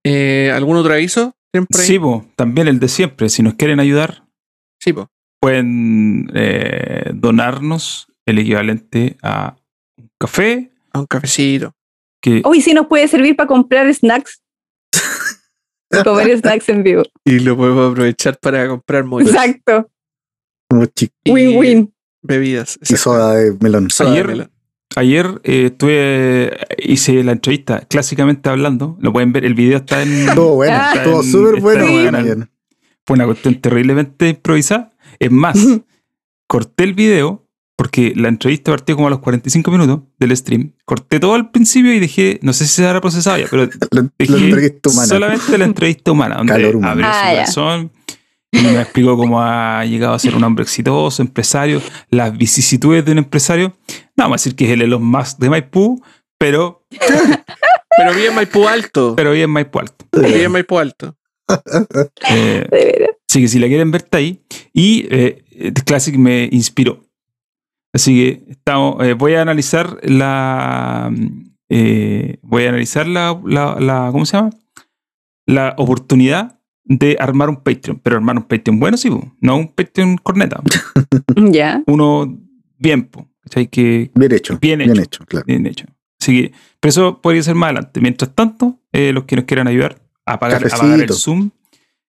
Speaker 4: Eh, ¿Algún otro aviso? ¿Tienen por ahí?
Speaker 5: Sí, po, también el de siempre. Si nos quieren ayudar,
Speaker 4: Sí, po.
Speaker 5: pueden eh, donarnos el equivalente a un café.
Speaker 4: A un cafecito.
Speaker 5: Que
Speaker 3: Hoy sí nos puede servir para comprar snacks. Y comer snacks en vivo.
Speaker 4: Y lo podemos aprovechar para comprar mochis.
Speaker 3: Exacto.
Speaker 2: Como chi-
Speaker 4: Pues, Y
Speaker 3: Win-win.
Speaker 4: Bebidas.
Speaker 2: Y soda de melón.
Speaker 4: Soda
Speaker 5: Ayer-
Speaker 4: de melón.
Speaker 5: ayer eh, estuve, hice la entrevista clásicamente hablando. Lo pueden ver, el video está en.
Speaker 2: Todo bueno,
Speaker 3: Ah.
Speaker 2: todo
Speaker 5: Está en-
Speaker 2: súper bueno,
Speaker 5: está en
Speaker 2: weón.
Speaker 5: canal. fue una cuestión terriblemente improvisada. Es más, corté el video porque la entrevista partió como a los 45 minutos del stream. Corté todo al principio y dejé, no sé si se habrá procesado ya, pero
Speaker 2: La, la
Speaker 5: dejé
Speaker 2: entrevista humana.
Speaker 5: solamente la entrevista humana, donde
Speaker 2: Calor humano.
Speaker 5: abrió su
Speaker 3: Ah, ya.
Speaker 5: corazón y me explicó cómo ha llegado a ser un hombre exitoso, empresario, las vicisitudes de un empresario. No, vamos a decir que es el Elon Musk de Maipú, pero,
Speaker 4: Pero bien Maipú Alto.
Speaker 5: pero bien Maipú alto.
Speaker 4: Bien Maipú Alto.
Speaker 5: Eh,
Speaker 3: De veras.
Speaker 5: Así que si la quieren ver, está ahí. Y eh, eh, The Classic me inspiró. Así que estamos, eh, voy a analizar la. mm, eh, voy a analizar la, la- la- ¿Cómo se llama? La oportunidad de armar un Patreon. Pero armar un Patreon bueno, sí, po. no un Patreon corneta.
Speaker 3: Ya.
Speaker 5: Uno bien, po. ¿Cachai? Que
Speaker 2: Bien hecho.
Speaker 5: Bien
Speaker 2: Bien
Speaker 5: hecho.
Speaker 2: hecho. claro.
Speaker 5: bien hecho. Así que, pero eso podría ser más adelante. Mientras tanto, eh, los que nos quieran ayudar a pagar, a pagar el
Speaker 2: Cafecito.
Speaker 5: Zoom,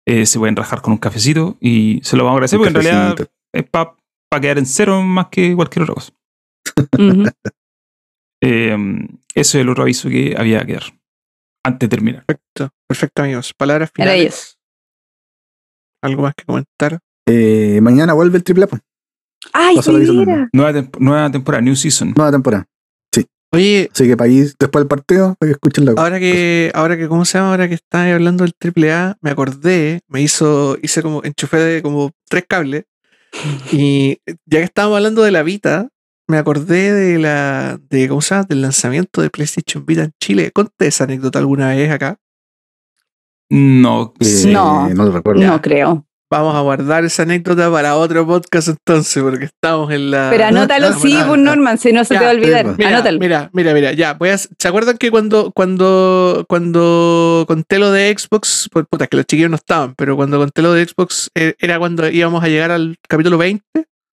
Speaker 5: eh, se pueden rajar con un cafecito y se lo vamos a agradecer porque pues, en realidad es para quedar en cero más que cualquier otra cosa.
Speaker 3: Ujú.
Speaker 5: Eh, eso es el otro aviso que había que dar antes de terminar.
Speaker 4: Perfecto, perfecto, amigos. Palabras finales.
Speaker 3: Maravilloso.
Speaker 4: Algo más que comentar.
Speaker 2: Eh, mañana vuelve el triple A, pues,
Speaker 3: Ay,
Speaker 2: Pásalo avisando.
Speaker 3: mira.
Speaker 5: Nueva, temp- nueva temporada, New Season.
Speaker 2: nueva temporada.
Speaker 4: Oye,
Speaker 2: Así que para ir después del partido, para que escuchen la
Speaker 4: ahora que, ahora que, ¿cómo se llama? Ahora que estás hablando del AAA, me acordé, me hizo, hice como, enchufé de como tres cables. Y ya que estábamos hablando de la Vita, me acordé de la, de, ¿cómo se llama? Del lanzamiento de PlayStation Vita en Chile. Conté esa anécdota alguna vez acá.
Speaker 5: No,
Speaker 2: Eh,
Speaker 5: sí.
Speaker 3: No.
Speaker 2: no lo recuerdo.
Speaker 3: No creo.
Speaker 4: Vamos a guardar esa anécdota para otro podcast entonces, porque estamos en la.
Speaker 3: Pero anótalo,
Speaker 4: Ah,
Speaker 3: sí,
Speaker 4: bueno,
Speaker 3: pues,
Speaker 4: ah,
Speaker 3: Norman, si no se
Speaker 4: Ya,
Speaker 3: te va a olvidar.
Speaker 2: sí, pues.
Speaker 4: Mira,
Speaker 3: anótalo.
Speaker 4: mira, mira, mira, ya, voy a- ¿se acuerdan que cuando, cuando, cuando conté lo de Xbox, pues, puta, que los chiquillos no estaban, pero cuando conté lo de Xbox eh, era cuando íbamos a llegar al capítulo 20,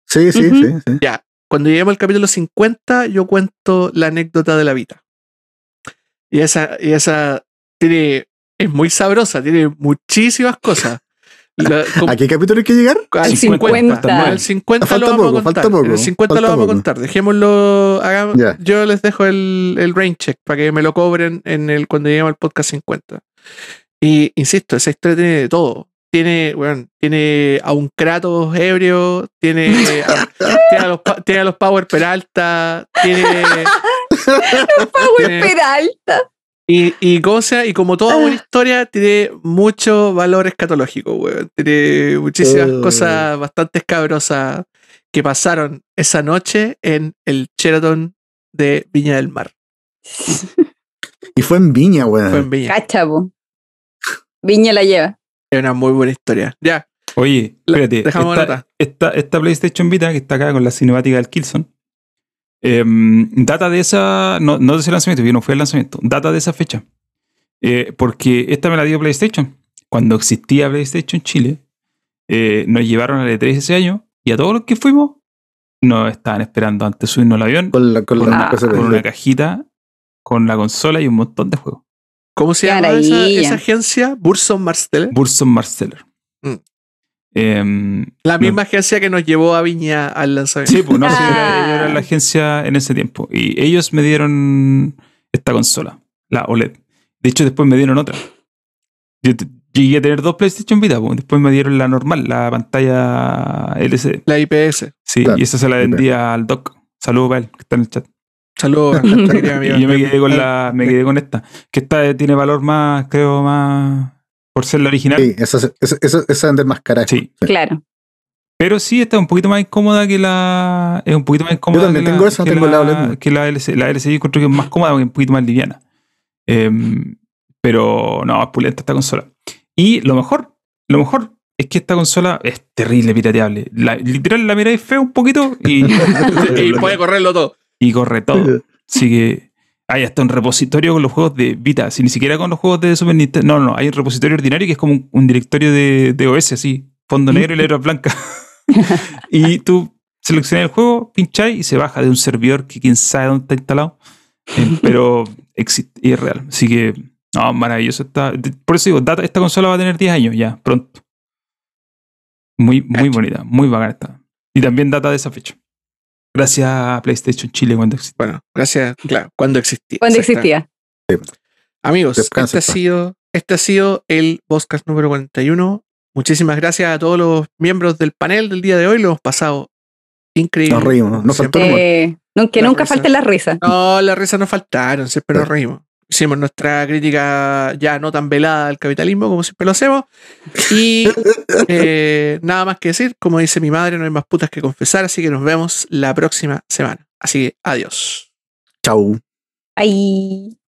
Speaker 2: Sí, sí,
Speaker 3: Ujú.
Speaker 2: sí, sí.
Speaker 4: ya, cuando lleguemos al capítulo 50 yo cuento la anécdota de la vida. Y esa, y esa tiene, es muy sabrosa, tiene muchísimas cosas. La-
Speaker 2: ¿A qué capítulo hay que llegar?
Speaker 4: al
Speaker 3: 50.
Speaker 4: en
Speaker 5: también.
Speaker 4: el 50
Speaker 2: Falta
Speaker 4: lo vamos
Speaker 2: poco,
Speaker 4: a contar.
Speaker 2: falta poco,
Speaker 4: en el 50 lo
Speaker 2: falta
Speaker 4: vamos a
Speaker 2: poco.
Speaker 4: contar. Dejémoslo. hagamos-
Speaker 2: Ya.
Speaker 4: Yo les dejo el, el rain check para que me lo cobren en el, cuando lleguemos al podcast 50. Y insisto, esa historia tiene de todo. Tiene, weón, tiene a un Kratos ebrio, tiene, a, tiene, a los, pa- tiene a los Power Peralta, tiene.
Speaker 3: Power
Speaker 4: tiene-
Speaker 3: Peralta.
Speaker 4: y, y, como sea, y como toda
Speaker 5: Ah.
Speaker 4: buena historia, tiene mucho valor escatológico, weón. Tiene muchísimas
Speaker 2: Oh.
Speaker 4: cosas bastante escabrosas que pasaron esa noche en el Sheraton de Viña del Mar.
Speaker 2: Y fue en Viña, weón.
Speaker 5: Ah.
Speaker 4: Fue en Viña.
Speaker 3: Cacha, po. Viña la lleva.
Speaker 4: Es una muy buena historia. Ya,
Speaker 5: Oye,
Speaker 4: La-
Speaker 5: espérate.
Speaker 4: dejamos la
Speaker 5: Esta,
Speaker 4: nota.
Speaker 5: esta, esta PlayStation Vita que está acá con la cinemática del Kilson. data de esa. No, no de ese lanzamiento, porque no fue el lanzamiento. Data de esa fecha. Eh, porque esta me la dio PlayStation. Cuando existía PlayStation Chile, eh, nos llevaron al E3 ese año y a todos los que fuimos nos estaban esperando antes de subirnos al avión con,
Speaker 2: Con la, con la
Speaker 3: Ah.
Speaker 5: una,
Speaker 2: cosa de-
Speaker 5: con una cajita, con la consola y un montón de juegos.
Speaker 4: ¿cómo se
Speaker 3: Qué
Speaker 4: llama esa,
Speaker 3: maravilla.
Speaker 4: esa agencia? Burson Marcel.
Speaker 5: Burson Marceller.
Speaker 4: Mm.
Speaker 5: Em,
Speaker 4: La
Speaker 5: no-
Speaker 4: misma agencia que nos llevó a Viña al lanzamiento.
Speaker 5: Sí, pues no, sí,
Speaker 3: Ah.
Speaker 5: era, yo era la agencia en ese tiempo. Y ellos me dieron esta consola, la OLED. De hecho, después me dieron otra. Yo te- llegué a tener dos PlayStation Vita, pues. después me dieron la normal, la pantalla LCD.
Speaker 4: La IPS.
Speaker 5: Sí,
Speaker 2: Claro,
Speaker 5: y esa se la
Speaker 2: IP.
Speaker 5: vendía al doc. Saludos para él, que está en el chat.
Speaker 4: Saludos.
Speaker 5: Y yo me
Speaker 4: este
Speaker 5: quedé
Speaker 4: Eh,
Speaker 5: con la, me quedé con esta. Que esta tiene valor más, creo, más por ser la original.
Speaker 2: Sí, esa, esa, esa, esa es de más cara.
Speaker 5: Sí.
Speaker 3: Claro.
Speaker 5: Pero sí, está un poquito más incómoda que la. Es un poquito más incómoda.
Speaker 2: también
Speaker 5: que
Speaker 2: tengo
Speaker 5: la,
Speaker 2: esa,
Speaker 5: que
Speaker 2: tengo
Speaker 5: la,
Speaker 2: la OLED.
Speaker 5: Que la LCD. La LCD encuentro que es más cómoda porque es un poquito más liviana. Em, pero no, es pulenta esta consola. Y lo mejor, lo mejor es que esta consola es terrible pirateable. La, literal, la miráis feo un poquito y,
Speaker 4: y puede correrlo todo.
Speaker 5: y corre todo. Así que hay hasta un repositorio con los juegos de Vita, si ni siquiera con los juegos de Super Nintendo. No, no, hay un repositorio ordinario que es como un, un directorio de, de OS, así, fondo negro y letras blancas. y tú seleccionas el juego, pincháis y se baja de un servidor que quién sabe dónde está instalado. Eh, pero existe y es real. Así que, no, maravilloso. Está, de- por eso digo, data- esta consola va a tener 10 años ya, pronto. Muy, muy
Speaker 4: Cacho.
Speaker 5: bonita, muy bacana está. Y también data de esa fecha. Gracias a PlayStation Chile cuando existió.
Speaker 4: Bueno, gracias. Claro, cuando existía.
Speaker 3: Cuando
Speaker 4: Exactamente.
Speaker 3: existía.
Speaker 4: Amigos,
Speaker 2: Descansa,
Speaker 4: este
Speaker 2: pa.
Speaker 4: ha, sido, este ha sido el podcast número 41. Muchísimas gracias a todos los miembros del panel del día de hoy. Lo hemos pasado increíble.
Speaker 2: Nos reímos,
Speaker 4: como
Speaker 2: nos
Speaker 4: siempre.
Speaker 2: Todo faltó el humor.
Speaker 3: Eh, no- que
Speaker 4: La
Speaker 3: nunca
Speaker 4: risa.
Speaker 3: falte la risa.
Speaker 4: No, las risas nos faltaron, siempre nos reímos. Hicimos nuestra crítica ya no tan velada al capitalismo, como siempre lo hacemos. Y eh, nada más que decir, como dice mi madre, no hay más putas que confesar, así que nos vemos la próxima semana. Así que adiós.
Speaker 2: Chau.
Speaker 3: Ahí.